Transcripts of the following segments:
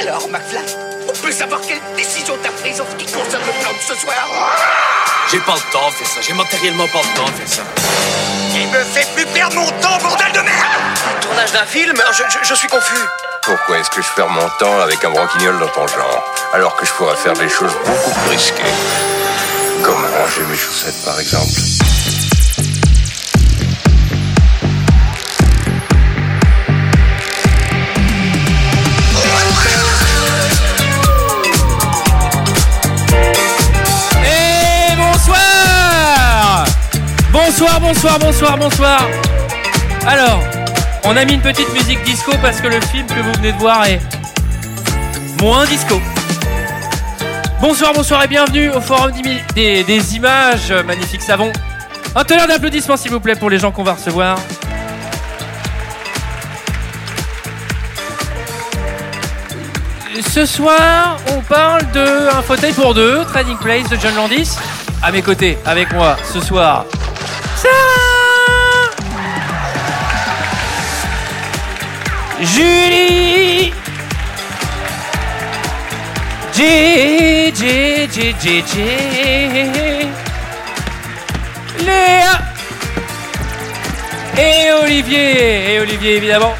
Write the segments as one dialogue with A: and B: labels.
A: Alors, McFly, on peut savoir quelle décision t'as prise en ce qui concerne le plan de ce soir
B: J'ai pas le temps de faire ça, j'ai matériellement pas le temps de faire ça.
A: Il me fait plus perdre mon temps, bordel de merde
C: Tournage d'un film je, je- je suis confus.
D: Pourquoi est-ce que je perds mon temps avec un broquignol dans ton genre, alors que je pourrais faire des choses beaucoup plus risquées Comme ranger mes chaussettes, par exemple.
E: Et bonsoir Bonsoir, bonsoir, bonsoir, bonsoir Alors, on a mis une petite musique disco parce que le film que vous venez de voir est moins disco. Bonsoir, bonsoir et bienvenue au Forum des, mi- des- des images, euh, magnifique savon. Un tonnerre d'applaudissements s'il vous plaît pour les gens qu'on va recevoir. Ce soir, on parle de un fauteuil pour deux, Trading Place de John Landis. À mes côtés, avec moi, ce soir, Sarah, Julie, J, J, J, J, J, Léa et Olivier, et Olivier évidemment.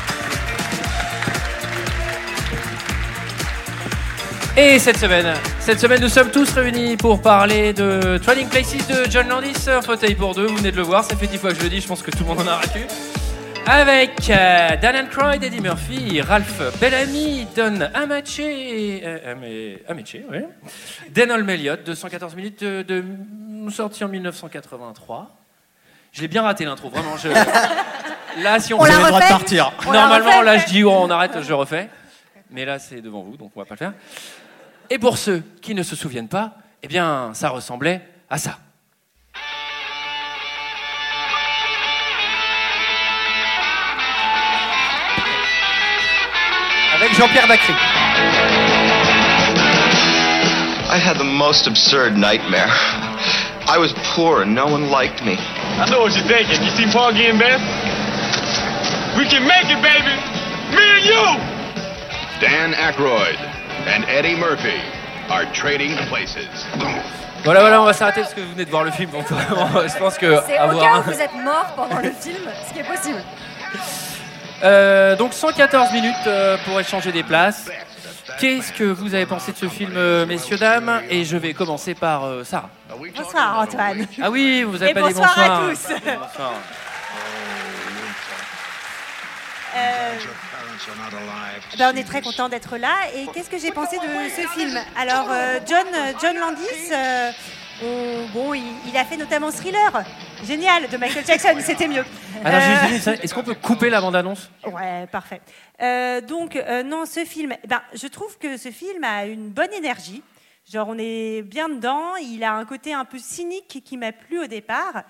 E: Et cette semaine, cette semaine, nous sommes tous réunis pour parler de Trading Places de John Landis, un fauteuil pour deux. Vous venez de le voir, ça fait dix fois que je le dis, je pense que tout le monde en a racu. Avec euh, Dan Aykroyd, Eddie Murphy, Ralph Bellamy, Don Amache, euh, Ame- Ameche, ouais. Dan Elliott, 214 minutes de, de- sorti en 1983. Je l'ai bien raté l'intro, vraiment. je- Là, si on,
F: On
E: fait-
F: la
G: le droit de
F: refait
G: partir.
F: On la
E: Normalement,
F: refait
E: là, je dis oh, on arrête, je refais. Mais là, c'est devant vous, donc on va pas le faire. Et pour ceux qui ne se souviennent pas, eh bien, ça ressemblait à ça.
G: Avec Jean-Pierre Bacry.
H: I had the most absurd nightmare. I was poor and no one liked me.
I: I know what you're thinking. You see Foggy and Beth? We can make it, baby! Me and you!
J: Dan Aykroyd and Eddie Murphy are trading places.
E: Voilà, voilà, on va s'arrêter parce que vous venez de voir le film. Donc vraiment, je pense que
F: C'est au
E: avoir
F: cas où
E: un-
F: vous êtes mort pendant le film, ce qui est possible.
E: Euh, donc 114 minutes euh, pour échanger des places. Qu'est-ce que vous avez pensé de ce film, euh, messieurs dames Et je vais commencer par euh, Sarah.
F: Bonsoir Antoine.
E: Ah oui, vous avez
F: Et
E: pas dit
F: bonsoir
E: bonsoir. Ah,
F: à tous.
E: Bonsoir.
F: Euh, ben, on est très content d'être là. Et qu'est-ce que j'ai pensé de ce film Alors, euh, John, John Landis, euh, on- bon, il, il a fait notamment Thriller. Génial, de Michael Jackson, c'était mieux.
G: Ah
E: Alors,
F: Euh,
E: juste une- est-ce qu'on peut couper la bande-annonce
F: Ouais, parfait. Euh, donc, euh, non, ce film, eh ben, je trouve que ce film a une bonne énergie. Genre, on est bien dedans. Il a un côté un peu cynique qui m'a plu au départ.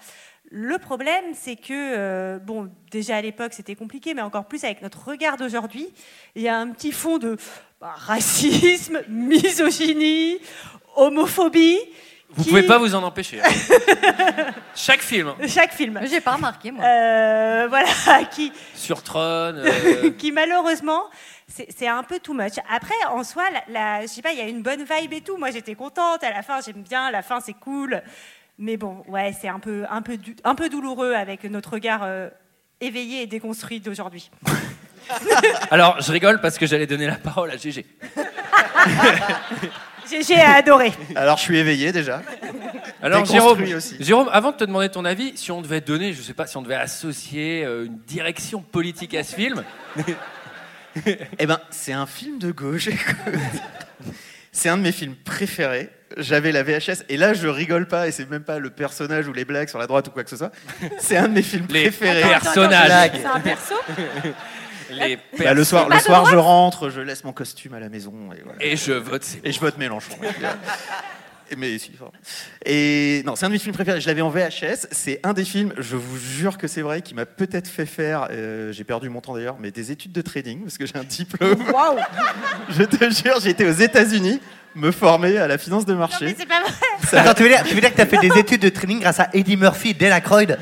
F: Le problème, c'est que, euh, bon, déjà à l'époque, c'était compliqué, mais encore plus avec notre regard d'aujourd'hui, il y a un petit fond de bah, racisme, misogynie, homophobie.
E: Vous
F: qui-
E: pouvez pas vous en empêcher. hein. Chaque film,
F: Chaque film.
K: J'ai pas remarqué, moi.
F: Euh, voilà, qui,
E: sur Tron, euh,
F: qui malheureusement, c'est c'est un peu too much. Après, en soi, la, la- je sais pas, il y a une bonne vibe et tout. Moi, j'étais contente. À la fin, j'aime bien. La fin, c'est cool. Mais bon, ouais, c'est un peu, un, peu dou- un peu douloureux avec notre regard euh, éveillé et déconstruit d'aujourd'hui.
E: Alors, je rigole parce que j'allais donner la parole à GG.
F: J'ai j'ai adoré.
G: Alors je suis éveillé déjà.
E: Alors, Jérôme,
G: Déconstruit aussi.
E: Jérôme, avant de te demander ton avis, si on devait donner, je sais pas, si on devait associer euh, une direction politique à ce film,
G: Eh ben, c'est un film de gauche. écoute. c'est un de mes films préférés. J'avais la VHS et là je rigole pas et c'est même pas le personnage ou les blagues sur la droite ou quoi que ce soit. C'est un de mes films
E: Les
G: préférés.
E: Attends, attends, Personnage.
G: Blague.
K: C'est un perso
E: les
G: Bah, le soir,
K: pas
G: le
K: de
G: soir
K: droite
G: je rentre, je laisse mon costume à la maison et voilà.
E: et je vote, c'est
G: Et je vote Mélenchon. Et- Mais si, fort. Et non, c'est un de mes films préférés. Je l'avais en VHS. C'est un des films, je vous jure que c'est vrai, qui m'a peut-être fait faire, euh, j'ai perdu mon temps d'ailleurs, mais des études de trading, parce que j'ai un diplôme.
F: Waouh
G: je te jure, j'étais aux États-Unis me former à la finance de
F: Non, mais
G: marché.
F: c'est pas vrai.
C: Attends, tu veux dire, tu veux dire que t'as fait des études de training grâce à Eddie Murphy, Dan Aykroyd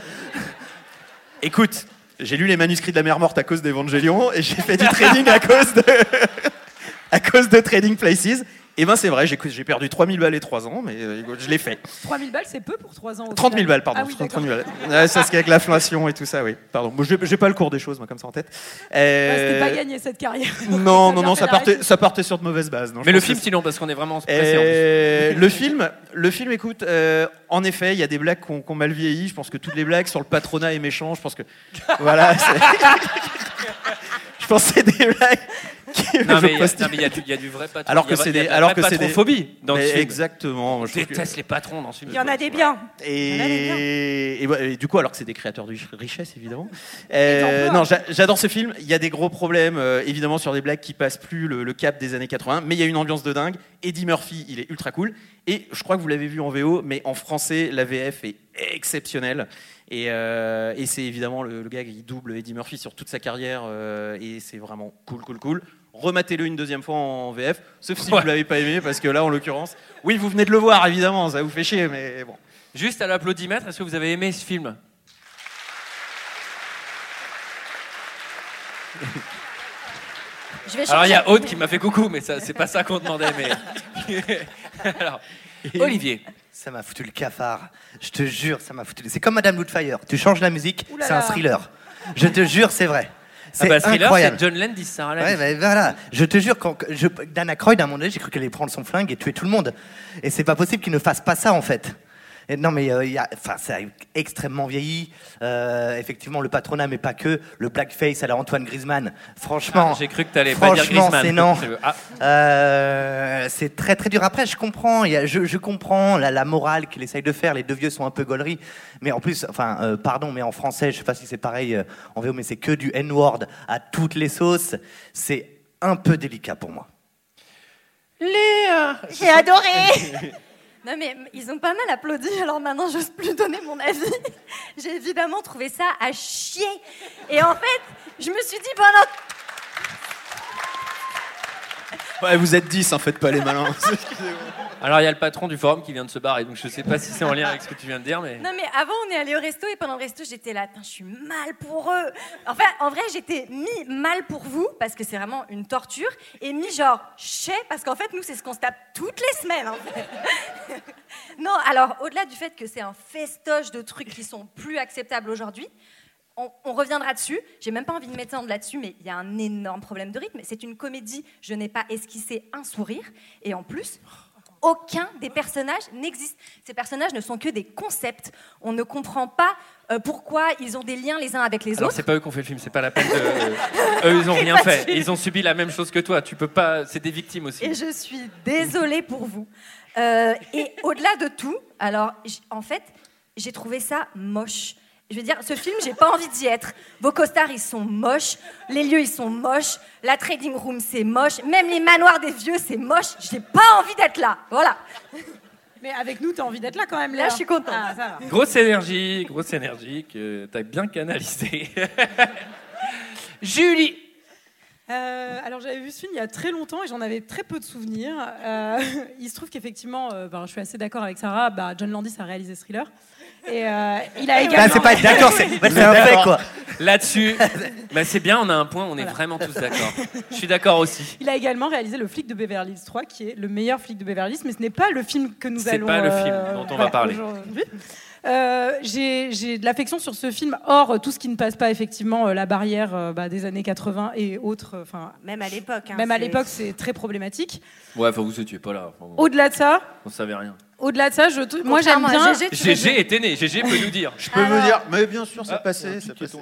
G: Écoute, j'ai lu les manuscrits de la mer morte à cause d'Evangelion et j'ai fait du trading à cause de. à cause de Trading Places. Et ben c'est vrai, j'ai j'ai perdu 3000 balles et 3 ans, mais euh, je l'ai fait.
F: 3000 balles, c'est peu pour 3 ans. au
G: 30 000
F: final.
G: balles, pardon.
F: Ah oui,
G: 30
F: d'accord.
G: 000 balles. Ouais, ça, c'est avec l'inflation et tout ça, oui. Pardon. Moi, j'ai j'ai pas le cours des choses, moi, comme ça en tête. Euh,
F: Ouais, C'était pas gagné cette carrière.
G: Non, non, non, ça
F: T'as arrêté.
G: partait, ça partait sur de mauvaises bases. non, je
E: Mais le
G: pense que
E: film, sinon, parce qu'on est vraiment pressé.
G: euh, le film, le film, écoute, euh, en effet, il y a des blagues qu'on qu'on mal vieilli. Je pense que toutes les blagues sur le patronat est méchant. Je pense que voilà. c'est- je pense que c'est des blagues. Qui
E: Non,
G: je
E: mais il y a-
G: postille.
E: non, mais il y, a du- il y a du vrai patron.
G: alors que
E: il y a-
G: c'est
E: il y a
G: des,
E: de la
G: alors
E: vraie
G: que c'est des
E: patrophobie dans
G: Mais
E: le film.
G: Exactement.
E: Je
G: Je trouve que-
E: déteste les patrons dans ce film.
L: Il y en a des biens. Il y en a des biens.
G: Et, et bah, et du coup, alors que c'est des créateurs de rich- richesse, évidemment.
F: Et
G: Euh,
F: d'emploi.
G: non, j'a- j'adore ce film. Il y a des gros problèmes, euh, évidemment, sur des blagues qui passent plus le, le cap des années 80, mais il y a une ambiance de dingue. Eddie Murphy, il est ultra cool. Et je crois que vous l'avez vu en VO, mais en français, la VF est exceptionnelle. Et, euh, et c'est évidemment le, le gars qui double Eddie Murphy sur toute sa carrière, euh, et c'est vraiment cool, cool, cool. Rematez-le une deuxième fois en VF, sauf si
E: Ouais.
G: vous l'avez pas aimé, parce que là, en l'occurrence, oui, vous venez de le voir, évidemment, ça vous fait chier, mais bon.
E: Juste à l'applaudimètre, est-ce que vous avez aimé ce film
L: Je vais
E: Alors il y a
L: changer.
E: Aude qui m'a fait coucou, mais ça c'est pas ça qu'on demandait. Mais alors Olivier,
C: Ça m'a foutu le cafard. Je te jure, ça m'a foutu. le- C'est comme Madame Doubtfire. Tu changes la musique,
F: Ouh là
C: c'est un
F: là.
C: thriller. Je te jure, c'est vrai.
E: ah
C: C'est
E: bah, thriller,
C: incroyable.
E: c'est John Landis, Sarah Landis.
C: Ouais, mais voilà. Je te jure, quand je, Dana Croyd, à un moment donné, j'ai cru qu'elle allait prendre son flingue et tuer tout le monde. Et c'est pas possible qu'il ne fasse pas ça, en fait. Et non, mais euh, il y a- enfin, ça a extrêmement vieilli. Euh, effectivement, le patronat, mais pas que. Le blackface à la Antoine Griezmann. Franchement.
E: Ah, J'ai cru que t'allais pas dire
C: franchement,
E: Griezmann.
C: c'est non.
E: Ah,
C: Euh, c'est très très dur. Après, je comprends, il y a- je, je comprends la, la morale qu'il essaye de faire. Les deux vieux sont un peu gauleries. Mais en plus, enfin, euh, pardon, mais en français, je sais pas si c'est pareil euh, en VO, mais c'est que du N-word à toutes les sauces. C'est un peu délicat pour moi.
E: Léa
F: J'ai adoré Non mais ils ont pas mal applaudi, alors maintenant j'ose plus donner mon avis. J'ai évidemment trouvé ça à chier. Et en fait, je me suis dit pendant...
G: Ouais, vous êtes 10, hein, faites pas les malins.
E: Alors il y a le patron du forum qui vient de se barrer, donc je sais pas si c'est en lien avec ce que tu viens de dire, mais
F: Non mais avant on est allé au resto et pendant le resto j'étais là, Putain, je suis mal pour eux. Enfin en vrai j'étais mi mal pour vous parce que c'est vraiment une torture et mi genre chier parce qu'en fait nous c'est ce qu'on se tape toutes les semaines. en fait. non alors au-delà du fait que c'est un festoche de trucs qui sont plus acceptables aujourd'hui. On, on reviendra dessus. J'ai même pas envie de m'étendre là-dessus, mais il y a un énorme problème de rythme. C'est une comédie. Je n'ai pas esquissé un sourire. Et en plus, aucun des personnages n'existe. Ces personnages ne sont que des concepts. On ne comprend pas euh, pourquoi ils ont des liens les uns avec les
E: alors
F: autres.
E: c'est pas eux qui ont fait le film, c'est pas la peine de. eux ils ont rien fait, ils ont subi la même chose que toi. Tu peux pas, c'est des victimes
F: Et
E: aussi.
F: je suis désolée pour vous. Euh, et au-delà de tout, alors j- en fait, j'ai trouvé ça moche. Je veux dire, ce film, j'ai pas envie d'y être. Vos costards, ils sont moches. Les lieux, ils sont moches. La trading room, c'est moche. Même les manoirs des vieux, c'est moche. J'ai pas envie d'être là. Voilà.
M: Mais avec nous, t'as envie d'être là quand même,
F: Là,
M: Léa.
F: je suis contente.
M: Ah, ça va.
E: Grosse énergie, grosse énergie que t'as bien canalisé. Julie.
M: Euh, alors j'avais vu ce film il y a très longtemps et j'en avais très peu de souvenirs. Euh, il se trouve qu'effectivement, euh, ben, je suis assez d'accord avec Sarah, bah, John Landis a réalisé ce thriller. Et euh, il a également...
C: Là, Eh, c'est pas être d'accord, c'est bah, c'est un fait, quoi.
E: Là-dessus, bah, c'est bien, on a un point, on est vraiment tous d'accord. Je suis d'accord aussi.
M: Il a également réalisé Le flic de Beverly Hills 3, qui est le meilleur flic de Beverly Hills, mais ce n'est pas le film que nous
E: C'est
M: allons. euh,
E: pas le film dont on va parler.
M: aujourd'hui. Euh, J'ai j'ai de l'affection sur ce film, hors euh, tout ce qui ne passe pas effectivement euh, la barrière euh, bah, des années 80 et autres. euh, Enfin,
L: Même à l'époque. hein,
M: même à
L: c'est-
M: l'époque, c'est très problématique.
E: Ouais, enfin, vous étiez pas là. enfin, on-
M: Au-delà de ça,
E: on savait rien.
M: au-delà de ça, je, t- moi j'aime
F: Contrairement à
M: bien.
F: GG, tu fais-
E: GG était né, GG peut nous dire.
G: Je peux me dire, mais bien sûr, c'est
E: Ah,
G: passé. c'est passé.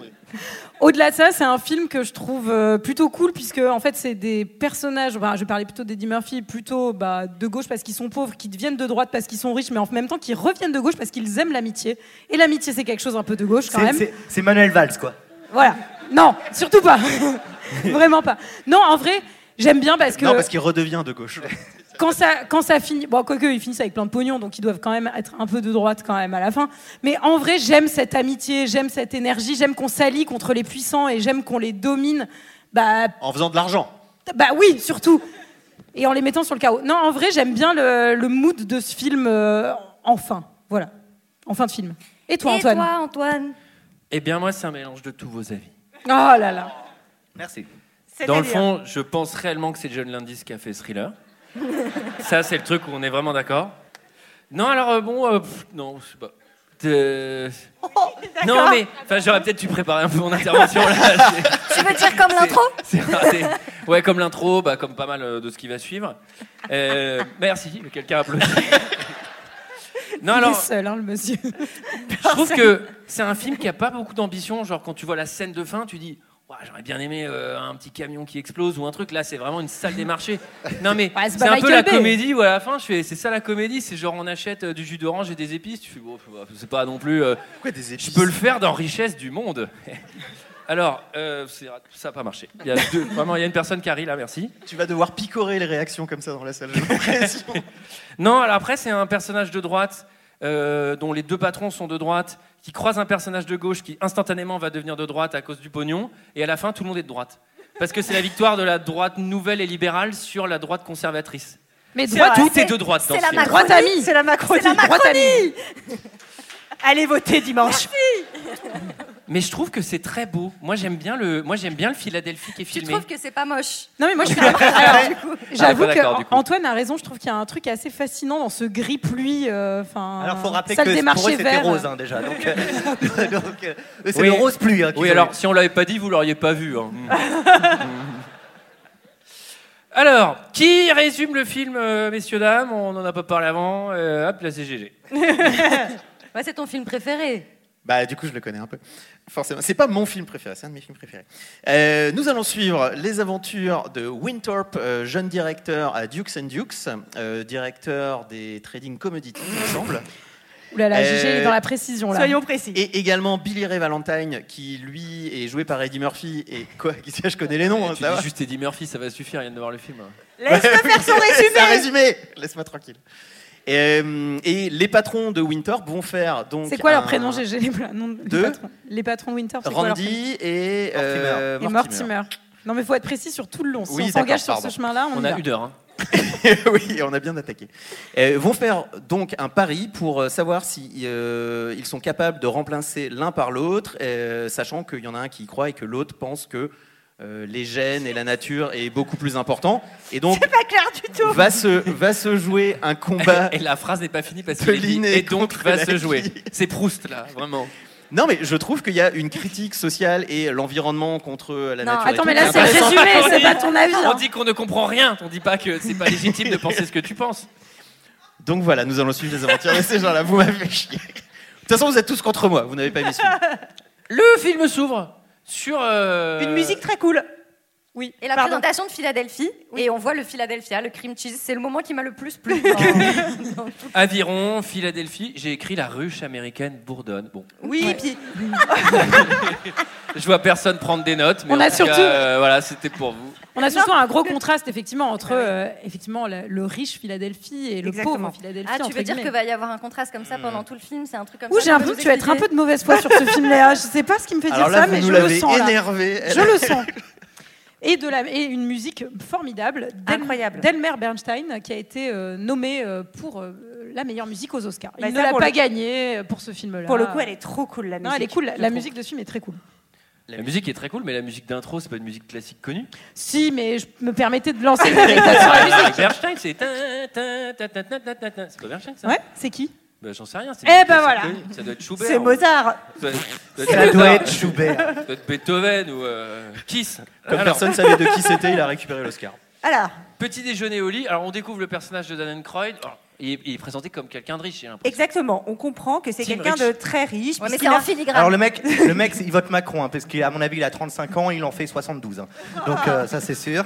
M: Au-delà de ça, c'est un film que je trouve euh, plutôt cool puisque en fait c'est des personnages. Bah, je parlais plutôt d'Eddie Murphy, plutôt bah, de gauche parce qu'ils sont pauvres, qui deviennent de droite parce qu'ils sont riches, mais en même temps qui reviennent de gauche parce qu'ils aiment l'amitié. Et l'amitié, c'est quelque chose un peu de gauche quand
C: C'est-
M: même.
C: c'est- C'est Manuel Valls, quoi.
M: Voilà. Non, surtout pas. Vraiment pas. Non, en vrai, j'aime bien parce que
G: Non, parce qu'il redevient de gauche.
M: quand ça, quand ça finit, bon, quoique ils finissent avec plein de pognon, donc ils doivent quand même être un peu de droite quand même à la fin. Mais en vrai, j'aime cette amitié, j'aime cette énergie, j'aime qu'on s'allie contre les puissants et j'aime qu'on les domine. Bah,
G: En faisant de l'argent.
M: bah oui, surtout. Et en les mettant sur le chaos. Non, en vrai, j'aime bien le, le mood de ce film. euh, enfin, voilà. En fin de film. Et toi,
F: Et
M: Antoine
F: toi, Antoine
E: Eh bien, moi, c'est un mélange de tous vos avis.
M: Oh là là.
C: Merci.
E: Dans le
F: C'est-à-dire
E: fond, je pense réellement que c'est John Landis qui a fait Thriller. Ça, c'est le truc où on est vraiment d'accord. Non, alors euh, bon, euh, pff, non, je sais pas. Euh, Non, mais enfin, j'aurais peut-être dû préparer un peu mon intervention là.
K: Tu veux dire comme l'intro
E: C'est- c'est- Ouais, comme l'intro, bah, comme pas mal euh, de ce qui va suivre. Euh, merci, quelqu'un applaudit. non,
N: Il est
E: alors,
N: seul, hein, le monsieur.
E: je trouve que c'est un film qui a pas beaucoup d'ambition. Genre, quand tu vois la scène de fin, tu dis. Ouah, J'aurais bien aimé euh, un petit camion qui explose ou un truc. Là, c'est vraiment une salle des marchés. Non, mais
N: Ouais, c'est
E: c'est
N: pas
E: un peu
N: Michael
E: la
N: Bay.
E: comédie où à la fin, je fais, c'est ça la comédie. C'est genre, on achète euh, du jus d'orange et des épices. Tu fais, bon, bah, c'est pas non plus. euh, je peux le faire dans Richesse du Monde. Alors, euh, c'est- ça n'a pas marché. Il y a deux- vraiment, il y a une personne qui arrive là, merci.
G: Tu vas devoir picorer les réactions comme ça dans la salle. j'ai l'impression.
E: Non, alors après, c'est un personnage de droite euh, dont les deux patrons sont de droite, qui croise un personnage de gauche qui instantanément va devenir de droite à cause du pognon, et à la fin, tout le monde est de droite. Parce que c'est la victoire de la droite nouvelle et libérale sur la droite conservatrice.
F: Mais
E: C'est-
F: droite,
E: tout
F: c'est-
E: est de droite dans
F: c'est
E: ce
F: la
E: film.
F: Macronie. Droite amie. C'est la Macronie. C'est la
N: Droite amie.
F: Allez voter dimanche.
E: Mais je trouve que c'est très beau. Moi, j'aime bien le, moi, j'aime bien le Philadelphie qui est
K: Tu
E: filmé.
K: trouves que c'est pas moche
N: Non, mais moi, je suis
K: Alors,
N: J'avoue
E: Ah, pas d'accord,
N: que
E: du coup.
N: Antoine a raison, je trouve qu'il y a un truc assez fascinant dans ce gris-pluie. euh, Enfin,
C: Alors, faut rappeler
N: salle
C: que
N: des
C: pour eux,
N: marchés
C: c'était
N: verts.
C: rose hein, déjà. Donc, euh, donc, euh, eux, c'est
E: Oui.
C: le rose plus. hein, qu'ils
E: oui,
C: ont
E: alors
C: eu.
E: si on l'avait pas dit, vous l'auriez pas vu. hein. Mm. Mm. alors, qui résume le film, euh, messieurs dames On n'en a pas parlé avant. Euh, hop, là c'est GG.
C: hein.
K: Ouais, c'est ton film préféré.
G: Bah, du coup, je le connais un peu. Forcément. C'est pas mon film préféré, c'est un de mes films préférés. Euh, nous allons suivre les aventures de Winthorpe, euh, jeune directeur à Dukes and Dukes, euh, directeur des trading commodities, il me semble.
N: Ouh là là,
G: Euh,
N: GG est dans la précision. Là.
F: précis.
G: Et également Billy Ray Valentine, qui lui est joué par Eddie Murphy. Et quoi Qu'est-ce que Je connais les noms. hein,
E: tu
G: ça
E: dis
G: va.
E: juste Eddie Murphy, ça va suffire, il vient de voir le film.
G: Ouais,
F: faire son résumé.
G: C'est un résumé. Laisse-moi tranquille. Et, euh, et les patrons de Winthorpe vont faire donc.
N: C'est quoi leur
G: un-
N: prénom GG les, pla- nom- les
G: Deux.
N: patrons, les patrons Winter c'est quoi leur prénom
G: Randy et, euh,
N: Et Mortimer. Non, mais faut être précis sur tout le long. Si
G: Oui,
N: on s'engage sur
G: d'accord,
N: ce
G: pardon.
N: chemin-là, on, y va.
E: heure. hein.
G: oui, on a bien attaqué. Euh, vont faire donc un pari pour euh, savoir si euh, ils sont capables de remplacer l'un par l'autre, euh, sachant qu'il y en a un qui y croit et que l'autre pense que euh, les gènes et la nature est beaucoup plus important. Et donc
F: Pas clair du tout.
G: va se va se jouer un combat.
E: Et la phrase n'est pas finie parce
G: De
E: que dit,
G: l'inné
E: et donc
G: contre
E: va
G: la
E: se jouer.
G: vie.
E: C'est Proust là, vraiment.
G: Non mais je trouve qu'il y a une critique sociale et l'environnement contre la
N: Non,
G: nature. et
N: attends,
G: tout
N: mais
G: qui
N: là,
G: est
N: c'est
G: intéressant.
N: résumé,
E: On
N: c'est
E: dit-
N: pas ton avis.
E: On
N: hein.
E: dit qu'on ne comprend rien, on dit pas que c'est pas légitime de penser ce que tu penses.
G: Donc voilà, nous allons suivre les aventures de ces gens-là. Vous m'avez chié. De toute façon, vous êtes tous contre moi. Vous n'avez pas mis suivi.
E: Le film s'ouvre sur euh,
F: Une musique très cool. Oui.
K: Et la
F: Pardon.
K: présentation de Philadelphie, et on voit le Philadelphia, le cream cheese, c'est le moment qui m'a le plus plu. dans- dans-
E: Aviron, Philadelphie. J'ai écrit la ruche américaine bourdonne. Bon,
F: Oui, et puis
E: je vois personne prendre des notes, mais
N: On
E: en
N: a
E: tout cas,
N: surtout-
E: euh, voilà, c'était pour vous.
N: On a surtout un gros contraste effectivement entre euh, effectivement le, le riche Philadelphie et le
F: Exactement.
N: pauvre Philadelphie.
K: Ah, tu
N: entre
K: veux dire
N: guillemets.
K: que va y avoir un contraste comme ça pendant tout le film C'est un truc comme
N: Ouh,
K: ça
N: j'ai l'impression que tu vas être un peu de mauvaise foi sur ce film, Léa. Je sais pas ce qui me fait
G: Alors
N: dire
G: là,
N: ça,
G: vous
N: mais
G: nous
N: je le
G: l'avez
N: sens. là.
G: énervé.
N: Je le sens. Et, de la, et une musique formidable. Del-
F: Incroyable.
N: Delmer Bernstein, qui a été euh, nommée euh, pour euh, la meilleure musique aux Oscars. Il
F: Bah,
N: ne
F: ça,
N: l'a
F: pour
N: pas
F: le-
N: gagnée pour ce film-là.
F: pour le coup, elle est trop cool la musique.
N: Non, elle est cool. La,
F: je
N: la
F: trouve.
N: musique de ce film est très cool.
E: La musique est très cool, mais la musique d'intro, c'est pas une musique classique connue.
N: Si, mais je me permettais de lancer une anecdote sur la musique.
E: Avec Bernstein, c'est. ta, ta, ta, ta, ta, ta, ta, ta. C'est pas Bernstein ça
N: Ouais, c'est qui
E: Bah, J'en sais rien. c'est
F: Eh
E: une musique
F: ben
E: classique
F: voilà.
E: connue. Ça doit être Schubert.
F: C'est
E: ou-
C: hein.
F: Mozart.
E: Ça doit être
C: Ça doit
E: Mozart.
C: être Schubert.
E: Ça doit être Beethoven ou euh, Kiss.
G: Comme
E: Alors,
G: personne ne savait de qui c'était, il a récupéré l'Oscar.
F: Alors,
E: Petit déjeuner au lit. Alors on découvre le personnage de Dan Aykroyd. Alors, il, est, il est présenté comme quelqu'un de riche. j'ai l'impression.
F: exactement, on comprend que c'est
E: Tim
F: quelqu'un de
E: Rich.
F: très riche.
K: Ouais, mais c'est
F: puisqu'il a-
K: en
N: Ah.
K: filigrane.
C: Alors le mec, le mec, c'est- il vote Macron hein, parce qu'à mon avis, il a 35 ans, il en fait 72. hein. Donc euh, ça, c'est sûr.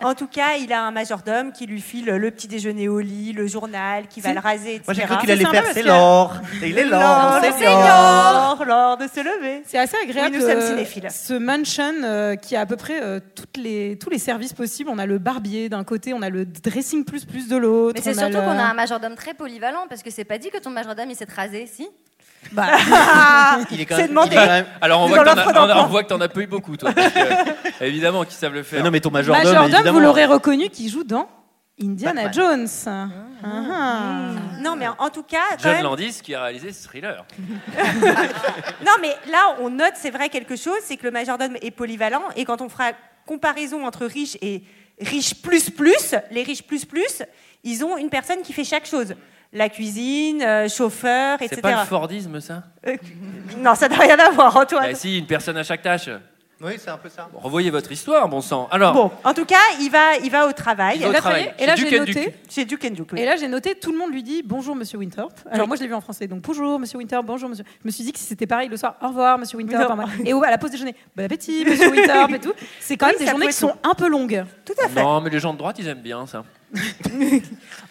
F: En tout cas, il a un majordome qui lui file le petit déjeuner au lit, le journal, qui va
N: C'est-
F: le raser, etc.
C: Moi, j'ai cru qu'il allait
N: sympa
C: faire
N: parce
C: c'est
N: que-
C: l'or. Et il est l'or,
F: L'or, le
C: c'est l'or.
F: Seigneur, l'or de se lever.
N: C'est assez agréable.
F: Oui, nous sommes
N: euh,
F: cinéphiles.
N: ce mansion euh, qui a à peu près euh, toutes les, tous les services possibles. On a le barbier d'un côté, on a le dressing plus plus de l'autre.
K: Mais c'est
N: on
K: surtout
N: le-
K: qu'on a un majordome très polyvalent parce que c'est pas dit que ton majordome il s'est rasé, si
N: Bah,
F: Ah,
G: Il est quand
F: c'est
G: même-
F: demandé.
G: il est quand même-
E: Alors on
F: Dans
E: voit, que t'en
F: l'offre
E: as- on, a-
F: d'emploi.
E: on voit que t'en as peu eu beaucoup, toi. parce que, évidemment, qu'ils savent le
G: Mais
E: faire.
G: Euh, non, mais ton majordome,
N: majordome, Bah, vous
G: évidemment.
N: l'aurez reconnu, qui joue dans Indiana
G: Batman.
N: Jones. Ah, ah.
F: Hmm. Non, mais en- en tout cas, quand
E: John
F: même-
E: Landis qui a réalisé ce thriller.
F: non, mais là, on note, c'est vrai, quelque chose, c'est que le majordome est polyvalent, et quand on fera comparaison entre riches et riches plus plus, les riches plus plus, ils ont une personne qui fait chaque chose. La cuisine, euh, chauffeur, etc.
E: C'est pas le Fordisme, ça
F: Euh, non, ça n'a rien à voir, Antoine.
E: Bah si, une personne à chaque tâche.
C: Oui, c'est un peu ça.
E: Revoyez votre histoire, bon sang. Alors,
F: Bon, en tout cas, il va, il va au travail.
E: Il va au Et là, travail. ça y est,
N: Et là, j'ai noté.
F: Chez Duke and Duke, oui.
N: Et là, j'ai noté, tout le monde lui dit bonjour, monsieur Winthrop. Alors, moi, je l'ai vu en français. Donc, bonjour, monsieur Winthrop, bonjour, monsieur. Je me suis dit que si c'était pareil le soir, au revoir, monsieur Winthrop.
F: Non.
N: au revoir. Et au- à la pause déjeuner, bon appétit, monsieur Winthrop et tout. C'est quand
F: Oui,
N: même des
F: ça
N: journées
F: peut
N: qui
F: être
N: sont un peu longues.
F: Tout à fait.
E: non, mais les gens de droite, ils aiment bien ça.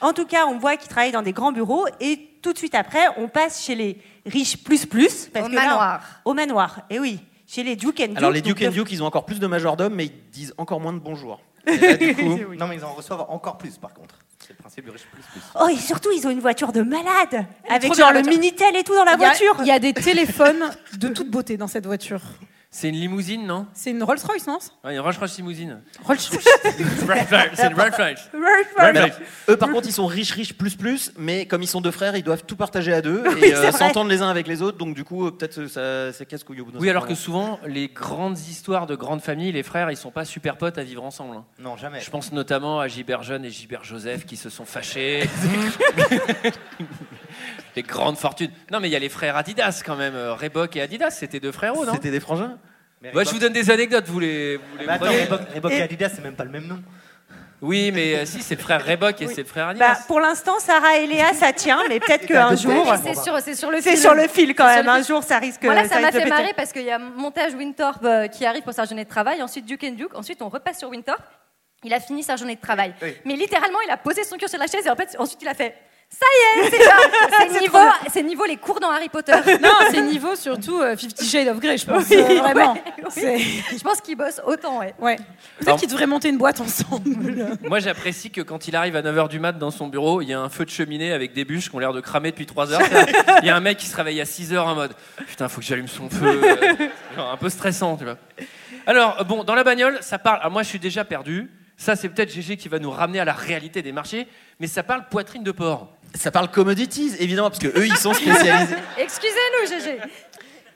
F: En tout cas, on voit qu'il travaille dans des grands bureaux et tout de suite après, on passe chez les riches plus plus. Parce
K: Au
F: que là,
K: manoir.
F: au manoir, et oui. Chez les Duke and Duke.
G: Alors les Duke
N: euh,
G: and
F: donc,
G: Duke, ils ont encore plus de majordomes, mais ils disent encore moins de bonjour.
C: Non, mais ils en reçoivent encore plus, par contre. C'est le principe du riche plus plus.
F: Oh, et surtout, ils ont une voiture de malade. Avec
N: trop bien,
F: genre
N: la
F: le
N: voiture.
F: Minitel et tout dans la
N: Il y a-
F: voiture.
N: Il y a des téléphones de toute beauté dans cette voiture.
E: C'est une limousine, non
N: C'est une Rolls-Royce, non
E: Ouais, Une Rolls-Royce limousine.
N: Rolls-Royce.
E: C'est une Rolls-Royce.
G: Mais alors, eux, par contre, ils sont riches, riches, plus, plus, mais comme ils sont deux frères, ils doivent tout partager à deux
F: Oui,
G: et euh,
F: c'est vrai.
G: s'entendre les uns avec les autres, donc du coup, euh, peut-être euh, ça, ça casse couille au bout d'un
E: Oui, alors que
G: certain
E: souvent, les grandes histoires de grandes familles, les frères, ils sont pas super potes à vivre ensemble. hein.
C: Non, jamais.
E: Je pense notamment à Gilbert Jeune et Gilbert Joseph qui se sont fâchés. les grandes fortunes. Non, mais il y a les frères Adidas quand même. euh, Reebok et Adidas, c'était deux frérots,
G: moment.
E: non
G: C'était des frangins Bah,
E: Moi, je vous donne des anecdotes, vous les, vous les
C: Mais attends,
E: prenez
C: Reebok- Reebok et Adidas, c'est même pas le même nom.
E: Oui, mais euh, si, c'est le frère Reebok et c'est le frère
F: Bah,
E: Adidas.
F: pour l'instant, Sarah et Léa, ça tient, mais peut-être
C: T'as
F: qu'un
C: adopté,
F: jour.
C: je
K: C'est sur, c'est sur le
F: C'est
K: fil.
F: sur le fil quand
K: C'est sur
F: même.
K: le
F: Un
K: fil.
F: jour, ça risque.
K: Moi, là, ça
F: risque
K: m'a
F: de
K: fait
F: péter.
K: marrer parce qu'il y a montage Winthorpe euh, qui arrive pour sa journée de travail, ensuite Duke and Duke, ensuite on repasse sur Winthorpe. Il a fini sa journée de travail.
C: Oui, oui.
K: Mais littéralement, il a posé son cul sur la chaise et en fait, ensuite il a fait Ça y est, c'est genre, c'est niveau, c'est niveau les cours dans Harry Potter.
N: Non, c'est niveau surtout euh, Fifty Shades of Grey, je pense.
K: Oui,
N: euh, vraiment.
K: ouais, oui.
N: C'est-
K: Je pense qu'il bosse autant, ouais.
N: Ouais.
E: Alors-
N: Peut-être qu'ils devraient monter une boîte ensemble.
E: Moi, j'apprécie que quand il arrive à 9h du mat dans son bureau, il y a un feu de cheminée avec des bûches qui ont l'air de cramer depuis 3 heures. Il y a un mec qui se réveille à 6 heures en mode Putain, faut que j'allume son feu. Euh, genre, un peu stressant, tu vois. Alors, euh, bon, dans la bagnole, ça parle. ah, moi, je suis déjà perdu. Ça, c'est peut-être GG qui va nous ramener à la réalité des marchés, mais ça parle poitrine de porc.
G: Ça parle commodities, évidemment, parce que eux, ils sont spécialisés.
K: Excusez-nous, GG.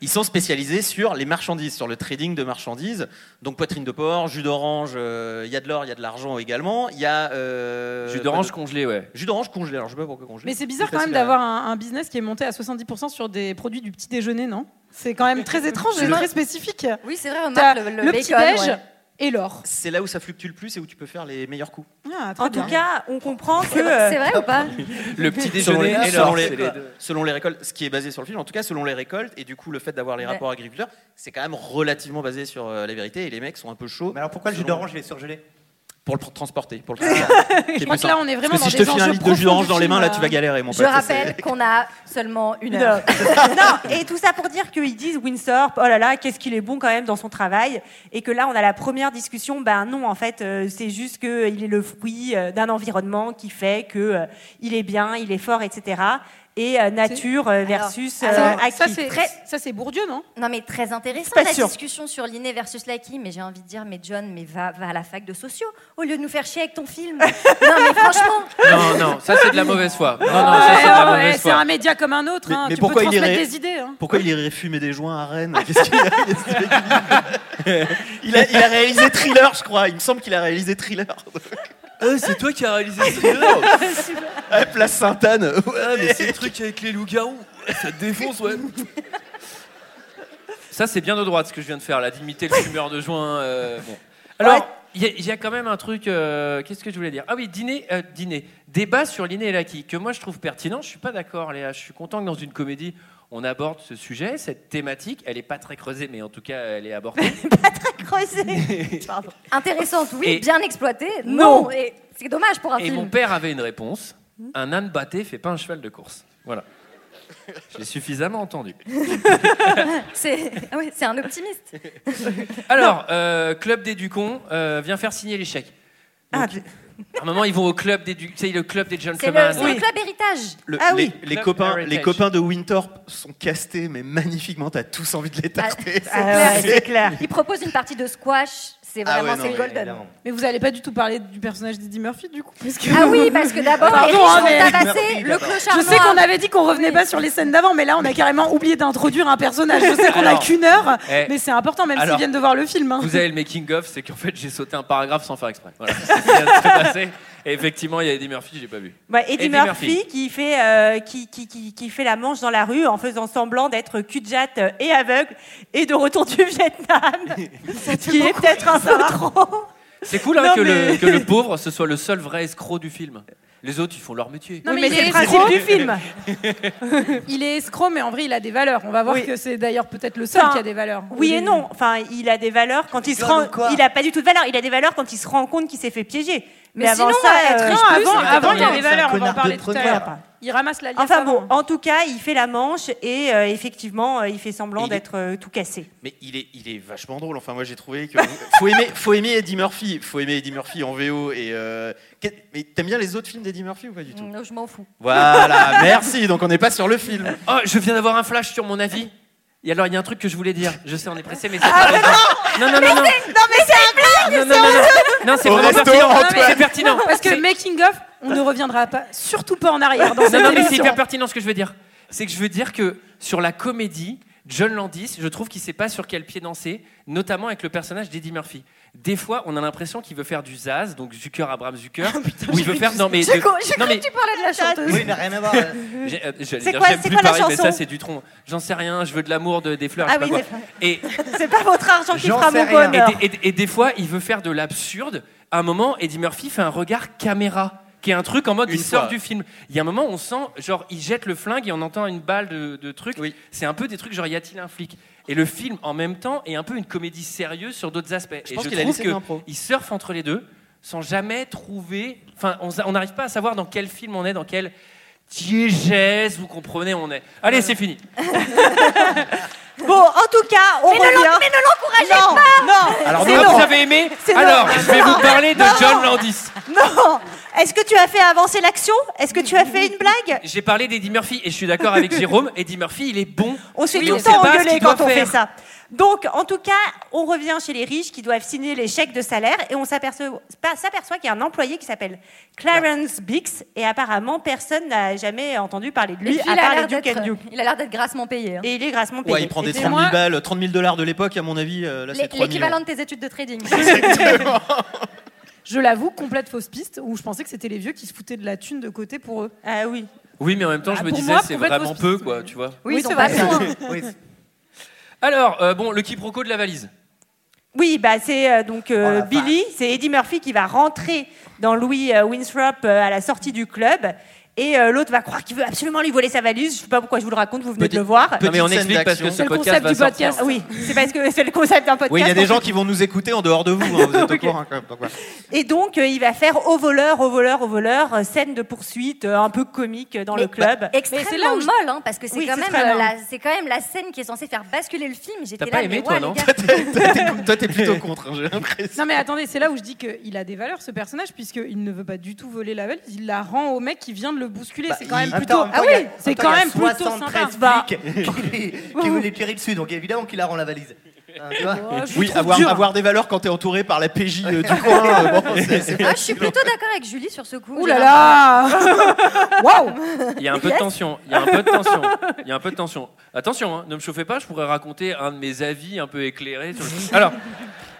G: Ils sont spécialisés sur les marchandises, sur le trading de marchandises. Donc poitrine de porc, jus d'orange, euh, il y a de l'or, il y a de l'argent également. Il y a euh,
E: Jus d'orange
G: pas
E: congelé, ouais.
G: de- jus d'orange congelé. Alors je sais pas pourquoi congelé.
N: Mais c'est bizarre
G: Plus
N: quand même
G: facile à-
N: d'avoir un, un business qui est monté à 70% sur des produits du petit déjeuner, non C'est quand même très étrange et
K: Non.
N: très spécifique.
K: Oui, c'est vrai,
N: T'as
K: remarque le, le
N: petit
K: bacon,
N: déj
K: ouais.
N: et l'or.
G: C'est là où ça fluctue le plus et où tu peux faire les meilleurs coups.
N: Ah, très
F: En
N: bien.
F: tout cas, on comprend que.
K: C'est
F: euh,
K: vrai ou pas
E: Le petit
G: Selon
E: déjeuner
G: les,
E: et
G: selon
E: l'or.
G: les-
E: c'est les deux.
G: selon les récoltes, ce qui est basé sur le film, en tout cas selon les récoltes, et du coup le fait d'avoir les
K: Ouais.
G: rapports agriculteurs, c'est quand même relativement basé sur euh, la vérité. Et les mecs sont un peu chauds.
C: Mais alors pourquoi le jus
G: selon-
C: d'orange, il est surgelé Ah,
G: Pour le transporter. Pour le transporter.
N: Je crois que là, on est vraiment
G: Parce que
N: dans
G: si je
N: des
G: te file un
N: enjeux
G: litre de jus
N: profonds
G: d'orange
N: du
G: dans les
N: film,
G: mains, là
N: euh.
G: tu vas galérer, mon
K: Je
G: pote.
K: rappelle qu'on a seulement une heure.
F: non, et tout ça pour dire qu'ils disent Windsor, oh là là, qu'est-ce qu'il est bon quand même dans son travail, et que là on a la première discussion, ben non, en fait, euh, c'est juste qu'il est le fruit euh, d'un environnement qui fait que euh, il est bien, il est fort, etc. Et euh, nature euh, versus euh,
K: alors,
F: acquis.
N: ça, c'est,
K: Très-
N: ça, c'est Bourdieu, non
K: Non, mais très intéressant
F: Pas
K: la
F: sûr.
K: discussion sur l'inné versus l'acquis. Mais j'ai envie de dire, mais John, mais va, va à la fac de sociaux au lieu de nous faire chier avec ton film. non, mais franchement,
E: Non, non, ça, c'est de la mauvaise foi. Non, non, ça, c'est de la
N: Ouais, ouais,
E: mauvaise
N: c'est
E: foi.
N: un média comme un autre.
G: Mais-
N: hein.
G: mais
N: tu
G: pourquoi
N: peux
G: il
N: transmettre
G: irait-
N: des idées. hein.
G: Pourquoi il irait fumer des joints à Rennes Qu'est-ce qu'il a- qu'est-ce qu'il a- il, a, il a réalisé Thriller, je crois. Il me semble qu'il a réalisé Thriller.
E: Euh, c'est toi qui as réalisé ce truc
G: Ah, Place Sainte-Anne. Ouais.
E: Ah, le truc avec les loups-garous. Ça défonce, ouais. Ça, c'est bien de droite ce que je viens de faire, là, d'imiter le fumeur de juin. euh, bon. Alors, il y a- il y, a quand même un truc. euh, Qu'est-ce que je voulais dire Ah oui, dîner, euh, dîner. Débat sur l'inné et l'acquis, que moi je trouve pertinent. Je suis pas d'accord, Léa. Je suis content que dans une comédie, on aborde ce sujet, cette thématique. Elle est pas très creusée, mais en tout cas, elle est abordée.
F: Creuser. Pardon.
K: intéressante, oui,
E: Et-
K: bien exploitée.
F: Non.
K: Non, et c'est dommage pour un
E: Et
K: film. Hmm
E: mon père avait une réponse. Un âne batté fait pas un cheval de course. Voilà. Je l'ai suffisamment entendu.
K: C'est ah ouais, c'est un optimiste.
E: Alors, euh, club des Ducons, euh, viens faire signer les chèques.
F: Ah,
E: À un moment, ils vont au club des, du- tu sais, le club des
K: C'est le,
E: gentlemen.
K: c'est le club héritage.
G: Le-
K: ah
G: les,
K: oui.
G: les
E: Club
G: copains,
E: Heritage.
G: les copains de Winthorpe sont castés, mais magnifiquement, t'as tous envie de les tarter.
K: Ah ouais, c'est clair. Il propose une partie de squash. C'est
G: Ah
K: vraiment
G: ouais, non,
K: c'est
G: mais
K: golden.
G: évidemment.
N: Mais vous allez pas du tout parler du personnage d'Eddie Murphy du coup parce que-
K: Ah oui, parce que d'abord,
N: Pardon,
K: les riches
N: hein,
K: vont
N: mais-
K: tabasser le clochard
N: Je sais
K: noir.
N: qu'on avait dit qu'on revenait pas sur les scènes d'avant, mais là on a carrément oublié d'introduire un personnage. Je sais qu'on a
E: Alors,
N: qu'une heure,
E: eh,
N: mais c'est important même s'ils
E: alors,
N: viennent de voir le film. hein.
E: Vous avez le making of, c'est qu'en fait j'ai sauté un paragraphe sans faire exprès. Voilà, c'est ce qui vient de se passer. Et effectivement, il y a Eddie Murphy, j'ai pas vu.
F: Ouais, Bah, Eddie, Murphy, qui fait euh, qui, qui, qui, qui fait la manche dans la rue en faisant semblant d'être cul-de-jatte euh, et aveugle et de retour du Vietnam, ce qui est peut-être un peu trop.
E: C'est cool hein,
F: Non,
E: que,
F: mais-
E: le, que le pauvre ce soit le seul vrai escroc du film. Les autres, ils font leur métier.
N: Non, mais il est escroc. il est escroc, mais en vrai il a des valeurs. On va voir
F: Oui.
N: que c'est d'ailleurs peut-être le seul
F: Enfin,
N: qui a des valeurs.
F: Oui et non. Enfin, il a des valeurs quand il se rend. Il a pas du tout de valeur. Il a des valeurs quand il se rend compte qu'il s'est fait piéger.
N: Mais sinon,
K: euh,
F: euh,
N: être riche plus,
F: avant,
N: c'est pas
F: avant,
N: tant
F: il y a
N: mieux.
F: des
N: C'est un
F: valeurs. On va en
N: connard de
F: parler tout à
N: première.
F: l'heure.
N: Il ramasse la liasse.
F: Enfin
N: avant.
F: bon, en tout cas, il fait la manche et euh, effectivement, euh, il fait semblant d'être euh, tout cassé.
G: Mais il est, il est vachement drôle. Enfin, moi, j'ai trouvé que faut aimer, faut aimer Eddie Murphy, faut aimer Eddie Murphy en VO. Et euh, que- mais t'aimes bien les autres films d'Eddie Murphy ou pas du tout
K: Non, je m'en fous.
G: Voilà, merci. Donc, on n'est pas sur le film.
E: Oh, je viens d'avoir un flash sur mon avis. Et alors, il y a un truc que je voulais dire. Je sais, on est pressé, mais
N: Ah,
E: c'est pas grave. non, non, non, non,
K: mais c'est
E: non, non, non, non, non, c'est
N: Au
E: vraiment
N: resto,
E: pertinent.
N: Antoine.
E: C'est pertinent.
N: Parce que
E: C'est-
N: making of, on ne reviendra pas, surtout pas en arrière dans
E: Non,
N: cette
E: non, mais c'est
N: émission.
E: hyper pertinent ce que je veux dire. C'est que je veux dire que sur la comédie, John Landis, je trouve qu'il sait pas sur quel pied danser, notamment avec le personnage d'Eddie Murphy. Des fois, on a l'impression qu'il veut faire du Zaz, donc Zucker Abraham Zucker, ou il veut faire non mais
K: J'ai
E: de-
K: cru j'ai
E: non
K: cru
E: mais
K: que tu parlais de la chanteuse.
C: Oui, mais rien à voir. euh.
E: j'ai- euh, j'allais
K: C'est
E: dire,
K: quoi-
E: j'aime
K: c'est
E: plus
K: quoi la
E: Paris, mais ça
K: chanson
E: c'est du tronc. J'en sais rien, je veux de l'amour, de, des fleurs,
F: Ah
E: je sais
F: oui,
E: pas
F: c'est
E: quoi.
F: vrai.
E: Et
F: C'est pas votre argent qui fera mon
E: et
F: bonheur.
E: des, et- et des fois, il veut faire de l'absurde. À un moment, Eddie Murphy fait un regard caméra, qui est un truc en mode il sort
G: fois.
E: du film. Il y a un moment, on sent, genre, il jette le flingue et on entend une balle de, de truc. C'est un peu des trucs, genre, y a-t-il un flic Et le film, en même temps, est un peu une comédie sérieuse sur d'autres aspects.
G: Je
E: et
G: pense
E: je
G: qu'il a
E: trouve
G: laissé de l'impro.
E: qu'il surfe entre les deux, sans jamais trouver. Enfin, on sa- on n'arrive pas à savoir dans quel film on est, dans quel. Diégèse, vous comprenez, on est. Allez, c'est fini.
F: Bon, en tout cas, on
K: Mais ne l'en-
F: revient.
K: mais ne l'encouragez
F: non,
K: pas
F: Non.
G: Ah,
E: Alors,
F: C'est
E: moi,
F: non.
E: vous avez aimé
F: C'est non.
E: Alors, je vais
F: Non.
E: vous parler de
F: Non.
E: John Landis.
F: Non. Est-ce que tu as fait avancer l'action Est-ce que tu as fait une blague
E: J'ai parlé d'Eddie Murphy et je suis d'accord avec Jérôme. Eddie Murphy, il est bon.
F: On se fait
E: mais
F: tout le
E: sait
F: temps
E: pas ce
F: engueuler
E: qu'il doit
F: quand on fait
E: faire.
F: ça. Donc, en tout cas, on revient chez les riches qui doivent signer les chèques de salaire et on s'aperçoit pas- s'aperçoit qu'il y a un employé qui s'appelle Clarence Bix et apparemment personne n'a jamais entendu parler de
K: Et
F: lui
K: puis,
F: à
K: il, a
F: part les
K: l'air
F: Duke and
K: d'être,
F: Duke.
K: il a l'air d'être grassement payé. hein.
F: Et il est grassement payé.
G: Ouais, il prend des
F: Et
G: 30
F: moi-
G: 000 balles, 30 000 dollars de l'époque, à mon avis. euh, là, c'est
K: L'é-
G: 3 millions.
K: L'équivalent de tes études de trading.
N: Je l'avoue, complète fausse piste où je pensais que c'était les vieux qui se foutaient de la thune de côté pour eux.
F: Ah oui.
E: Oui, mais en même temps, je
N: Ah,
E: me
N: pour
E: disais,
N: moi,
E: c'est
N: pour être
E: vraiment peu, quoi, tu vois.
N: Oui, c'est vrai.
E: Alors, euh, bon, le quiproquo de la valise.
F: Oui, bah c'est euh, donc euh,
E: Oh la
F: Billy, c'est Eddie Murphy qui va rentrer dans Louis euh, Winthrop euh, à la sortie du club. Et euh, l'autre va croire qu'il veut absolument lui voler sa valise. Je sais pas pourquoi je vous le raconte, vous venez
G: Petit-
F: de le voir.
G: petit-
E: Non, mais on
G: Petite scène
E: explique parce que
G: d'action.
E: ce
G: C'est le
E: podcast va sortir.
F: Ah Oui, c'est parce que c'est le concept d'un podcast.
G: Oui, il y a des gens qui vont nous écouter en dehors de vous. hein, vous êtes au courant. hein, quand même, donc, voilà.
F: Et donc euh, il va faire au voleur, au voleur, au voleur, euh, scène de poursuite euh, un peu comique euh, dans le club.
N: bah,
K: Extrêmement
N: là où je-
K: molle, hein, parce que c'est
F: Oui,
K: quand,
F: c'est
K: même,
F: très
K: euh,
F: molle.
K: la- c'est quand même la scène qui est censée faire basculer le film. J'étais
E: T'as
K: là,
E: pas
K: mais
E: aimé,
K: ouah,
E: toi,
K: les
E: non
K: gars.
G: Toi, t'es plutôt contre, hein, j'ai l'impression.
N: Non mais attendez, c'est là où je dis qu'il a des valeurs ce personnage puisqu'il ne veut pas du tout voler la valise, il la rend au mec qui vient de le bousculer. c'est quand même plutôt. Ah oui, c'est quand même plutôt sympa.
C: sympa. qui, qui voulaient tirer dessus, donc évidemment qu'il la rend la valise. Hein, tu vois
N: Oh,
G: Oui, avoir, avoir des valeurs quand t'es entouré par la PJ euh, du coin. euh, bon, c'est- c'est
K: Ah, je suis plutôt d'accord avec Julie sur ce coup.
N: Ouh là là Waouh
E: Il y a un peu de tension. Il y a un peu de tension. Il y a un peu de tension. Attention, hein, ne me chauffez pas, je pourrais raconter un de mes avis un peu éclairé. sur le- Alors,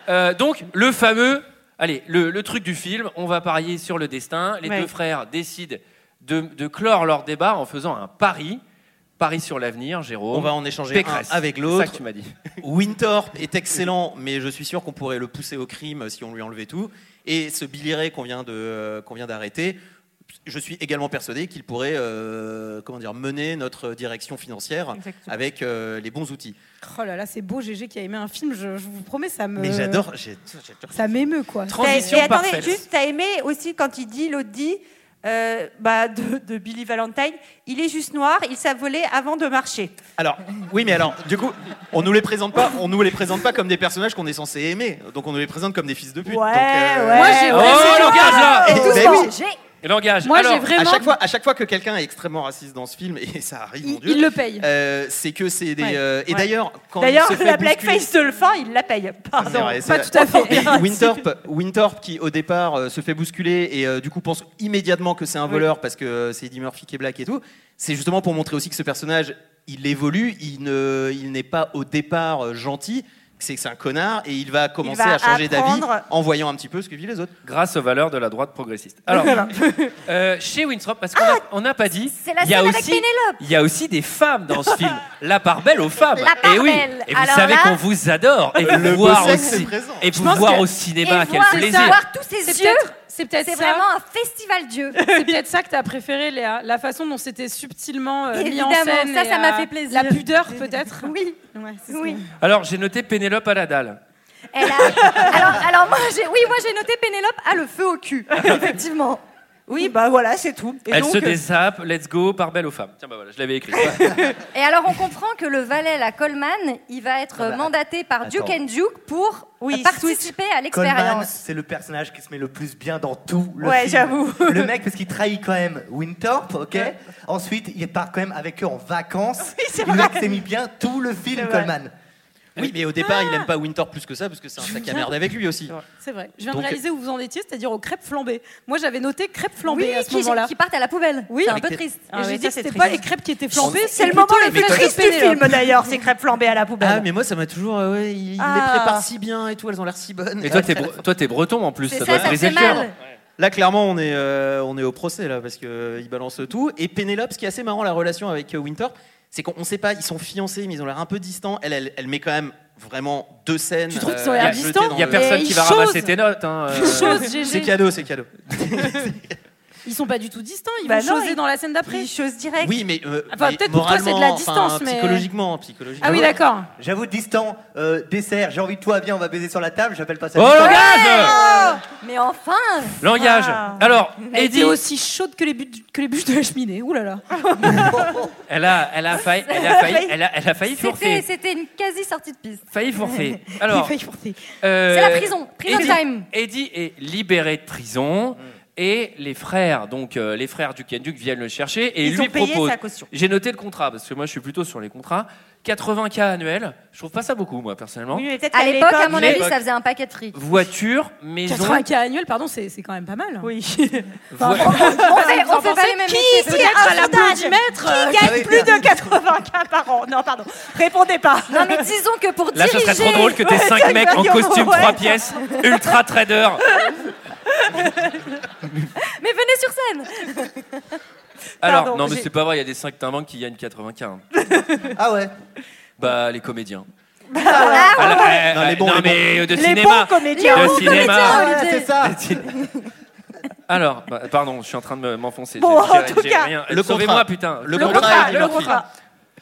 E: euh, donc, le fameux. Allez, le, le truc du film, on va parier sur le destin. Les
F: Ouais.
E: deux frères décident de, de clore leur débat en faisant un pari. Pari sur l'avenir, Jérôme.
G: On va en échanger
E: Pécresse.
G: un avec
E: C'est
G: l'autre.
E: ça que tu m'as dit.
G: Winthorpe est excellent, mais je suis sûr qu'on pourrait le pousser au crime si on lui enlevait tout. Et ce Billy Ray qu'on vient de, euh, qu'on vient d'arrêter, je suis également persuadé qu'il pourrait euh, comment dire, mener notre direction financière
F: Exactement.
G: avec euh, les bons outils.
N: Oh là là, c'est beau GG qui a aimé un film, je, je vous promets, ça me.
G: Mais j'adore, j'ai- j'adore.
N: Ça m'émeut quoi.
F: T'as-
E: Transition
F: et attendez,
E: parfaite.
F: juste, t'as aimé aussi quand il dit, l'autre dit, euh, bah, de, de Billy Valentine. Il est juste noir, il s'a volé avant de marcher.
G: Alors, oui, mais alors, du coup, on nous les présente pas, on nous les présente pas comme des personnages qu'on est censé aimer. Donc on nous les présente comme des fils de pute. donc, euh,
E: ouais, Moi, j'ai ouais. vraiment- Oh, l'engage, là
G: Et-
E: Et tout
G: ben
E: ça.
G: oui.
E: Et Langage. Alors,
G: à chaque fois, à chaque fois que quelqu'un est extrêmement raciste dans ce film, et ça arrive, mon Dieu,
N: il le paye.
G: euh, c'est que c'est des.
F: Ouais.
G: euh, et
F: Ouais.
G: d'ailleurs, quand
F: D'ailleurs,
G: il se fait
F: la
G: bousculer-
F: blackface de le fin, il la paye. Pardon.
G: C'est vrai, c'est vrai. Mais Winthorpe, Winthorpe qui au départ euh, se fait bousculer et euh, du coup pense immédiatement que c'est un
F: Oui.
G: voleur parce que euh, c'est Eddie Murphy qui est black et tout. C'est justement pour montrer aussi que ce personnage, il évolue, il ne, il n'est pas au départ euh, gentil. C'est que c'est un connard et il va commencer
E: va
G: à changer d'avis
E: apprendre-
G: en voyant un petit peu ce que vivent les autres.
E: Grâce aux valeurs de la droite progressiste. Alors, euh, chez Winthrop, parce qu'on a- on n'a pas dit,
K: la
E: il y, a
K: scène avec
E: aussi,
K: Pénélope.
E: il y a aussi des femmes dans ce film. La part belle aux femmes.
K: La part
E: et oui.
K: belle.
E: Et vous
K: Alors
E: savez
K: là-
E: qu'on vous adore. Et vous
G: Le beau
E: voir au,
G: sexe est
E: ci-
G: présent.
E: et
G: Je
E: vous
G: pense
E: voir
G: que-
E: au cinéma,
K: Et
E: quel
K: voir-
E: plaisir.
K: Voir tous ces
N: C'est
K: yeux.
N: peut-être- c'est peut-être ça.
K: vraiment un festival d'yeux.
N: C'est peut-être ça que t'as préféré, Léa, la façon dont c'était subtilement euh, mis en
K: Évidemment,
N: scène.
K: ça,
N: et,
K: ça m'a
N: euh,
K: fait plaisir.
N: La pudeur, peut-être.
K: Oui.
N: oui.
E: Alors, j'ai noté Pénélope à la dalle.
K: Elle a- Alors, alors moi, j'ai... oui, moi j'ai noté Pénélope a le feu au cul, effectivement.
F: Oui, bah voilà, c'est tout. euh,
E: Elle se désappe, let's go, part belle aux femmes. Tiens, bah voilà, je l'avais écrit.
K: Et alors, on comprend que le valet, la Coleman, il va être euh, mandaté par Duke
C: attends.
K: and Duke pour
F: Oui,
K: participer à
C: Coleman,
K: l'expérience.
C: c'est le personnage qui se met le plus bien dans tout le
F: Ouais,
C: film.
F: j'avoue.
C: Le mec, parce qu'il trahit quand même Winthorpe, ok Ensuite, il part quand même avec eux en vacances.
F: c'est
C: le
F: vrai.
C: mec s'est mis bien tout le film,
F: vrai.
C: Coleman.
G: Oui, mais au départ, il aime pas Winthorpe plus que ça parce que c'est un sac à merde avec lui aussi.
N: C'est vrai. Je viens
G: Donc-
N: de réaliser où vous en étiez, c'est-à-dire aux crêpes flambées. Moi, j'avais noté crêpes flambées
K: Oui,
N: à ce
K: qui,
N: moment-là.
K: qui partent à la poubelle.
N: Oui.
K: c'est un
N: Avec
K: peu
N: des-
K: triste.
F: Ah,
N: Et j'ai dit que c'était
K: c'est
N: pas les crêpes qui étaient flambées.
F: C'est le
N: plutôt
F: moment
N: les
F: le plus
N: flèches de
F: triste du
N: Pénélope.
F: film d'ailleurs, ces crêpes flambées à la
G: Ah,
F: poubelle.
G: mais moi, ça m'a toujours. euh, ouais, il
F: Ah.
G: les prépare si bien et tout, elles ont l'air si bonnes.
E: Et toi, t'es bre- toi, t'es breton en plus, ça, doit te briser le cœur.
G: Là, clairement, on est, euh, on est au procès, là, parce qu'il balance tout. Et Pénélope, ce qui est assez marrant, la relation avec euh, Winthorpe, c'est qu'on ne sait pas, ils sont fiancés, mais ils ont l'air un peu distants. Elle, elle, elle met quand même vraiment deux scènes. euh,
N: Tu trouves
C: Euh,
N: qu'ils ont l'air
G: jetées
N: distants
G: dans
E: Il n'y a
G: le-
E: personne
N: Et
E: qui
N: il
E: va
N: chose.
E: ramasser tes notes. hein, euh.
N: Chose,
G: C'est
N: GG.
G: cadeau, c'est cadeau.
N: Ils sont pas du tout distants, ils
F: Bah
N: vont
F: non,
N: choser
F: ils-
N: dans la scène d'après.
F: Ils chose direct.
G: Oui, mais. euh,
N: Enfin,
G: mais
N: peut-être pour toi, c'est de la
G: moralement,
N: distance,
G: enfin,
N: mais-
G: Psychologiquement, psychologiquement.
N: Ah oui, d'accord.
C: J'avoue, distant, euh, dessert, j'ai envie de toi, viens, on va baiser sur la table, j'appelle pas ça.
E: Oh,
C: distant.
E: langage
K: Mais enfin
E: Langage
F: Ah.
E: Alors,
N: Elle
E: Eddie,
N: était aussi chaude que les, buts- que les bûches de la cheminée. Ouh là là.
E: elle a, elle a failli, elle a failli, elle a, elle a failli
K: c'était,
E: fourfer.
K: c'était une quasi sortie de piste.
E: Failli fourfer. Alors,
N: Il a failli forcer.
E: euh,
K: C'est la prison, prison
E: Eddie-
K: time.
E: Eddie est libéré de prison et les frères, donc euh, les frères du Kenduc viennent le chercher et
F: Ils
E: lui
F: ont payé
E: proposent.
F: sa caution.
E: J'ai noté le contrat parce que moi je suis plutôt sur les contrats. 80K annuels, je trouve pas ça beaucoup moi personnellement.
F: Oui, mais peut-être
K: À l'époque, à mon
E: Mais-
K: avis, ça faisait un paquet de fric.
E: Voiture, maison.
N: 80K annuel, pardon, c'est c'est quand même pas mal.
F: Oui.
E: voi-
K: On fait, on
N: Vous en
K: fait pas
N: pensez
K: les mêmes
N: qui
K: métiers,
N: ici
K: peut-être.
N: à la
F: sondage.
N: boule du maître
F: Qui gagne plus de 80 cas par an Non, pardon. Répondez pas.
K: Non, mais disons que pour
E: Là, ça
K: diriger...
E: serait trop drôle que t'aies 5
F: Jack
E: mecs en
F: Daniel,
E: costume,
F: ouais.
E: 3 pièces, ultra trader.
K: Mais venez sur scène
E: Alors,
F: Pardon,
E: non, mais
F: j'ai-
E: c'est pas vrai, il y a des 5 timbans qui gagnent 80K. hein.
C: Ah ouais
E: Bah, les comédiens.
K: Ah,
E: Ah, là, euh,
G: Non, les bons,
E: non,
G: les
E: mais euh, de
F: Bah, Les
E: cinéma.
F: bons comédiens.
E: de cinéma.
C: Ah ouais, c'est ça
E: De ciné- Alors, bah, pardon, je suis en train de me- m'enfoncer.
F: Bon,
E: J'ai-
F: en
E: j'ai-
F: tout
E: j'ai
F: cas,
E: rien.
G: le
E: Sauvez-moi,
G: contrat.
E: putain.
G: Le
F: Le
G: contrat,
F: contrat,
G: il est
F: le
G: leur
F: contrat.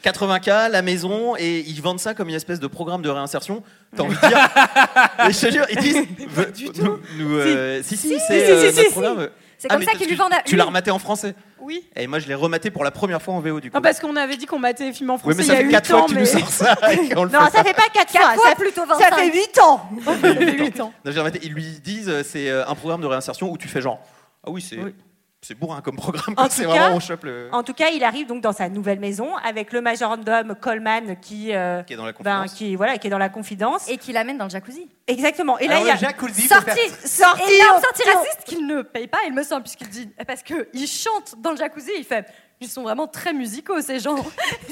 G: 80K, la maison, et ils vendent ça comme une espèce de programme de réinsertion. T'as envie de dire. Mais je te jure, ils disent. du tout. Nous, euh, si, si, c'est
F: si,
G: euh,
F: si,
G: notre
F: si, si.
G: programme.
K: C'est
G: Ah,
K: comme
G: mais
K: ça
G: tu-
K: qu'ils
G: tu-
K: lui vendent à
G: Tu
K: lui.
G: l'as rematé en français.
N: Oui.
G: Et moi, je l'ai rematé pour la première fois en VO du coup.
N: Non, parce qu'on avait dit qu'on battait les films en
G: oui,
N: français
G: mais
N: il
G: ça
N: y a
G: fait 4
N: 8
G: fois
N: ans.
G: que tu
N: mais...
G: nous sors ça. et on le
F: Non,
G: fait
F: ça fait pas 4
K: Quatre
F: fois.
K: fois
F: ça-
K: plutôt
F: Ça
K: 25.
F: fait 8 ans.
N: Huit ans.
G: Non, j'ai rematé. Ils lui disent euh, c'est euh, un programme de réinsertion où tu fais genre. Ah oui, c'est.
F: Oui.
G: C'est bourrin comme programme.
F: En
G: C'est
F: tout
G: vraiment,
F: cas-
G: on chope le.
F: En tout cas, il arrive donc dans sa nouvelle maison avec le majordome Coleman qui, euh,
G: Qui est dans la
F: ben,
G: conférence.
F: qui, voilà, qui est dans la confidence.
K: Et qu'il l'amène dans le jacuzzi.
F: Exactement. Et
E: Ah
F: là,
C: Alors,
F: il y a
C: Jacques Coulzy, faut
K: Sorti
C: faire-
K: Sorti
F: Sorti,
K: Et là,
F: on-
K: on sorti
F: on-
K: raciste qu'il ne paye pas, il me semble, puisqu'il dit... Parce qu'il chante dans le jacuzzi, il fait... Ils sont vraiment très musicaux, ces gens.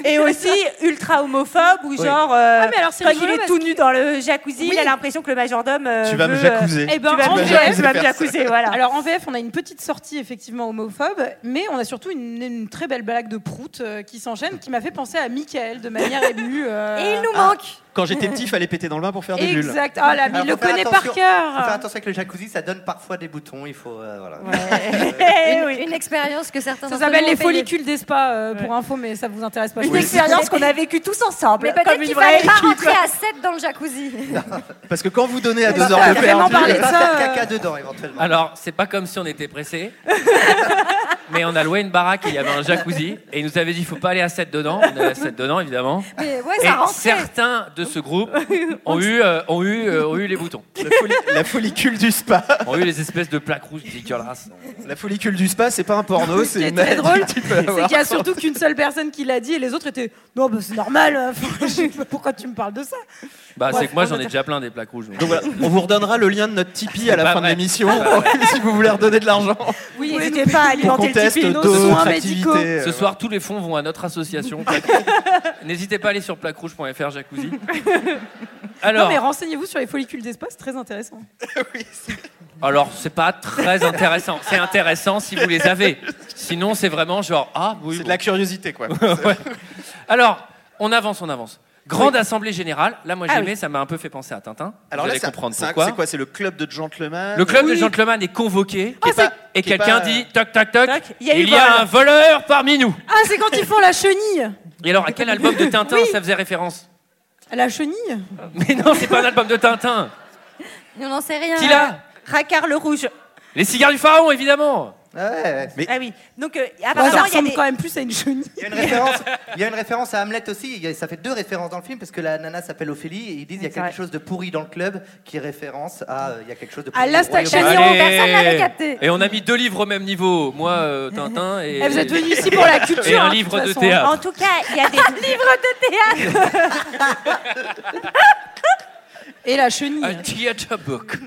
F: et aussi ultra homophobe ou genre euh,
N: Ah, mais alors, c'est
F: quand il
N: rigolo
F: est
N: parce
F: tout
N: que-
F: nu dans le jacuzzi,
N: Oui.
F: il a l'impression que le majordome euh,
G: Tu vas me
F: veut, euh,
G: jacuzzer.
N: Eh ben,
F: tu vas
N: en
F: me
N: VF,
F: jacuzzer, tu vas me
G: personne.
F: jacuzzer, voilà.
N: Alors en VF, on a une petite sortie effectivement homophobe, mais on a surtout une, une très belle blague de Prout euh, qui s'enchaîne, qui m'a fait penser à Michael de manière émue. euh,
K: Et il nous manque
G: Quand j'étais petit, fallait péter dans le bain pour faire des bulles.
N: Exact. Ah là, mais il
C: Alors,
N: le
C: faut faire
N: connaît par
C: attention- Faut faire
N: cœur.
C: attention avec le jacuzzi, ça donne parfois des boutons, il faut. euh, voilà.
F: Eh
K: une,
F: oui.
K: une expérience que certains
N: Ça
K: d'entre nous
N: s'appelle
K: ont
N: les
K: payée.
N: vécu le DESPA euh, pour info, mais ça vous intéresse pas.
K: Une expérience qu'on a
N: vécue tous ensemble.
K: Mais peut-être qu'il fallait pas rentrer à 7 dans le jacuzzi.
G: Parce que quand vous donnez à
C: On
G: deux
C: va
G: heures de
C: faire- vraiment
G: perdu,
C: parler de
G: on va
C: ça,
G: faire
C: euh,
G: caca dedans éventuellement.
E: Alors, c'est pas comme si on était pressé, mais on a loué une baraque et il y avait un jacuzzi. Et ils nous avaient dit il faut pas aller à 7 dedans. On est allé à 7 dedans, évidemment.
K: Mais ouais,
E: et
K: ça rentrait.
E: certains de ce groupe ont eu, euh, ont, eu, euh, ont eu les boutons.
G: La follicule du spa.
E: ont eu les espèces de plaques rouges dégueulasses.
G: La follicule du spa, c'est pas un porno,
N: Ce qui
G: c'est
N: est
G: une
N: très
G: maladie
N: drôle,
G: que tu peux
N: c'est
G: avoir.
N: qu'il y a surtout qu'une seule personne qui l'a dit et les autres étaient non, bah, c'est normal. euh, je sais pas pourquoi tu me parles de ça
E: Bah,
N: Bref,
E: c'est que moi,
N: on
E: j'en ai
N: va
E: déjà plein des plaques rouges.
G: Donc voilà, on vous redonnera le lien de notre Tipeee à
E: C'est
G: la
E: pas
G: fin
E: vrai.
G: de l'émission
E: C'est pas
G: si vous voulez redonner de l'argent.
N: Oui,
F: Vous
N: n'hésitez
F: pouvez
N: pas à
F: nous
N: alimenter le
G: conteste
N: Tipeee, nos
G: d'autres
N: soins
G: activités.
N: médicaux.
G: euh,
E: Ce soir, tous les fonds vont à notre association. N'hésitez pas à aller sur plaquerouge.fr jacuzzi.
N: Non,
E: Alors,
N: mais renseignez-vous sur les follicules d'espace, c'est très intéressant.
E: alors c'est pas très intéressant. C'est intéressant si vous les avez. Sinon, c'est vraiment genre ah oui.
G: C'est de la curiosité, quoi.
E: Ouais. Alors, on avance, on avance. Grande assemblée générale. Là, moi,
G: Ah
E: j'ai
G: oui.
E: aimé. Ça m'a un peu fait penser à Tintin.
G: Alors
E: vous
G: là,
E: allez
G: c'est un-
E: comprendre
G: c'est un-
E: pourquoi.
G: C'est quoi C'est le club de gentlemen
E: Le club de
G: Oui.
E: gentlemen est
N: Ah,
E: convoqué
G: Qui est pas-
E: et
G: qui est
E: quelqu'un
G: pas-
E: dit toc toc toc.
N: il y a eu
E: il y a
N: vol.
E: un voleur parmi nous.
N: Ah, c'est quand ils font la chenille
E: Et alors, à quel album de Tintin ça faisait référence
N: La chenille
E: Mais non, c'est pas un album de Tintin.
K: On n'en sait rien.
E: Qui l'a
F: Racard le rouge.
E: Les cigares du pharaon, évidemment.
F: Ah oui. Donc euh,
N: Ouais, ça
F: apparemment il y a
N: ressemble
F: des-
N: quand même plus à une chenille.
C: Il y a une référence- il y a une référence à Hamlet aussi. Il y a- ça fait deux références dans le film parce que la nana s'appelle Ophélie et ils disent il y a quelque chose de pourri dans le club qui est référence à euh, il y a quelque chose de pourri. dans le royaume.
E: Allez.
K: personne l'avait capté.
E: Et on a mis deux livres au même niveau. Moi, euh, Tintin et.
N: Eh, vous êtes venus ici pour la culture,
E: Et un
N: hein, de
E: livre
N: toute
E: de
N: façon.
E: théâtre.
F: En tout cas, il y a des
K: livre
F: de théâtre.
N: Et la chenille.
E: A theater book.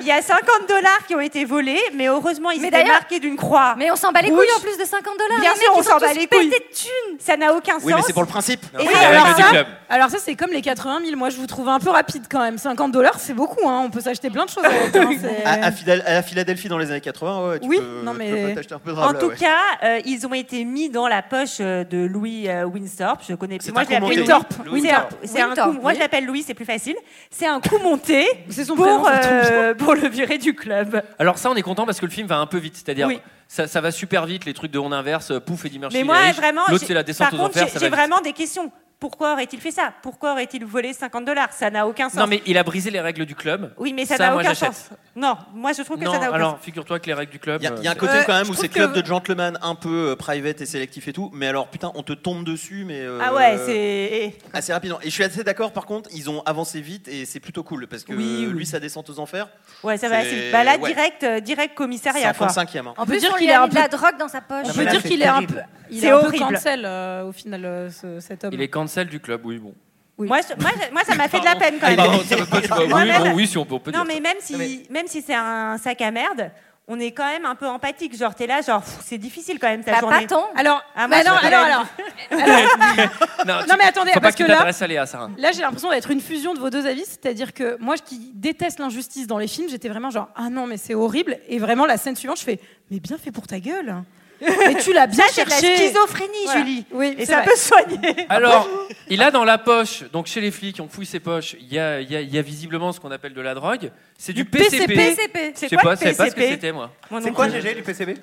F: Il y a 50 dollars qui ont été volés, mais heureusement ils étaient marqués d'une croix.
K: Mais on s'en bat les
F: Rouge.
K: couilles en plus de 50 dollars.
F: Bien
K: les
F: sûr,
K: mecs,
F: on
K: ils
F: s'en
K: ont
F: bat
K: tous
F: les
K: pété
F: couilles.
K: de thunes.
F: Ça n'a aucun sens.
G: Oui, mais c'est pour le principe.
F: Et
E: c'est
F: là,
E: la
F: alors
E: règle du
F: ça,
E: club.
N: Alors ça, c'est comme les 80 000. Moi, je vous trouve un peu rapide quand même. 50 dollars, c'est beaucoup. hein. On peut s'acheter plein de choses. avec, hein. C'est-
C: Ah.
G: À, à Fidel- à Philadelphie dans les années 80, ouais, tu
N: Oui,
G: peux,
N: non,
G: tu
N: mais-
G: peux pas t'acheter un peu de
E: Ah
F: En
E: bah
G: rabla,
F: tout
G: ouais.
F: cas, euh, ils ont été mis dans la poche euh, de Louis euh, Winthorpe. Je connais
G: C'est
F: Moi,
G: un
F: je l'appelle
G: coup monté.
F: Winthorpe.
N: Louis
F: C'est un-
N: Winthorpe.
F: c'est un
N: Winthorpe,
F: coup- Moi,
N: oui.
F: je l'appelle Louis, c'est plus facile. C'est un coup monté
N: C'est son
F: pour,
N: prénom, c'est trop
F: euh, pour le virer du club.
E: Alors ça, on est content parce que le film va un peu vite. C'est-à-dire,
F: Oui.
E: ça, ça va super vite. Les trucs de on inverse, euh, pouf, Eddie Murphy.
F: Mais
E: il
F: moi,
E: arrive.
F: vraiment,
E: L'autre,
F: j'ai-
E: c'est la descente
F: par
E: aux
F: contre,
E: enfers.
F: j'ai-
E: ça
F: j'ai
E: va vite.
F: vraiment des questions. Pourquoi aurait-il fait ça Pourquoi aurait-il volé 50 dollars Ça n'a aucun sens.
E: Non, mais il a brisé les règles du club.
F: Oui, mais ça
E: Ça,
F: n'a
E: moi,
F: aucun
E: j'achète.
F: sens. Non, moi, je trouve que
E: Non,
F: ça n'a aucun
E: alors
F: sens.
E: figure-toi que les règles du club.
G: Il y a- il y, a un
E: euh,
G: côté
F: Euh,
G: quand même
F: je
G: où
F: trouve
G: c'est
F: que-
G: club de gentlemen un peu euh, private et sélectif et tout, mais alors putain, on te tombe dessus, mais. euh,
F: Ah ouais, c'est... eh.
G: Assez rapidement. Et je suis assez d'accord, par contre, ils ont avancé vite et c'est plutôt cool parce que
F: Oui,
G: euh,
F: oui.
G: lui, sa descente aux enfers,
F: Ouais, ça va
G: C'est-
F: assez vite. Bah là,
G: ouais.
F: direct, euh, direct
G: c'est
F: commissariat,
G: à
F: quoi.
G: fond cinquième. hein.
K: En
N: peut
K: plus,
N: dire
K: on
N: qu'il
K: lui
N: est
K: a
N: un
K: mis de la
N: peu-
K: drogue dans sa poche.
N: On peut
C: Non,
E: Ah,
C: mais là,
N: dire
C: c'est
N: qu'il est un peu,
C: terrible.
N: il
F: C'est
N: est un peu
F: horrible.
N: cancel euh, au final, euh, ce- cet homme.
E: Il est cancel du club, oui, bon.
F: Moi, je- moi, je- moi, ça m'a fait de la peine, quand
E: Ah,
F: même.
E: pardon, ça veut pas dire- oui,
F: Moi-même-
E: bon, oui, si on peut, on peut
F: Non,
E: dire.
F: mais même si, même si c'est un sac à merde, on est quand même un peu empathique. Genre, t'es là, genre, pff, c'est difficile quand même ta
K: Bah, pas
F: journée.
K: tant.
N: Alors,
F: Ah, moi,
N: bah
F: je
N: non,
F: l'appelle.
N: alors, alors,
E: ça. Non, tu-
N: non, mais attendez,
E: faut pas
N: parce
E: que tu
N: que là,
E: t'adresses à Léa, Sarah.
N: Là, j'ai l'impression d'être une fusion de vos deux avis, c'est-à-dire que moi qui déteste l'injustice dans les films, j'étais vraiment genre ah non mais c'est horrible et vraiment la scène suivante je fais mais bien fait pour ta gueule. Mais tu l'as bien
F: Ça, c'est de la
N: cherché.
F: schizophrénie,
N: Voilà.
F: Julie.
N: Oui,
F: Et
N: c'est
F: ça
N: vrai.
F: peut se soigner.
E: Alors, il a dans la poche, donc chez les flics, on fouille ses poches, il y a, il y a- il y a visiblement ce qu'on appelle de la drogue. C'est du, PCP.
K: PCP.
E: Je
F: C'est
E: sais
F: quoi
E: pas,
F: le
E: je savais pas ce que
F: PCP?
E: c'était, moi.
F: Moi non
C: C'est quoi
F: plus.
C: GG du PCB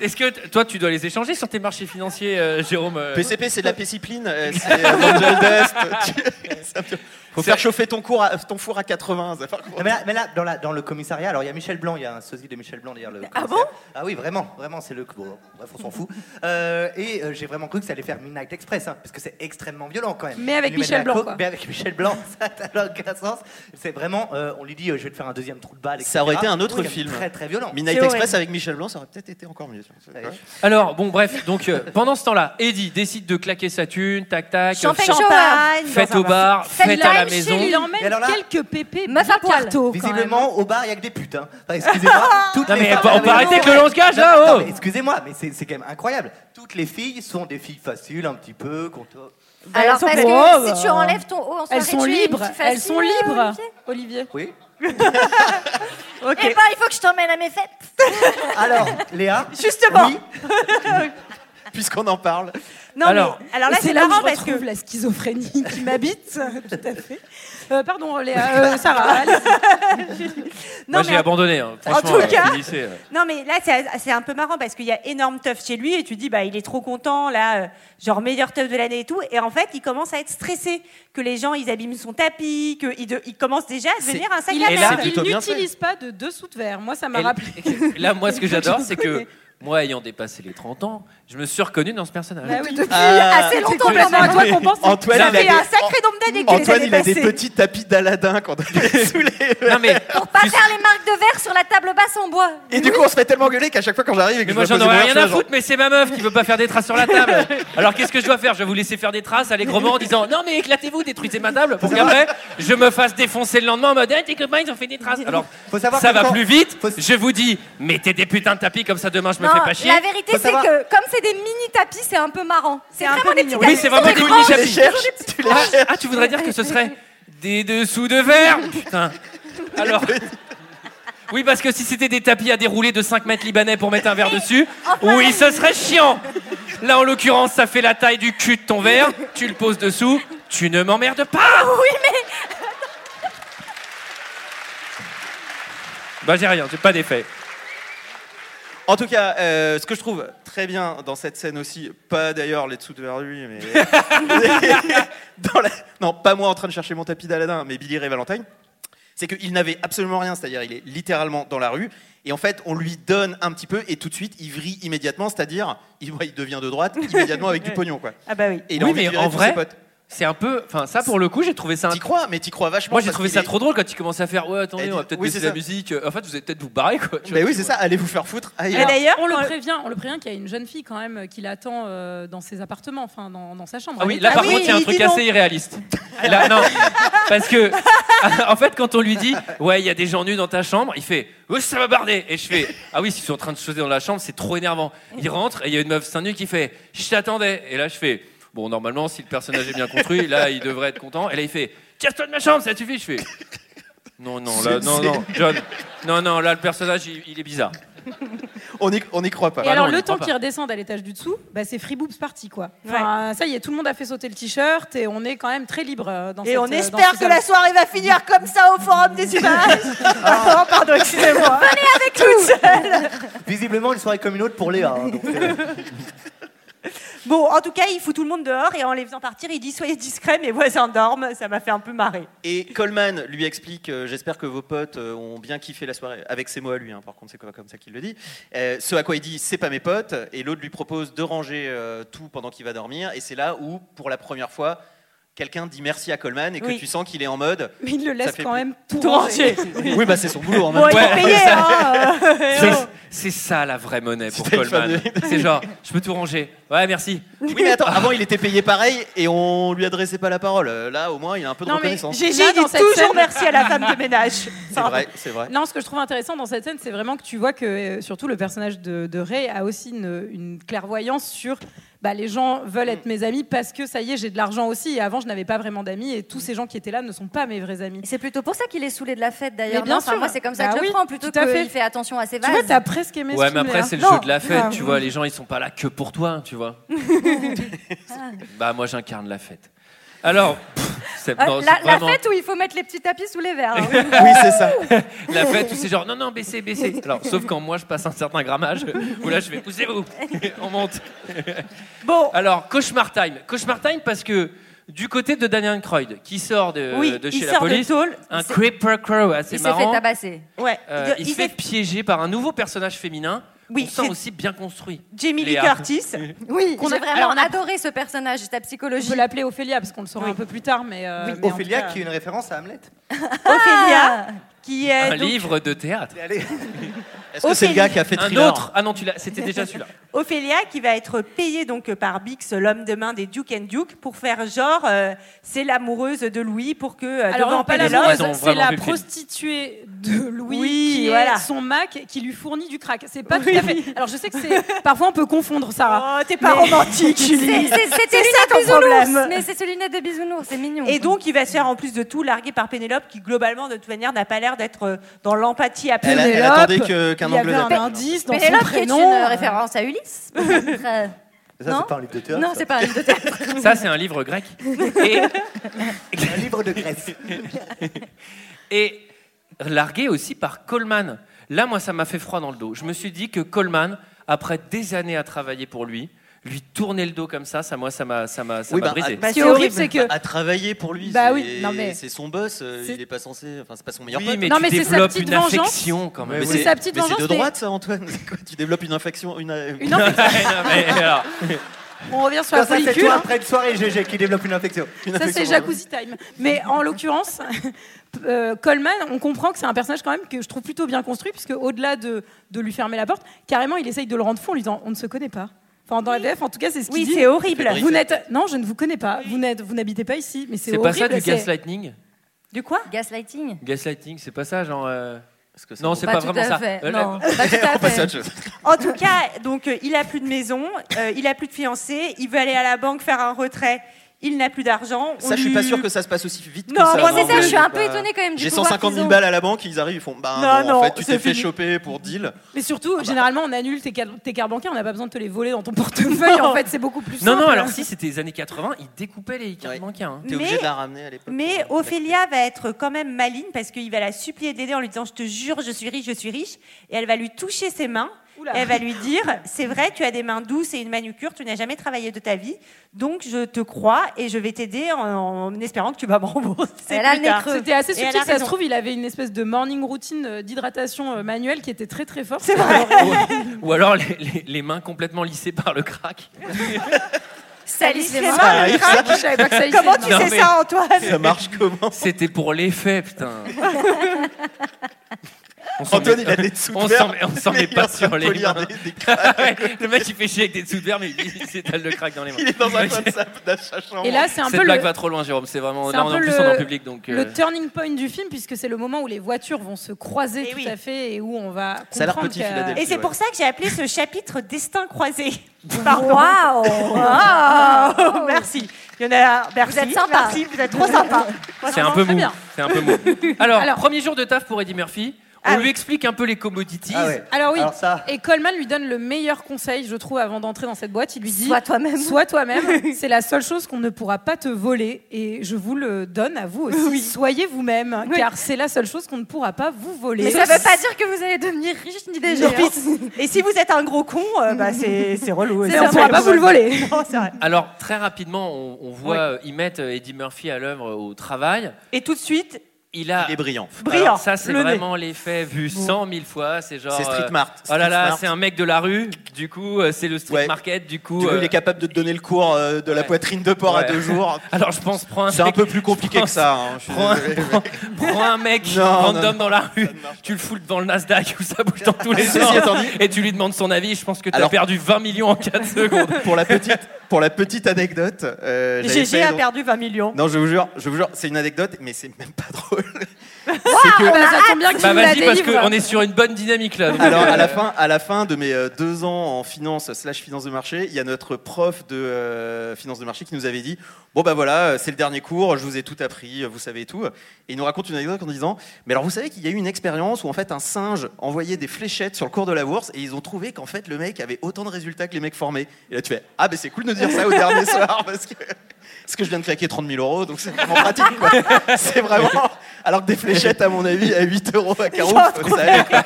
E: Est-ce que t- toi, tu dois les échanger sur tes marchés financiers, euh, Jérôme euh,
G: PCP, c'est de la pécipline, euh, c'est euh, Angel Dust. tu- ça peut- Faut faire
E: C'est-
G: chauffer ton, cours à- ton four à 80. ça, par
F: Ah,
G: contre.
C: Non, mais là, mais là, dans, la- dans le commissariat, alors il y a Michel Blanc, il y a un sosie de Michel Blanc d'ailleurs. le
K: Ah
C: commissaire. Ah oui, vraiment, vraiment, c'est le. Bon, bref, on s'en fout. Euh, et euh, j'ai vraiment cru que ça allait faire Midnight Express, hein, parce que c'est extrêmement violent quand même.
N: Mais avec
C: Il lui met de
N: Michel
C: la
N: Blanc,
C: coke,
N: quoi.
C: Mais avec Michel Blanc, ça n'a aucun sens. C'est vraiment, euh, on lui dit, euh, je vais te faire un deuxième trou de balle.
G: Ça aurait
C: etc.
G: été un autre
C: Oui, c'est
G: film.
C: Très très violent.
G: Midnight
F: C'est
G: Express
F: horrible. Bah
G: avec Michel Blanc, ça aurait peut-être été encore mieux.
C: Ouais.
E: Alors, bon, bref, donc euh, pendant ce temps-là, Eddie décide de claquer sa thune, tac tac, euh,
K: Champagne,
E: champ-
K: champagne.
E: fête
F: dans un
E: au bar,
K: Fête
E: fête à la
K: live chez
E: maison.
N: Il
C: Mais
N: emmène
C: alors là-
N: quelques pépés
K: Meuf
N: bien
K: à poil.
N: carto, quand même.
C: Visiblement, au bar, il y a que des putes. Hein. Enfin, excusez-moi. toutes
E: Non,
C: les
E: mais
C: femmes
E: on
C: à la
E: peut arrêter
C: maison-
E: avec le lance-cage,
C: Non,
E: là,
C: attends,
E: oh
C: mais Excusez-moi, mais c'est c'est quand même incroyable. Toutes les filles sont des filles faciles, un petit peu, qu'on te-
K: Bah, Alors,
N: sont
K: parce
N: pauvres.
K: que si tu enlèves ton haut en soirée,
N: Elles sont
K: tu es une
N: libres,
K: fille
N: elles sont
K: facile, euh,
N: libres.
K: Olivier.
N: Olivier.
C: Oui.
K: Eh ben, il faut que je t'emmène à mes fêtes.
C: Alors, Léa.
F: Justement.
C: Oui.
G: puisqu'on en parle.
N: Non,
G: Alors,
N: mais- alors là,
G: Et
N: c'est
G: c'est là où
N: marrant
G: je
N: parce que la schizophrénie qui m'habite, tout à fait. Euh, pardon, Léa, euh, Sarah. allez-y.
E: Moi, j'ai
F: mais-
E: abandonné, hein.
F: En
E: Franchement,
F: tout
E: euh,
F: cas-
E: le lycée, euh.
F: Non, mais là, c'est c'est un peu marrant parce qu'il y a énorme teuf chez lui et tu dis, bah, il est trop content, là, euh, genre meilleur teuf de l'année et tout. Et en fait, il commence à être stressé que les gens, ils abîment son tapis, qu'il il commence déjà à devenir un sac
N: Il,
F: à
E: Et là,
F: merde.
E: c'est plutôt
N: il
E: bien fait.
N: n'utilise pas de dessous de verre. Moi, ça m'a
E: Et-
N: rappelé.
E: Là, moi, ce que
N: Une fois
E: j'adore,
N: je
E: c'est
N: connais.
E: que moi, ayant dépassé les 30 ans, je me suis reconnu dans ce personnage.
N: Bah oui, depuis
F: Ah,
G: Ah,
N: assez longtemps, contrairement à toi qu'on pense.
G: Antoine,
N: ça
G: il a
N: fait
G: des-
N: un sacré nombre d'années que tu les
G: Antoine,
N: as
G: il a des
N: dépassées.
G: petits tapis d'Aladin qu'on a sous les. Non,
E: mais
K: Pour pas faire les marques de verre sur la table basse en bois.
G: Et du coup, on se fait tellement gueuler qu'à chaque fois quand j'arrive et que
E: Mais moi
G: je me
E: j'en
G: pose
E: aurais
G: une
E: rien
G: marche,
E: à
G: genre-
E: foutre, mais c'est ma meuf qui veut pas faire des traces sur la table. Alors qu'est-ce que je dois faire Je vais vous laisser faire des traces allègrement en disant non mais éclatez-vous, détruisez ma table pour qu'après je me fasse défoncer le lendemain en mode Eh, tes copains ils ont fait des traces. Alors
C: Faut savoir
E: ça
C: que
E: va
C: quand-
E: plus vite. Je vous dis mettez des putains de tapis comme ça demain je me
K: Non,
E: fais pas chier.
K: Ah, la vérité, c'est que comme c'est des mini tapis, c'est un peu marrant. C'est
F: un
K: vraiment
F: peu
K: des petits
F: mignon.
E: Oui
K: tapis
E: c'est vraiment
K: sur
E: des
K: branches.
E: mini tapis.
G: tu
E: Ah, ah, tu voudrais dire que ce serait des dessous de verre Putain. Alors. Oui, parce que si c'était des tapis à dérouler de 5 mètres libanais pour mettre un verre dessus,
K: enfin-
E: oui, ce serait chiant. Là, en l'occurrence, ça fait la taille du cul de ton verre, tu le poses dessous, tu ne m'emmerdes pas
K: Oui, mais
E: Bah, j'ai rien, j'ai pas d'effet.
G: En tout cas, euh, ce que je trouve très bien dans cette scène aussi, pas d'ailleurs les dessous de vers lui, mais. Dans la- Non, pas moi en train de chercher mon tapis d'Aladin, mais Billy Ray Valentine, c'est qu'il n'avait absolument rien, c'est-à-dire il est littéralement dans la rue, et en fait, on lui donne un petit peu, et tout de suite, il vrille immédiatement, c'est-à-dire, il, il devient de droite immédiatement avec du pognon, quoi.
F: Ah bah oui.
G: Et il a
E: Oui,
G: envie de
E: mais
G: virer
E: en
G: tous
E: vrai,
G: ses potes.
E: c'est un peu. Enfin, ça, pour le coup, j'ai trouvé ça.
G: T'y crois, mais t'y crois vachement.
E: Moi, j'ai
G: parce
E: trouvé
G: qu'il
E: ça
G: est-
E: trop drôle quand il commençait à faire Ouais, attendez,
G: Elle
E: on va
G: dit-
E: peut-être
G: oui,
E: baisser
G: c'est
E: la
G: ça.
E: musique. En fait, vous allez peut-être vous barrer, quoi. Tu
G: Bah
E: vois,
G: oui, c'est ça, allez vous faire foutre ailleurs.
F: Et d'ailleurs, euh,
N: on le
F: quand-
N: prévient, on le prévient qu'il y a une jeune fille quand même euh, qui l'attend euh, dans ses appartements, enfin dans, dans sa chambre.
E: Ah oui,
N: Elle
E: là
N: est-
E: par contre, il y a un
F: il
E: truc
F: dit non.
E: assez irréaliste. Et là, non, parce que en fait, quand on lui dit, ouais, il y a des gens nus dans ta chambre, il fait, ouais, ça va barder. Et je fais, ah oui, s'ils sont en train de sauter dans la chambre, c'est trop énervant. Il rentre et il y a une meuf seins nus qui fait, je t'attendais. Et là, je fais, bon, normalement, si le personnage est bien construit, là, il devrait être content. Et là, il fait, casse-toi de ma chambre, ça suffit. Je fais, non, non, là,
G: C'est-
E: non,
G: c'est-
E: non, John, non, non, là, le personnage, il, il est bizarre. Ah
G: On n'y on n'y croit pas.
N: Et alors,
E: non, on y
N: le
E: croit
N: temps
E: pas.
N: qu'ils redescendent à l'étage du dessous, bah, c'est Free Boobs party, quoi. Enfin, Ça y est, tout le monde a fait sauter le t-shirt et on est quand même très libre euh, dans
F: Et
N: cette,
F: on
N: euh, dans
F: espère
N: ce
F: que la
N: salon.
F: soirée va finir comme ça au Forum des images.
N: Ah,
F: oh, pardon, excusez-moi.
C: Visiblement, une soirée comme une autre pour Léa. hein, donc, euh,
F: Bon, en tout cas, il fout tout le monde dehors et en les faisant partir, il dit soyez discrets, mes voisins dorment. Ça m'a fait un peu marrer.
G: Et Coleman lui explique euh, J'espère que vos potes euh, ont bien kiffé la soirée. Avec ses mots à lui, hein, par contre, c'est quoi- comme ça qu'il le dit. Euh, ce à quoi il dit C'est pas mes potes. Et l'autre lui propose de ranger euh, tout pendant qu'il va dormir. Et c'est là où, pour la première fois, quelqu'un dit merci à Coleman et que
F: Oui.
G: tu sens qu'il est en mode.
N: Mais il le
G: Ça
N: laisse
G: fait
N: quand
G: plus-
N: même tout,
F: Tout
N: ranger.
F: rangé.
G: Oui, bah c'est son boulot en même
F: Bon,
G: temps.
F: il
E: Ouais,
F: faut payer,
E: ça-
F: hein.
E: C'est- C'est ça la vraie monnaie pour
G: C'était une
E: Coleman. C'est genre, je peux tout ranger. Ouais, merci.
G: Oui, mais attends, avant il était payé pareil et on lui adressait pas la parole. Euh, Là, au moins, il a un peu de
N: Non, mais
G: reconnaissance.
N: j'ai-
F: Gégé
N: Là, dans
F: dit
N: cette
F: toujours
N: scène-
F: merci à la femme de ménage.
G: C'est vrai, c'est vrai.
N: Non, ce que je trouve intéressant dans cette scène, c'est vraiment que tu vois que euh, surtout le personnage de, de Ray a aussi une, une clairvoyance sur bah, les gens veulent être mes amis parce que ça y est, j'ai de l'argent aussi. Et avant, je n'avais pas vraiment d'amis et tous ces gens qui étaient là ne sont pas mes vrais amis.
K: C'est plutôt pour ça qu'il est saoulé de la fête d'ailleurs.
N: Mais bien
K: non Enfin,
N: sûr.
K: moi, c'est comme ça
N: Bah
K: que je
N: oui,
K: le prends plutôt
N: tout à
K: qu'il
N: fait.
K: fait. attention à ses
N: Tu vois,
K: vases.
N: t'as presque aimé ce
E: Ouais, mais
N: film,
E: après,
N: Léa.
E: c'est le
N: Non,
E: jeu de la fête,
N: grave.
E: tu vois. Les gens, ils sont pas là que pour toi, hein, tu vois. bah, moi, j'incarne la fête. Alors, pff, c'est
K: Euh,
E: non,
K: la,
E: c'est
K: la
E: vraiment
K: fête où il faut mettre les petits tapis sous les verres. hein.
G: Oui, c'est ça.
E: la fête où c'est genre non, non, baissez, baissez. Alors, sauf quand moi, je passe un certain grammage, où là, je vais poussez-vous, on monte.
F: Bon,
E: Alors, Cauchemar Time. Cauchemar Time parce que du côté de Daniel Croyd, qui sort de,
F: oui,
E: Euh, de chez
F: il
E: la
F: sort de
E: police,
F: tôle.
E: un
K: C'est-
E: Creeper Crow assez
K: Il s'est fait
E: marrant.
K: tabasser.
F: Ouais.
E: Euh,
F: il
E: il se fait piéger par un nouveau personnage féminin.
F: Oui,
E: on sent
F: c'est-
E: aussi bien construit.
F: Jamie Lee
E: Léa.
F: Curtis.
K: Oui,
N: Qu'on a-
K: j'ai vraiment
N: alors, on a-
K: adoré ce personnage, sa
N: On
K: psychologie.
N: peut l'appeler Ophélia parce qu'on le saura
F: Oui.
N: un peu plus tard, mais. euh, mais en
C: Ophélia,
N: tout cas-
C: qui est une référence à Hamlet.
F: euh, Ophélia, qui est
E: Un
F: donc-
E: livre de théâtre.
C: Allez.
G: Est-ce que c'est le
F: Ophélie.
G: gars qui a fait
E: Un
G: thriller
E: autre. Ah non, tu l'as- C'était déjà celui-là.
F: Ophélia qui va être payée donc par Bix, l'homme de main des Duke and Duke, pour faire genre euh, c'est l'amoureuse de Louis pour que euh,
N: Alors,
F: devant
N: non, pas la
F: Pénélope,
E: Ils ont
C: hein.
N: mauvaise, c'est
E: vraiment
N: la
E: vu le film.
N: prostituée de Louis
F: Oui,
N: qui est
F: voilà.
N: son Mac qui lui fournit du crack. C'est pas
F: Oui.
N: tout à fait. Alors, je sais que c'est. Parfois, on peut confondre, Sarah.
F: Oh, t'es pas
N: Mais-
F: romantique,
K: C'est-
F: Julie.
K: c'est- C'est
F: C'est
K: tes
F: ça
K: lunettes
F: ton
K: bisounours.
F: problème.
K: Mais c'est ses lunettes de bisounours, c'est mignon.
F: Et donc, il va se faire en plus de tout larguer par Pénélope, qui globalement, de toute manière, n'a pas l'air d'être euh, dans l'empathie à
G: Elle, a-
F: Pénélope.
G: elle attendait que- qu'un
N: Il y
G: angle
N: avait un
G: d'attaque.
N: indice dans son
K: Pénélope qui est une
N: prénom.
K: euh, référence à Ulysse. peut-être.
C: Mais ça,
K: Non.
C: c'est pas un livre de théâtre.
K: Non, c'est pas un livre de théâtre.
E: Ça, c'est un livre grec. Et...
C: un livre de Grèce.
E: Et largué aussi par Coleman. Là, moi, ça m'a fait froid dans le dos. Je me suis dit que Coleman, après des années à travailler pour lui, lui tourner le dos comme ça, ça, moi, ça m'a, ça m'a, ça
O: Oui,
E: m'a
O: bah,
F: ah,
E: brisé.
O: à-
C: Ah.
O: à travailler pour lui,
N: Bah
O: c'est-
N: oui, non, mais-
O: c'est son boss. euh,
N: C'est-
O: Il est pas censé, enfin c'est pas son meilleur
E: Oui,
O: pote.
E: mais Non, tu mais c'est sa développes petite une vengeance. affection, quand même.
O: Mais
E: C'est
O: c'est
E: sa petite
O: mais c'est
N: vengeance,
O: de
N: mais-
O: droite, ça, Antoine. C'est quoi tu développes une infection, une.
G: euh,
N: Une infection.
E: Non, mais alors.
N: On revient sur la
C: ça, c'est
N: follicule.
C: toi
N: hein.
C: après une soirée GG qui développe une infection.
N: Ça, c'est Jacuzzi Time. Mais en l'occurrence, euh, Coleman, on comprend que c'est un personnage quand même que je trouve plutôt bien construit, puisque au-delà de, de lui fermer la porte, carrément, il essaye de le rendre fou en lui disant on ne se connaît pas. Enfin, dans FDF, en tout cas, c'est ce qu'il
F: Oui,
N: dit.
F: c'est horrible.
N: Vous n'êtes non, je ne vous connais pas. Vous n'êtes, vous n'habitez pas ici, mais c'est
E: C'est pas
N: horrible.
E: ça du
N: c'est-
E: gaslighting
N: Du quoi
K: Gaslighting.
E: Gaslighting, c'est pas ça, genre. euh,
O: ça
E: non,
O: en-
E: c'est
O: Pas
E: pas,
O: tout
E: vraiment
O: à
E: ça.
O: fait,
E: Euh,
O: non.
E: là-
O: Pas tout à On passe à fait. autre chose.
F: En tout cas, donc euh, il a plus de maison, euh, il a plus de fiancé, il veut aller à la banque faire un retrait, il n'a plus d'argent. on
G: Ça, je suis pas
F: lui-
G: sûr que ça se passe aussi vite.
F: Non,
G: que ça,
F: moi, c'est ça, je suis un peu
G: Bah,
F: étonnée quand même du
G: J'ai
F: pouvoir
G: 150
F: qu'ils
G: 000
F: ont.
G: balles à la banque, ils arrivent, ils font bah
F: Non,
G: non,
F: non,
G: en fait, tu
F: c'est
G: t'es fait
F: fini.
G: choper pour deal.
N: Mais surtout,
F: Ah bah.
N: généralement, on annule tes, car- tes cartes bancaires. On n'a pas besoin de te les voler dans ton portefeuille. en fait, c'est beaucoup plus
E: Non,
N: simple.
E: non, alors si c'était les années 80, ils découpaient les cartes bancaires. hein.
F: T'es obligé Mais- de la
O: ramener à l'époque.
F: Mais Ophélia va être quand même maligne parce qu'il va la supplier de l'aider en lui disant Je te jure, je suis riche, je suis riche. Et elle va lui toucher ses mains.
N: Oula.
F: Elle va lui dire C'est vrai, tu as des mains douces et une manucure, tu n'as jamais travaillé de ta vie. Donc je te crois et je vais t'aider en, en espérant que tu vas me rembourser. plus tard.
N: C'était assez
F: Et elle
N: subtil,
F: a
N: ça se
F: raison.
N: trouve, il avait une espèce de morning routine euh, d'hydratation euh, manuelle qui était très très forte.
F: C'est
E: Ou alors les, les- les mains complètement lissées par le crack.
N: Salisse
F: les mains, le crack.
N: Je savais pas que salisse
F: Comment
N: les
F: tu
N: mains.
F: sais ça, Antoine
E: Ça
G: marche comment
E: C'était pour l'effet, putain. On s'en
G: Antoine,
E: met-
G: il a des sous de
E: on
G: verre,
E: s'en met- On s'en met
G: mais il est en
E: pas
G: train
E: sur
G: de
E: les
G: polir
E: mains.
G: des-
E: Ouais, le mec, il fait chier avec des sous de verre, mais il il s'étale le crack dans les mains.
G: Il est dans un coin de sa- de sa chambre.
N: Et là, c'est un
E: Cette
N: peu
E: blague
N: le-
E: va trop loin, Jérôme. C'est vraiment.
N: C'est
E: Là,
N: un
E: on est en
N: peu
E: plus on est en public, donc. euh,
N: le turning point du film, puisque c'est le moment où les voitures vont se croiser tout à fait et où on va comprendre
F: Eh Ça a l'air
G: petit,
N: qu'il y a-
F: Et c'est pour ça que j'ai appelé ce chapitre Destin croisé.
K: Waouh
F: Waouh Merci. Il y en a. Merci.
K: Vous êtes sympa.
F: Merci, vous êtes trop sympa.
E: C'est un peu
N: Très
E: mou.
N: bien.
E: C'est un peu mou. Alors, premier jour de taf pour Eddie Murphy.
N: Ah
E: On lui explique un peu les commodities.
G: Ah
N: Alors oui, et Coleman lui donne le meilleur conseil, je trouve, avant d'entrer dans cette boîte. Il lui dit
K: Sois toi-même.
N: Sois toi-même. C'est la seule chose qu'on ne pourra pas te voler, et je vous le donne à vous aussi. Soyez vous-même,
K: Oui.
N: car c'est la seule chose qu'on ne pourra pas vous voler.
K: Mais ça veut pas dire que vous allez devenir riche ni déjà.
F: Et si vous êtes un gros con, euh, bah, c'est c'est relou.
N: Mais
F: C'est
N: on
F: vrai.
N: pourra pas vous le voler.
F: Non, c'est vrai.
E: Alors, très rapidement, on, on voit euh, y mettre euh, Eddie Murphy à l'œuvre euh, au travail.
F: Et tout de suite,
E: il, a...
G: Il est brillant.
E: Alors,
G: Brillant,
E: ça, c'est
G: le nez.
E: vraiment l'effet vu
G: Bon.
E: cent mille fois. C'est genre.
G: C'est street
E: euh,
G: mart.
E: Oh là
G: Street
E: là,
G: mart.
E: c'est un mec de la rue. Du coup, euh, c'est le street market. Du coup.
G: Du coup, il
E: euh,
G: est capable de te donner le cours euh, de la poitrine de porc à
E: Ouais.
G: deux jours.
E: Alors, je pense, prends un
G: C'est un
E: mec-
G: peu plus compliqué
E: prends-
G: que ça. hein, je suis
E: prends un-
G: désolé.
E: Prends un mec
G: Non,
E: random
G: non, non.
E: dans la rue, tu le fous devant le Nasdaq où ça bouge dans tous les
G: Ceci
E: sens
G: étant dit-
E: et tu lui demandes son avis. Je pense que tu as
G: Alors-
E: perdu 20 millions en 4 secondes.
G: pour la petite, pour la petite anecdote, euh, j'avais
F: GG
G: fait,
F: a
G: donc-
F: perdu 20 millions.
G: Non, je vous jure, je vous jure, c'est une anecdote, mais c'est même pas drôle.
N: Bah, ça tombe bien que
E: Bah
N: tu nous la
E: vas-y, parce
N: délivres.
E: qu'on est sur une bonne dynamique là. Donc,
G: Alors à
E: euh,
G: la fin, à la fin de mes euh, deux ans en finance slash finance de marché, il y a notre prof de euh, finance de marché qui nous avait dit bon bah voilà euh, c'est le dernier cours, je vous ai tout appris, euh, vous savez tout. Et il nous raconte une anecdote en disant mais alors vous savez qu'il y a eu une expérience où en fait un singe envoyait des fléchettes sur le cours de la bourse et ils ont trouvé qu'en fait le mec avait autant de résultats que les mecs formés. Et là tu fais ah ben c'est cool de dire ça au dernier soir parce que parce que je viens de claquer 30 000 euros donc c'est vraiment pratique quoi. C'est vraiment alors que des fléchettes à mon avis à 8 euros à 40 faut ça aller, quoi.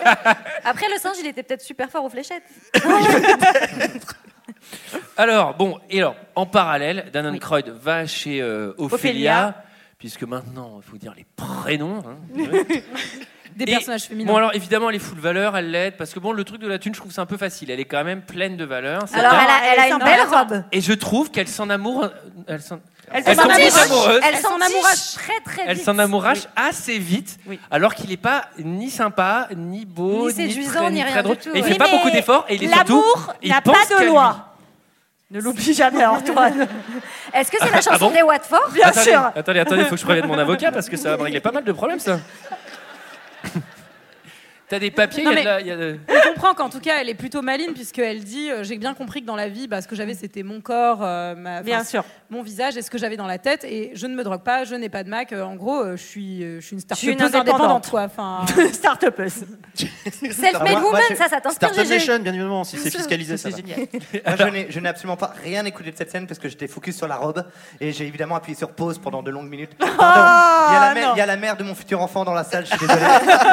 K: Après, le singe, il était peut-être super fort aux fléchettes.
E: Alors, bon, et alors, en parallèle, Danone Croyd va chez euh, Ophélia,
N: Ophélia.
E: puisque maintenant, il faut dire les prénoms. hein.
N: Des
E: Et-
N: personnages féminins.
E: Bon, alors, évidemment, elle est full valeur, elle l'aide, parce que bon, le truc de la thune, je trouve ça un peu facile. Elle est quand même pleine de valeur. c'est
K: Alors,
E: bien.
K: elle a, elle a
F: elle
K: une
F: s'en
K: belle
F: bat.
K: robe.
E: Et je trouve qu'elle s'en amour... Elle s'en...
K: Elle
E: elle
K: s'en
E: tombe
K: amourache.
E: amoureuse.
K: Elle s'en amourache très très
E: Elle
K: vite.
E: s'en amourache assez vite, alors qu'il n'est pas ni sympa, ni beau,
K: Ni
E: très-
K: séduisant, ni rien
E: très
K: du
E: drôle.
K: tout,
E: Et
K: ouais.
E: il fait
K: Oui,
E: pas beaucoup
K: mais
E: d'efforts, et il est surtout.
K: l'amour
E: il
K: n'a
E: pense
K: pas de
E: qu'à lui.
K: loi.
F: Ne l'oublie jamais, Antoine.
K: Est-ce que c'est la
E: Ah
K: chanson
E: bon
K: des Watford
E: attendez,
N: Ah,
E: Attendez, attendez, faut que je prévienne mon avocat parce que ça va me régler pas mal de problèmes, ça. T'as des papiers, il
N: Non,
E: y a
N: mais-
E: de la- il y a de-
N: On comprend qu'en tout cas, elle est plutôt maline, puisqu'elle dit euh, J'ai bien compris que dans la vie, bah, ce que j'avais, c'était mon corps, euh, ma, enfin,
F: Bien sûr.
N: mon visage et ce que j'avais dans la tête. Et je ne me drogue pas, je n'ai pas de Mac. euh, en gros, euh, je suis euh, je suis une
F: Je suis une
N: start-up indépendante.
F: indépendante.
N: quoi. Enfin,
F: Start-upeuse.
N: Self-made
G: Moi- moi,
N: woman,
G: je-
N: ça, ça t'inspire,
G: Startup
N: Gégé.
G: Nation, bien évidemment, si c'est fiscalisé, ça.
C: C'est
G: va.
C: génial. Moi, je n'ai- je n'ai absolument pas rien écouté de cette scène parce que j'étais focus sur la robe et j'ai évidemment appuyé sur pause pendant de longues minutes.
G: Ah,
C: Pardon, il, y a la mère, il y a la mère de mon futur enfant dans la salle, je suis désolé.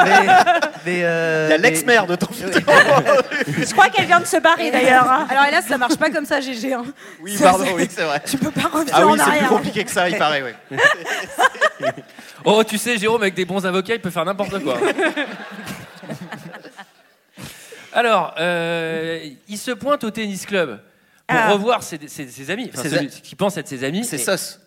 C: Mais- mais, euh,
G: Il y a
C: mais-
G: l'ex-mère de ton
F: Je crois qu'elle vient de se barrer d'ailleurs. hein.
N: Alors hélas, ça marche pas comme ça, GG. hein.
G: Oui, pardon, oui, c'est vrai.
N: Tu peux pas revenir
G: Ah
N: en
G: oui, c'est plus
N: arrière.
G: compliqué que ça, il paraît, oui.
E: Oh, tu sais, Jérôme, avec des bons avocats, il peut faire n'importe quoi. Alors, euh, il se pointe au tennis club pour
C: Ah.
E: revoir ses, ses- ses amis, enfin,
G: Ses
E: celui qui pense être ses amis.
G: C'est
E: Et-
G: sauce.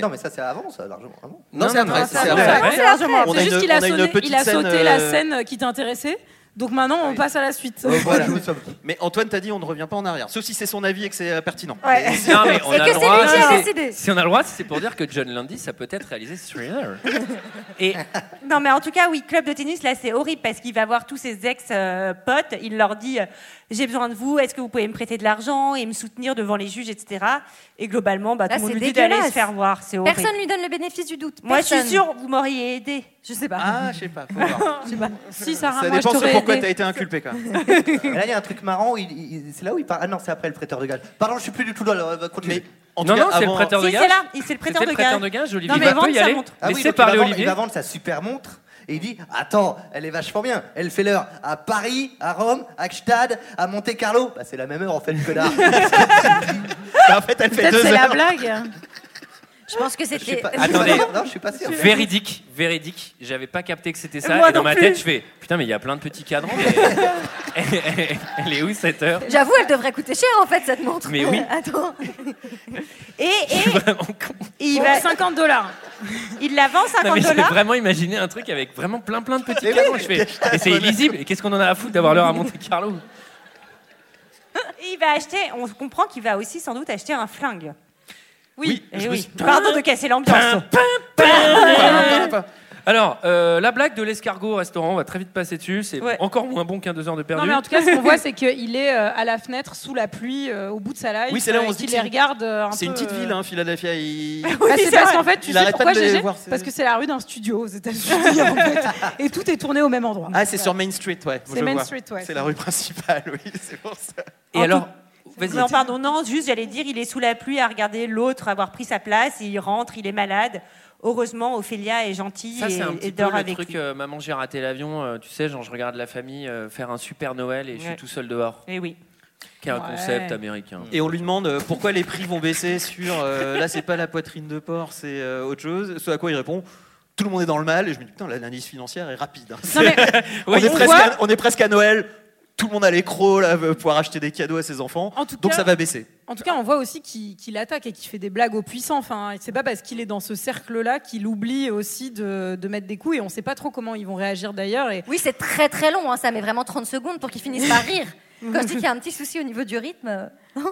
C: Non, mais ça, c'est avant, ça, largement. avant.
G: Non, c'est après, c'est
N: Non,
G: après.
N: c'est largement
G: On a
N: après. C'est
G: une-
N: juste qu'il
G: on
N: a,
G: a une
N: sonné-
G: petite
N: il a
G: scène,
N: sauté la
G: euh, Oh,
N: scène qui t'intéressait. Donc maintenant, on passe à la suite.
G: Mais Antoine t'a dit on ne revient pas en arrière, sauf si c'est son avis et que c'est euh, pertinent.
N: Ouais.
G: Mais-
E: Non, mais on
N: Et
E: a
N: que
E: le
N: c'est
E: droit.
N: lui qui a
E: c'est-
N: décidé.
E: Si on a le droit, c'est pour dire que John Landy, ça peut être réalisé thriller. Et
F: Non, mais en tout cas, oui, club de tennis, là, c'est horrible parce qu'il va voir tous ses ex-potes. il leur dit euh, J'ai besoin de vous, est-ce que vous pouvez me prêter de l'argent et me soutenir devant les juges, etc. Et globalement, bah,
K: Là,
F: tout le monde
K: c'est
F: lui dit d'aller
K: dégueulasse.
F: se faire voir. C'est horrible.
K: Personne lui donne le bénéfice du doute.
F: Moi, je suis
K: Personne.
F: sûre, vous m'auriez aidé.
N: Je sais pas.
G: Ah, je sais pas, faut voir.
N: Je sais pas. Si, Sarah,
G: Ça
N: moi, je
G: dépend
N: t'aurais
G: sur pourquoi
N: aidé.
G: t'as été inculpé, quand même.
C: Et là, il y a un truc marrant, il- il- c'est là où il parle. Ah non, c'est après le prêteur de gage. Pardon, je suis plus du tout dans le. euh, Continue.
G: en Non, tout non, cas, c'est le avant- prêteur
F: de Si, c'est gage. là, il- c'est le prêteur de gage. Non, mais
C: Il va
F: vendre
C: pas y
F: sa
C: aller.
F: montre.
C: Ah oui,
E: Laissez
C: donc il
E: parler
C: va vendre-
E: Olivier.
C: Il va vendre sa super montre. Et il dit, attends, elle est vachement bien. Elle fait l'heure à Paris, à Rome, à Gstad, à Monte Carlo. Bah, c'est la même heure en fait, connard.
G: en fait, elle
N: Peut-être c'est la blague.
K: Je pense que c'était.
E: Attendez.
C: Non, je suis pas sûr.
E: Véridique, véridique. J'avais pas capté que c'était ça.
K: Moi
E: et dans
K: non
E: ma
K: plus.
E: tête, je fais putain, mais il y a plein de petits cadrans. mais- Elle- Elle est où cette heure
K: J'avoue, elle devrait coûter cher en fait cette montre.
E: Mais oui.
K: Attends.
F: Et, et
E: Vraiment
F: il
N: Pour
F: va
N: 50 dollars.
F: Il la vend
E: Non,
F: 50
E: mais j'avais
F: dollars.
E: vraiment imaginé un truc avec vraiment plein plein de petits cadrans. Je fais, mais c'est illisible. Et qu'est-ce qu'on en a à foutre d'avoir l'heure à Monte Carlo
F: Et il va acheter, on comprend qu'il va aussi sans doute acheter un flingue.
G: Oui,
F: Eh
G: je me
F: oui.
G: suis-
F: Pardon de casser l'ambiance.
E: Alors, euh, la blague de l'escargot au restaurant, on va très vite passer dessus. C'est encore moins bon qu'un deux heures de perdu.
N: Non, mais en tout cas, ce qu'on voit, c'est qu'il est euh, à la fenêtre, sous la pluie, euh, au bout de sa life.
G: Oui, c'est là où
N: euh,
G: on
N: et
G: se dit
N: qu'il
G: que
N: les
G: c'est-
N: regarde euh, un
G: C'est une
N: peu,
G: petite
N: euh,
G: ville, hein, Philadelphia. il-
N: Bah, c'est parce
G: vrai.
N: qu'en fait, tu
G: Il
N: sais
G: arrête
N: pourquoi
G: pas de les
N: GG
G: voir, c'est-
N: Parce que c'est la rue d'un studio aux États-Unis, en fait. Et tout est tourné au même endroit.
G: Ah, c'est sur Main Street, ouais.
N: C'est
G: je
N: Main
G: vois.
N: Street, ouais.
G: C'est la rue principale, oui, c'est pour ça.
E: Et alors, vas-y.
F: Non, pardon, non, juste j'allais dire, il est sous la pluie à regarder l'autre avoir pris sa place, il rentre, il est malade. Heureusement, Ophélia est gentille
E: Ça,
F: et,
E: c'est un
F: et
E: petit peu
F: dort
E: le
F: avec
E: truc
F: lui.
E: euh, Maman, j'ai raté l'avion. euh, tu sais, genre, je regarde la famille euh, faire un super Noël et je suis
F: Ouais.
E: tout seul dehors.
F: Et Eh oui.
E: Qui est un
F: Ouais.
E: concept américain.
G: Et on lui demande euh, pourquoi les prix vont baisser sur. euh, là, c'est pas la poitrine de porc, c'est euh, autre chose. Ce à quoi il répond Tout le monde est dans le mal. Et je me dis Putain, l'analyse financière est rapide. hein. on,
E: Oui,
G: est
E: on
G: presque
E: voit-
G: à, on est presque à Noël. Tout le monde a les crocs là, pour pouvoir acheter des cadeaux à ses enfants.
N: En tout
G: donc
N: cas-
G: ça va baisser.
N: En tout cas, on voit aussi qu'il qu'il attaque et qu'il fait des blagues aux puissants. Enfin, c'est pas parce qu'il est dans ce cercle-là qu'il oublie aussi de, de mettre des coups. Et on sait pas trop comment ils vont réagir d'ailleurs. Et
K: Oui, c'est très très long, hein, ça met vraiment 30 secondes pour qu'ils finissent par rire. Quand je dis qu'il y a un petit souci au niveau du rythme. euh,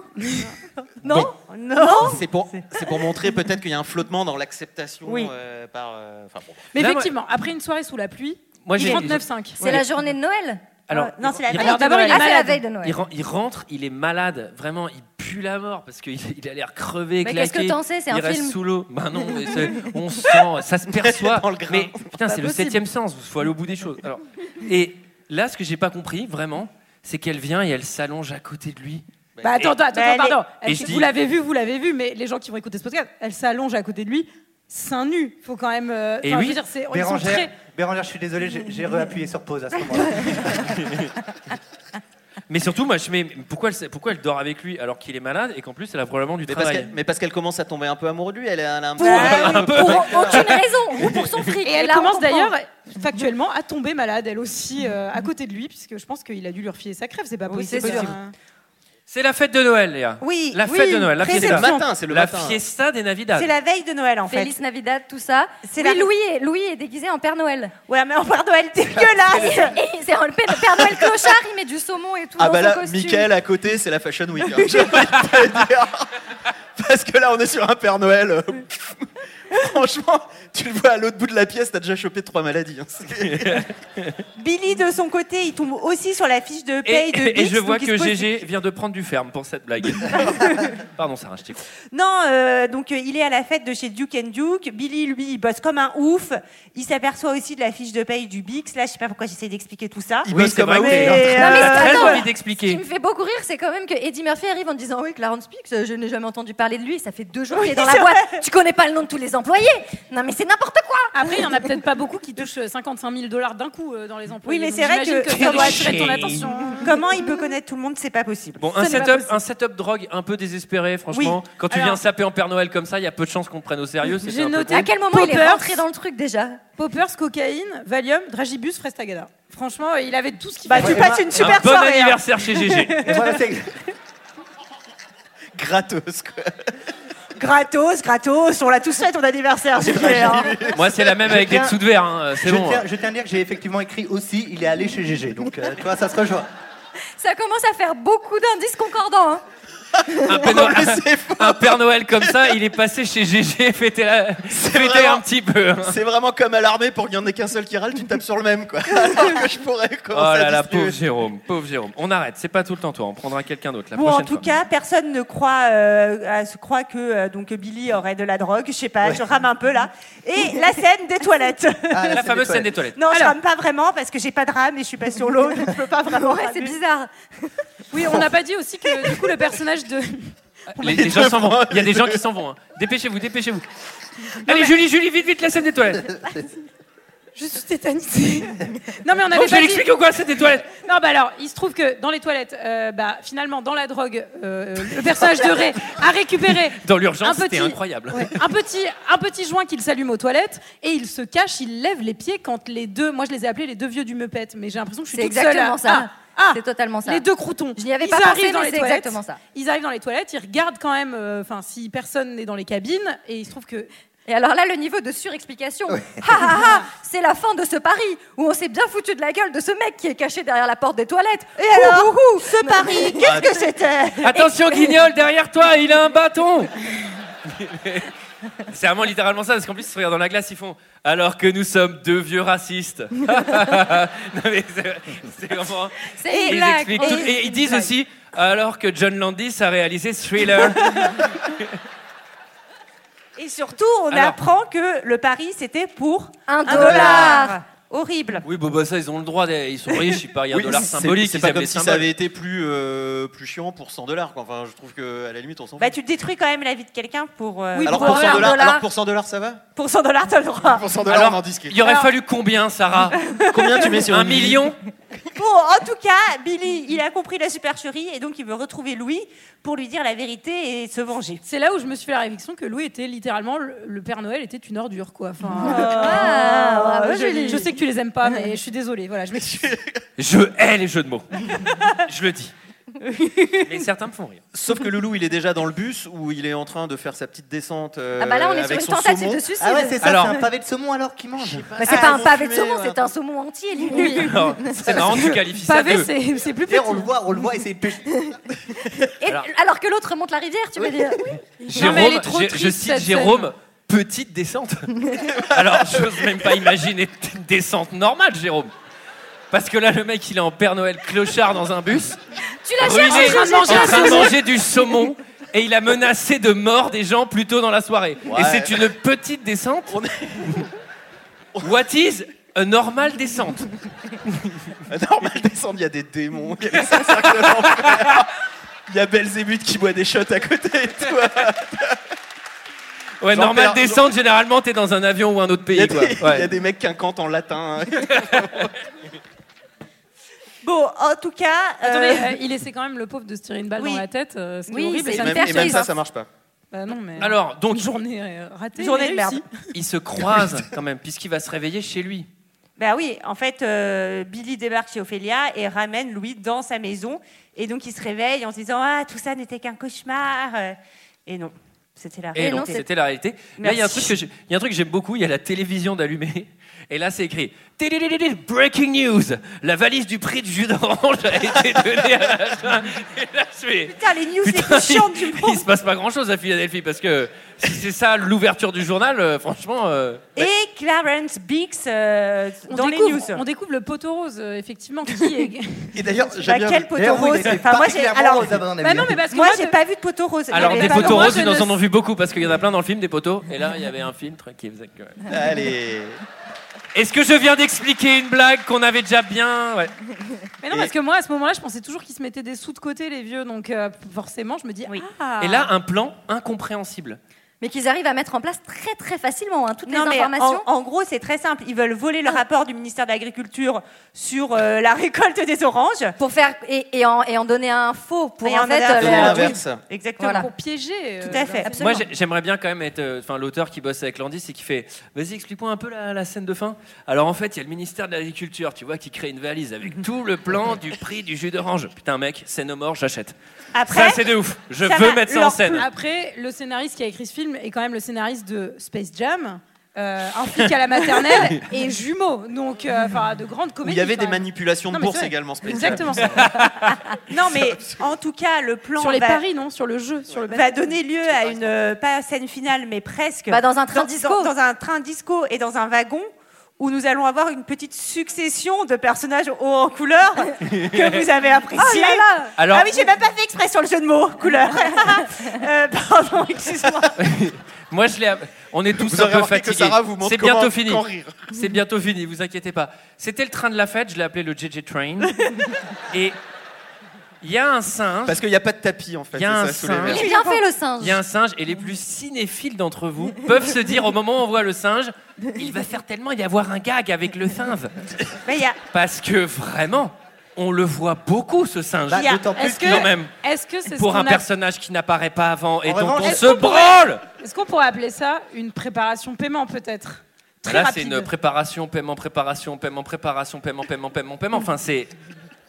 K: Non Non
N: Oh
K: Non
G: C'est pour, c'est pour montrer peut-être qu'il y a un flottement dans l'acceptation
K: Oui.
G: euh, par. euh, enfin, bon.
N: Mais
E: Là, moi-
N: effectivement, après une soirée sous la pluie,
E: Moi,
N: il
E: j'ai-
N: 39,5.
K: C'est la journée de Noël
E: Alors,
K: Ah, Non, c'est la
E: il
K: veille.
E: rentre-
K: de
N: d'abord, il
K: Noël.
N: est
K: Ah, c'est la
N: malade.
K: veille de Noël.
E: Il, ren- il rentre, il est malade, vraiment, il pue la mort parce qu'il il a l'air crevé,
K: Mais
E: claqué.
K: qu'est-ce que t'en sais, c'est un
E: Il reste
K: film.
E: sous l'eau. Ben non, mais c'est- on sent, ça se perçoit. mais putain,
N: Pas
E: c'est le
N: possible.
E: septième sens, il faut aller au bout des choses. Alors, et là, ce que j'ai pas compris, vraiment, c'est qu'elle vient et elle s'allonge à côté de lui.
N: Bah attends, attends, attends,
E: Et-
N: pardon.
E: Et
N: Elle-
E: je
N: vous
E: dis-
N: l'avez vu, vous l'avez vu, mais les gens qui vont écouter ce podcast, elle s'allonge à côté de lui, seins nu. Faut quand même. euh,
E: Et
N: enfin,
E: oui.
N: je veux dire, c'est- ils sont
C: Bérangère,
N: très-
C: Bérangère, je suis désolé, j'ai- j'ai réappuyé sur pause à ce moment-là.
E: Mais surtout, moi, je mets pourquoi elle, pourquoi elle dort avec lui alors qu'il est malade et qu'en plus elle a probablement du
G: Mais parce,
E: travail.
G: qu'elle, mais parce qu'elle commence à tomber un peu amoureuse de lui, elle est elle a un
E: Pour-
F: Bah
G: un peu-
E: pour
K: Aucune raison, ou pour son fric.
N: Et elle
K: là, on
N: commence
K: comprend.
N: d'ailleurs, factuellement, à tomber malade, elle aussi, euh, à côté de lui, puisque je pense qu'il a dû lui refiler sa crève, c'est pas
K: Oui,
N: possible.
K: c'est sûr.
N: hein.
E: C'est la fête de Noël, Léa.
F: Oui,
E: La
F: oui,
E: fête de Noël, la
F: réception.
E: fiesta.
F: C'est le matin,
G: c'est le
E: la
G: matin.
E: fiesta des Navidad.
F: C'est la veille de Noël en fait.
K: Félix Navidad, tout ça.
F: C'est
K: C'est
F: la-
K: Louis, est, Louis est déguisé en Père Noël.
F: Ouais, mais en Père Noël
K: Et-
F: dégueulasse
K: et C'est le Père Père Noël clochard, il met du saumon et tout
G: Ah
K: dans
G: bah
K: son
G: là,
K: costume.
G: Michael à côté, c'est la Fashion Week. hein. J'ai envie de te dire. Parce que là, on est sur un Père Noël. euh, Franchement, tu le vois à l'autre bout de la pièce, t'as déjà chopé trois maladies. hein. C'est-
F: Billy, de son côté, il tombe aussi sur la fiche de paye de
E: et
F: Bix,
E: je vois
F: donc il
E: que
F: se pose-
E: GG vient de prendre du ferme pour cette blague. Pardon, Sarah, je t'écoute.
F: Non, euh, donc euh, il est à la fête de chez Duke and Duke. Billy, lui, il bosse comme un ouf. Il s'aperçoit aussi de la fiche de paye du Bix. Là, je sais pas pourquoi j'essaie d'expliquer tout ça.
E: Oui, c'est vrai,
F: Mais,
E: oui.
F: euh,
E: Non, mais c'est- Très envie
K: Ce qui
E: d'expliquer.
K: me fait beaucoup rire, c'est quand même que Eddie Murphy arrive en disant Oui, Clarence Pix, je n'ai jamais entendu parler de lui, ça fait deux jours qu'il est dans
N: c'est
K: la boîte, tu connais pas le nom de tous les employés. Non, mais c'est n'importe quoi
N: Après, il y en a peut-être pas beaucoup qui touchent euh, 55 000 dollars d'un coup euh, dans les emplois.
F: Oui, mais c'est vrai que,
N: ça doit attirer ton attention.
F: Comment il peut connaître tout le monde, c'est pas possible.
E: Bon, un setup, un setup drogue un peu désespéré, franchement. Quand tu
K: Alors-
E: viens saper en Père Noël comme ça, il y a peu de chances qu'on te prenne au sérieux. c'était un peu con.
K: À quel moment il est
N: Poppers.
K: rentré dans le truc déjà
N: Poppers, cocaïne, Valium, Dragibus, Frestagada. Franchement, euh, il avait tout ce qu'il
F: Bah,
N: fallait.
F: tu passes une super
E: un bon
F: soirée, hein.
E: anniversaire chez GG.
G: Voilà, c'est- Gratos, quoi.
F: Gratos, gratos, on l'a tous fait ton anniversaire, j'ai fait, hein.
E: Moi, c'est la même avec
C: Je
E: les
C: tiens-
E: dessous de verre. hein, C'est
C: je,
E: bon.
C: tiens,
E: hein.
C: je tiens à dire que j'ai effectivement écrit aussi, il est allé chez GG. Donc, euh, tu vois, ça se rejoint.
K: Ça commence à faire beaucoup d'indices concordants. hein.
E: Un, Père Noël, un Père Noël comme ça, il est passé chez GG, fêter, la- fêter
G: vraiment-
E: un petit peu. hein.
G: C'est vraiment comme à l'armée, pour qu'il n'y en ait qu'un seul qui râle, tu tapes sur le même, quoi. Alors que je pourrais
E: Oh
G: commencer
E: là
G: à
E: là,
G: distribuer.
E: pauvre Jérôme, pauvre Jérôme. On arrête, c'est pas tout le temps toi, on prendra quelqu'un d'autre la
F: Bon, en
E: prochaine
F: tout
E: fois.
F: cas, personne ne croit, euh, à- se croit que euh, donc Billy aurait de la drogue. Je sais pas, je rame un peu là. Et la scène des toilettes.
E: Ah, la La fameuse scène des toilettes.
F: Non, je rame pas vraiment parce que j'ai pas de rame et je suis pas sur l'eau. Je peux pas vraiment.
K: Ouais, c'est bizarre.
N: Oui, on n'a pas dit aussi que du coup, le personnage de.
E: Les, les gens s'en vont, il y a des gens qui s'en vont. hein. Dépêchez-vous, dépêchez-vous. Allez, Julie, Julie, vite, vite, la scène des toilettes.
N: Je suis tétanisée. non, mais on avait pas
E: Bon, je vais
N: dit-
E: l'expliquer ou quoi, la scène des toilettes
N: Non, bah alors, il se trouve que dans les toilettes, euh, bah, finalement, dans la drogue, euh, le personnage de Ray a récupéré
E: Dans l'urgence,
N: Un
E: c'était
N: petit-
E: incroyable.
N: Ouais. un, petit, un petit joint qu'il s'allume aux toilettes et il se cache, il lève les pieds quand les deux. Moi, je les ai appelés les deux vieux du meupette, mais j'ai l'impression que je suis
K: C'est
N: toute seule.
K: exactement
N: à-
K: ça.
N: Ah, ah,
K: C'est totalement ça.
N: les deux croutons.
K: Je n'y avais
N: Ils
K: pas pensé,
N: arrivent dans
K: mais
N: les
K: c'est
N: toilettes.
K: exactement ça.
N: Ils arrivent dans les toilettes, ils regardent quand même, euh, enfin, si personne n'est dans les cabines, et il se trouve que.
K: Et alors là, le niveau de surexplication, ha ha ha, c'est la fin de ce pari où on s'est bien foutu de la gueule de ce mec qui est caché derrière la porte des toilettes.
F: Et alors, ce pari, qu'est-ce que c'était
E: Attention, Guignol, derrière toi, il a un bâton C'est vraiment littéralement ça, parce qu'en plus, ils se regardent dans la glace, ils font Alors que nous sommes deux vieux racistes. non, mais c'est- c'est vraiment.
K: C'est
E: Ils
K: une blague.
E: expliquent
K: Et
E: tout-
K: c'est
E: et ils
K: une
E: disent
K: blague.
E: aussi Alors que John Landis a réalisé Thriller.
F: Et surtout, on
E: Alors.
F: apprend que le pari c'était pour
K: Un
F: un
K: dollar.
F: dollar. Horrible.
E: oui, bon, bah ça, ils ont le droit, des- ils sont riches, ils parient un
G: Oui,
E: dollar
G: c'est-
E: symbolique,
G: C'est
E: ils
G: pas
E: aiment
G: comme
E: les
G: si ça
E: symboles.
G: avait été plus, euh, plus chiant pour 100 dollars. Enfin, je trouve que à la limite, on s'en fout.
F: Bah, tu détruis quand même la vie de quelqu'un pour. euh,
G: alors,
K: pour
G: pour 100
K: un
G: dollars,
K: dollar.
G: alors pour 100 dollars, ça va
F: Pour 100 dollars, t'as le droit.
G: Pour 100 dollars,
E: Alors,
G: on en discute.
E: il aurait fallu combien, Sarah
G: Combien tu mets sur
E: Un
G: une vie
E: million
F: Bon, en tout cas, Billy, il a compris la supercherie et donc il veut retrouver Louis pour lui dire la vérité et se venger.
N: C'est là où je me suis fait la réflexion que Louis était littéralement le le Père Noël était une ordure quoi. Enfin,
K: Ah, bravo,
N: je,
K: Julie.
N: je sais que tu les aimes pas, mais je suis désolée. Voilà, je m'excuse.
E: Je hais les jeux de mots. Je le dis. Mais certains me font rire.
G: Sauf que le loup, il est déjà dans le bus où il est en train de faire sa petite descente. euh,
K: Ah bah là, on est sur
G: avec
K: une
G: son
K: tentative
G: saumon.
K: de suicide.
C: Ah ouais, c'est ça,
E: Alors-
C: c'est un pavé de saumon alors qu'il mange.
K: Mais c'est pas un pavé de saumon, c'est un saumon entier, lui.
E: Alors, C'est marrant, tu qualifies ça
N: Pavé,
E: de.
N: c'est c'est plus petit.
C: D'ailleurs, on le voit, on le voit essayer de pêcher.
K: Et-
E: Alors-
K: alors... que l'autre monte la rivière, tu veux dire
E: Jérôme,
N: mais elle est trop
E: je- je
N: triste,
E: cite
N: cette
E: Jérôme, petite descente. Alors, j'ose même pas imaginer une descente normale, Jérôme. Parce que là, le mec, il est en Père Noël clochard dans un bus,
K: Tu la
E: ruiné,
K: cherches,
E: en
K: je la cherche.
E: train de manger du saumon, et il a menacé de mort des gens plus tôt dans la soirée. Et
G: Ouais.
E: c'est une petite descente. What is a normal descente
G: Normal descente, il y a des démons. Il y a les cinq cercles de l'enfer. Il y a Belzébuth qui boit des shots à côté. et tout.
E: Ouais,
G: Genre
E: normal
G: Père-
E: descente, généralement, t'es dans un avion ou un autre
G: Il y
E: pays.
G: a des,
E: quoi. Ouais.
G: il y a des mecs qui incantent en latin. hein.
F: Bon, en tout cas. euh,
N: Attendez, euh, il essaie quand même le pauvre de se tirer une balle
F: Oui.
N: dans la tête, euh, ce qui
K: Oui,
N: est horrible.
K: c'est
N: et ça
K: hyper
N: ne
G: Même- et
N: fait
G: même
N: rien.
G: ça, ça marche pas.
N: Bah non, mais
E: Alors, donc,
N: une journée euh, ratée,
F: Journée
N: mais
F: de merde.
N: réussie.
E: ils se croisent quand même, puisqu'il va se réveiller chez lui.
F: bah oui, en fait, euh, Billy débarque chez Ophélia et ramène Louis dans sa maison. Et donc il se réveille en se disant Ah, tout ça n'était qu'un cauchemar. Euh, Et Eh non, c'était
E: Et
F: la
K: Et
F: réalité.
E: Eh non,
K: non, c'est-
E: c'était la réalité. Là, il y a un
F: Merci.
E: truc que j'ai- il y a un truc que j'aime beaucoup, il y a la télévision d'allumer. Et là, c'est écrit Tididididid, Breaking news La valise du prix du jus d'orange a été donnée à la Et là, je fais,
F: Putain, les news
E: Putain,
F: les plus chiantes du monde.
E: Il se passe pas grand chose à Philadelphie parce que si c'est ça l'ouverture du journal, euh, franchement. euh, bah,
F: Et Clarence Bix euh,
N: On
F: dans
N: découvre,
F: les news.
N: on découvre le poteau rose, euh, effectivement. Qui est...
G: Et d'ailleurs,
F: Bah, quel poteau rose Enfin, moi, j'ai alors,
N: Bah non, mais parce que
F: moi,
N: moi,
F: j'ai pas vu de poteau rose. Il y
E: alors,
F: avait
E: des
F: pas de-
E: poteaux
F: Moi,
E: roses,
F: je
E: ils
F: ne
E: nous en ont vu beaucoup parce qu'il y en a plein dans le film, des poteaux. Et là, il y avait un filtre qui faisait que.
G: Allez
E: Est-ce que je viens d'expliquer une blague qu'on avait déjà bien ouais.
N: Mais non,
E: Et-
N: parce que moi, à ce moment-là, je pensais toujours qu'ils se mettaient des sous de côté, les vieux. Donc, euh, forcément, je me dis. Ah.
E: Et là, un plan incompréhensible.
K: Mais qu'ils arrivent à mettre en place très très facilement hein, toutes
F: Non,
K: les
F: mais
K: informations. Ah.
F: En, en gros, c'est très simple. Ils veulent voler le rapport du ministère de l'Agriculture sur euh, la récolte des oranges.
K: Pour faire et, et en, et en donner un faux pour
F: Et
K: en
F: en
K: fait
F: donner un
K: euh,
F: faux.
K: la-
G: l'inverse.
F: Exactement.
K: Voilà.
N: Pour piéger. euh,
F: Tout à fait.
N: leur-
E: Moi, j'ai- j'aimerais bien quand même être euh, enfin l'auteur qui bosse avec Landis et qui fait Vas-y, explique-moi un peu la, la scène de fin. Alors, en fait, il y a le ministère de l'Agriculture, tu vois, qui crée une valise
F: Mhm.
E: avec tout le plan du prix du jus d'orange. Putain, mec, c'est no more, j'achète.
F: Après,
E: ça, c'est de ouf. Je
F: ça
E: veux
F: va,
E: mettre ça en
F: leur
E: scène.
N: Après, le scénariste qui a écrit ce film est quand même le scénariste de Space Jam. euh, un flic à la maternelle et jumeaux, donc euh, enfin de grandes
G: Où
N: comédies.
G: il y avait
N: quand
G: des
N: même.
G: manipulations de
N: Non, mais
G: bourse
N: c'est vrai.
G: également. ce spectacle.
N: Exactement ça.
F: Non, mais en tout cas, le plan
N: Sur les
F: va,
N: paris, non Sur le jeu, sur le
F: va donner lieu à une, euh, pas scène finale, mais presque.
K: Bah, dans un train disco.
F: Dans, un train disco et dans un wagon où nous allons avoir une petite succession de personnages hauts en couleur que vous avez
K: Oh
F: apprécié.
K: là là
E: Alors-
F: Ah oui, j'ai même pas fait exprès sur le jeu de mots, couleur. Euh, pardon, excuse-moi.
E: Moi, je l'ai. app- On est tous
G: Vous
E: un
G: aurez
E: peu
G: remarqué que
E: fatigués.
G: Sarah vous montre
E: C'est
G: comment-
E: bientôt fini.
G: quand rire.
E: C'est bientôt fini, vous inquiétez pas. C'était le train de la fête, je l'ai appelé le JJ Train. et il y a un singe.
G: Parce qu'il n'y a pas de tapis en fait.
E: Il y a
G: c'est
E: un
G: ça, sous les
E: singe.
G: verres.
K: Il est bien fait le singe.
E: Il y a un singe et les plus cinéphiles d'entre vous peuvent se dire au moment où on voit le singe, il va certainement y avoir un gag avec le singe.
F: Mais il y a-
E: Parce que vraiment, on le voit beaucoup ce singe.
F: Il y a-
G: D'autant plus
N: Bah, Est-ce que
E: quand même.
N: Est-ce que c'est ce
E: Pour un
N: qu'on a-
E: personnage qui n'apparaît pas avant et
G: En
E: dont
G: revanche,
E: on
N: est-ce
E: se
N: qu'on pourrait-
E: branle.
N: Est-ce qu'on pourrait appeler ça une préparation paiement peut-être Très
E: Bah Là, c'est
N: rapide.
E: une préparation, paiement, préparation, paiement, préparation, paiement, paiement, paiement, paiement. Enfin, c'est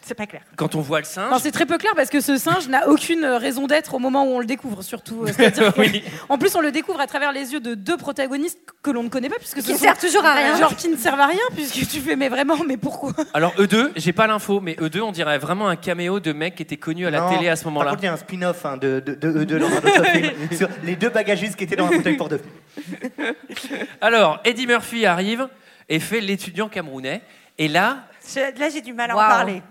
F: C'est pas clair.
E: quand on voit le
N: Enfin,
E: singe.
N: c'est très peu clair parce que ce singe n'a aucune euh, raison d'être au moment où on le découvre, surtout. euh, c'est-à-dire que-
E: Oui.
N: En plus, on le découvre à travers les yeux de deux protagonistes que l'on ne connaît pas, puisque ce
K: Qui
N: sont-
K: servent toujours à rien.
N: Genre qui ne servent à rien, puisque tu fais, mais vraiment, mais pourquoi
E: Alors eux deux, j'ai pas l'info, mais eux deux, on dirait vraiment un caméo de mecs qui étaient connus à la
C: Non,
E: télé à ce
C: Par
E: moment-là.
C: contre, il y a un spin-off hein, de, de, de eux deux dans un autre film sur les deux bagagistes qui étaient dans un fauteuil pour deux.
E: Alors, Eddie Murphy arrive et fait l'étudiant camerounais. Et là,
F: Je- là, j'ai du mal à en
K: Waouh.
F: parler.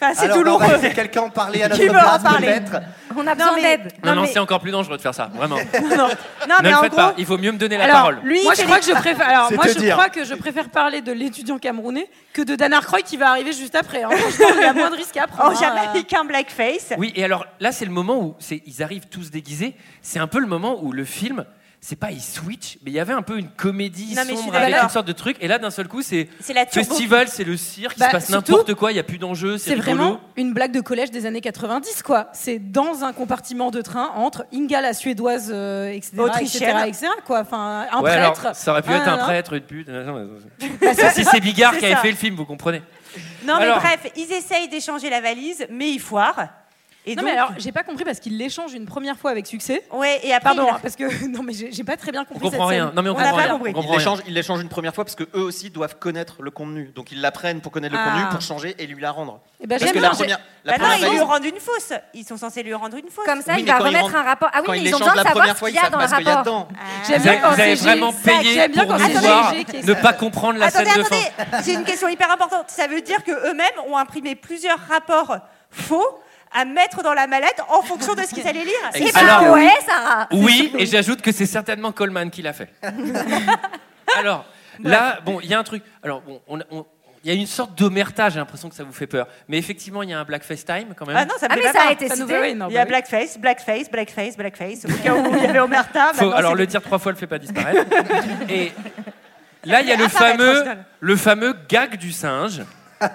F: Enfin, c'est
C: Alors, on va
F: douloureux.
C: laisser quelqu'un en parler à notre
F: Qui veut en
C: place,
F: parler
C: peut-être.
K: On a besoin
F: mais-
K: d'aide.
E: non, non,
F: mais-
E: c'est encore plus dangereux de faire ça, vraiment. ne
F: non. Non, mais
E: le
F: en
E: faites
F: gros,
E: pas, il vaut mieux me donner la parole.
F: lui,
N: moi,
F: il
N: je
F: fait
N: crois
F: les-
N: que je préfère. Alors,
G: C'est
N: moi,
G: te
N: je
G: dire.
N: crois que je préfère parler de l'étudiant camerounais que de Dan Aykroyd qui va arriver juste après. hein. Franchement, il y a moins de risques à prendre.
C: Oh,
F: en
N: hein.
F: Oh, jamaïcain blackface.
E: Oui, et alors là, c'est le moment où c'est- ils arrivent tous déguisés. C'est un peu le moment où le film, c'est pas il switch, mais il y avait un peu une comédie
F: Non, mais je suis
E: sombre avec
F: d'accord.
E: une sorte de truc. Et là, d'un seul coup, c'est
F: C'est la turbo-
E: festival, c'est le cirque, il
N: Bah,
E: se passe
N: surtout,
E: n'importe quoi, il y a plus d'enjeu, c'est
N: C'est
E: rigolo.
N: vraiment une blague de collège des années 90, quoi. C'est dans un compartiment de train entre Inga, la suédoise, euh, etc.,
F: Autrichienne.
N: etc., etc., quoi. Enfin, un
E: Ouais, alors,
N: prêtre.
E: ça aurait pu
N: Ah,
E: être un
N: non, non.
E: prêtre, une pute. Ça, si c'est Bigard
F: C'est
E: qui avait
F: ça.
E: fait le film, vous comprenez.
F: Non,
E: Alors-
F: mais bref, ils essayent d'échanger la valise, mais ils foirent. Et
N: Non,
F: donc,
N: mais alors, j'ai pas compris parce qu'il l'échange une première fois avec succès.
F: ouais, et après,
N: Pardon,
F: ils-
N: hein, parce que non, mais j'ai j'ai pas très bien
E: On
N: compris.
E: comprend
N: cette
E: rien.
N: scène.
E: Non, mais on
F: On n'a
E: comprend
F: pas
E: rien.
F: compris.
E: On
G: Ils
E: comprend rien.
G: l'échangent- ils l'échangent une première fois parce que eux aussi doivent connaître le contenu. Donc ils l'apprennent pour connaître
N: Ah.
G: le contenu, pour changer et lui la rendre.
C: Bah,
N: Eh ben,
G: parce que
N: j'aime
G: la
N: bien,
G: première, la
F: Bah non,
G: première
F: ils lui
G: valise-
F: rendent une fausse. Ils sont censés lui rendre une fausse.
K: Comme ça,
G: Oui,
K: il
G: mais
K: va
G: quand ils
K: remettre
G: rendent-
K: un rapport. Ah oui,
G: quand
K: mais
G: ils
K: ils ont
G: l'échangent
K: besoin de
G: la
K: savoir
G: première
K: ce
G: fois,
K: qu'il y a
G: ils
K: dans le
G: savent pas ce qu'il y a
K: rapport.
G: dedans.
N: J'aime
E: Vous
N: bien
E: avez,
C: Oh,
N: quand
E: vous avez
N: c'est
E: vraiment
N: Gilles Sac,
E: payé
N: j'aime bien
E: pour
N: quand
E: nous
N: c'est
E: voir
N: Gilles qui-
E: ne pas comprendre la
F: attendez,
E: scène de fin.
F: attendez, j'ai une question hyper importante. Ça veut dire que eux-mêmes ont imprimé plusieurs rapports faux à mettre dans la mallette en fonction de ce qu'ils allaient lire.
K: Eh
F: Et
K: ben
E: Alors-
K: ouais, Sarah.
E: Oui, et j'ajoute que c'est certainement Coleman qui l'a fait. Alors, là, bon, il y a un truc. Alors, bon, on- on- il y a une sorte d'omerta, j'ai l'impression que ça vous fait peur. Mais effectivement, il y a un Blackface Time quand même.
F: Ah non, ça me
K: Ah,
F: fait
K: mais
F: pas
K: ça a
F: peur.
K: été
N: Ça nous
K: cité.
N: fait- oui, non,
F: Il y
N: bah
F: a
N: oui.
F: blackface, blackface, blackface, blackface. Au cas où il y avait Omerta.
E: Faut- alors,
F: maintenant, Ah, bah c'est-
E: le dire trois fois le fait pas disparaître. et là, il y a le
F: Ah, ça va être
E: fameux,
F: original.
E: le fameux gag du singe.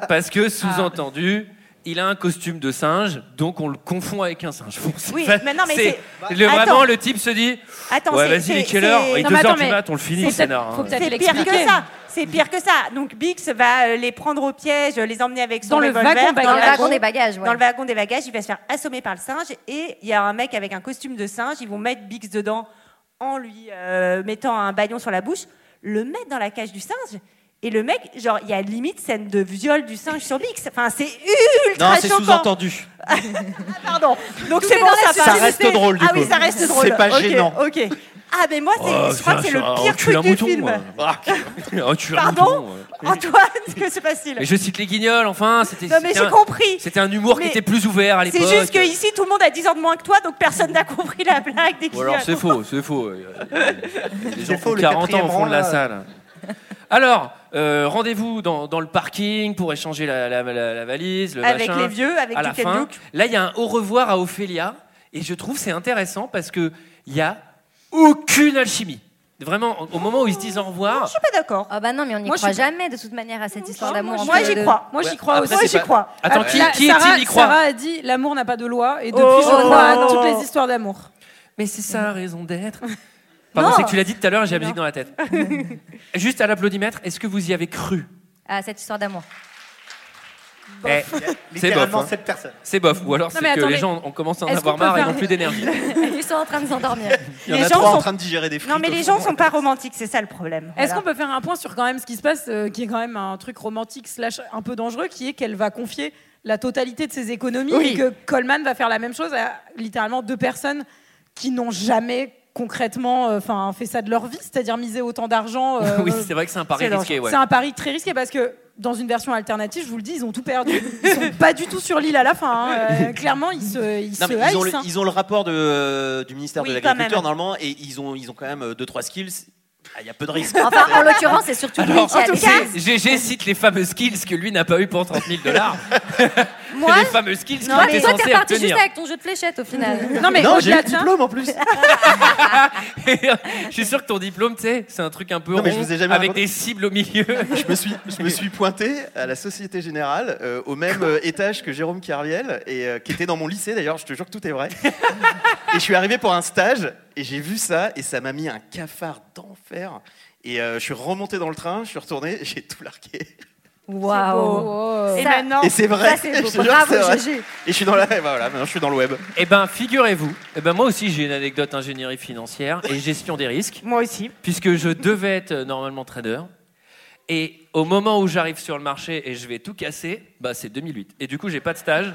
E: Parce
F: Ah.
E: que, sous-entendu. Il a un costume de singe, donc on le confond avec un singe. Bon, c'est
F: Oui,
E: fait-
F: mais non, mais c'est-
E: le- vraiment
F: Attends.
E: le type se dit
F: Attends,
E: Ouais,
F: c'est-
E: vas-y, il est
F: c'est-
E: quelle heure
F: c'est-
E: Il est
N: Non, mais
E: 2h
N: attends,
E: du
N: mais
E: mat, on le finit,
N: c'est peut-être-
E: le scénard.
N: faut
E: hein.
N: peut-être
F: C'est pire que
N: l'expliquer.
F: ça. C'est pire que ça. Donc Bix va euh, les prendre au piège, euh, les emmener avec son
N: Dans le
F: revolver,
N: wagon bagages.
K: Dans le wagon des bagages. ouais.
F: Dans le wagon des bagages, il va se faire assommer par le singe et il y a un mec avec un costume de singe. Ils vont mettre Bix dedans en lui euh, mettant un baillon sur la bouche. le mettre dans la cage du singe. Et le mec, genre, il y a limite scène de viol du singe sur Bix. Enfin, c'est ultra
G: Non, c'est
F: choquant.
G: sous-entendu.
F: Pardon. Donc
G: Tout
F: c'est
G: est
F: bon,
G: dans la
F: ça passe.
G: subtilité. Ça reste drôle, du
F: ah oui,
G: coup.
F: ça reste
G: C'est
F: drôle.
G: pas
F: Ok,
G: gênant. Oh,
F: Ok. Ah, mais moi, c'est- je crois que c'est le
E: Ah,
F: pire truc du film.
E: Oh,
F: Pardon Antoine, que c'est facile.
E: Mais je cite les guignols, enfin, c'était.
F: Non, mais
E: c'était
F: j'ai
E: un-
F: compris.
E: C'était un humour
F: Mais
E: qui était plus ouvert à l'époque.
F: C'est juste que ici tout le monde a 10 ans de moins que toi, donc personne n'a compris la blague des
E: Ou alors c'est
F: guignols.
E: faux, c'est faux. Euh, Il y a- il y a Des gens qui
F: faux,
E: ont
F: le
E: 40 ans au fond de la
F: quatrième
E: salle.
F: rang,
E: Alors, euh, rendez-vous dans, dans le parking pour échanger la, la- la- la valise, le
F: Avec
E: machin,
F: les vieux, avec
E: à la
F: Duke and
E: fin.
F: Duke.
E: Là, il y a un au revoir à Ophélia, et je trouve c'est intéressant parce que il y a aucune alchimie. Vraiment, au- au moment où ils se disent au revoir,
F: Je suis pas d'accord.
P: Ah bah non, mais on n'y
E: Moi, je
P: croit
E: suis pas-
P: jamais de toute manière à cette histoire
C: Moi,
P: d'amour.
C: je-
P: entre
C: moi,
P: les
C: j'y
P: deux.
C: crois. Moi, j'y crois
E: après,
C: aussi.
E: c'est
C: Moi, j'y
E: pas-
C: crois.
E: Attends,
F: Ah,
E: qui,
C: Là,
E: qui est-il
C: Sarah,
E: y croit
C: Sarah a dit l'amour n'a pas de loi et depuis
E: Oh
C: je crois à
E: non.
C: toutes les histoires d'amour.
E: Mais c'est ça raison d'être. Pardon,
P: Non.
E: c'est que tu l'as dit tout à l'heure et j'ai la musique dans la tête. Juste à l'applaudimètre, est-ce que vous y avez cru
P: À Ah, cette histoire d'amour.
E: Eh, C'est bof.
Q: Littéralement
E: hein.
Q: cette personne.
E: C'est bof. Ou alors
P: Non,
E: c'est
P: mais
E: que
P: attendez.
E: les gens ont commencé à en
P: Est-ce
E: avoir
P: qu'on peut
E: marre et
P: faire-
E: n'ont plus d'énergie.
P: Ils sont en train de s'endormir.
R: Il y en
C: Les
R: a
C: gens
R: trois en
C: sont-
R: train de digérer des frites.
F: Non, mais les gens sont pas romantiques, c'est ça le problème.
C: Est-ce
F: Voilà.
C: qu'on peut faire un point sur quand même ce qui se passe, euh, qui est quand même un truc romantique slash un peu dangereux, qui est qu'elle va confier la totalité de ses économies
F: Oui.
C: et que Coleman va faire la même chose à littéralement deux personnes qui n'ont jamais concrètement euh, enfin fait ça de leur vie, c'est-à-dire miser autant d'argent. euh,
E: oui, c'est vrai que c'est un pari
C: c'est
E: risqué.
C: dangereux.
E: Ouais.
C: C'est un pari très risqué parce que dans une version alternative, je vous le dis, ils ont tout perdu. Ils sont pas du tout sur l'île à la fin. hein. Euh, clairement, ils se, ils
G: Non,
C: se
G: mais ils, ont
C: haïssent,
G: le,
C: hein.
G: ils ont le rapport de, euh, du ministère
C: Oui,
G: de
C: quand
G: l'Agriculture
C: même.
G: normalement et ils ont, ils ont quand même 2-3 skills. Ah, Il y a peu de risques.
P: Enfin, en l'occurrence, c'est surtout lui
E: Alors,
P: qui a le cas.
E: GG cite les fameuses skills que lui n'a pas eu pour 30 000 dollars.
P: Moi,
E: les fameuses skills
P: Non,
E: qu'il
P: mais
E: était
P: toi, t'es
E: censé
P: parti juste
E: obtenir.
P: avec ton jeu de fléchette au final.
C: Non, mais
G: Non, j'ai eu
C: au-delà
G: le
C: de ça-
G: diplôme en plus.
E: Je suis sûr que ton diplôme, tu sais, c'est un truc un peu
R: Non, mais je
E: rond,
R: vous ai jamais
E: avec
R: raconté.
E: des cibles au milieu.
R: je me suis, je me suis pointé à la Société Générale, euh, au même euh, étage que Jérôme Carliel, et euh, qui était dans mon lycée d'ailleurs. Je te jure que tout est vrai. et je suis arrivé pour un stage, et j'ai vu ça, et ça m'a mis un cafard d'enfer. Et euh, je suis remonté dans le train, je suis retourné, et j'ai tout largué.
P: Waouh.
F: Et
P: Ça-
F: maintenant,
R: et c'est vrai.
P: ça, c'est
R: je
P: beau.
R: te jure que
P: Bravo,
R: c'est vrai.
P: GG.
R: Et je suis dans la, et voilà, maintenant je suis dans le web.
E: Eh ben, figurez-vous, eh ben moi aussi j'ai une anecdote ingénierie financière et gestion des risques,
F: Moi aussi.
E: puisque je devais être euh, normalement trader. Et au moment où j'arrive sur le marché et je vais tout casser, bah c'est 2008. Et du coup, j'ai pas de stage.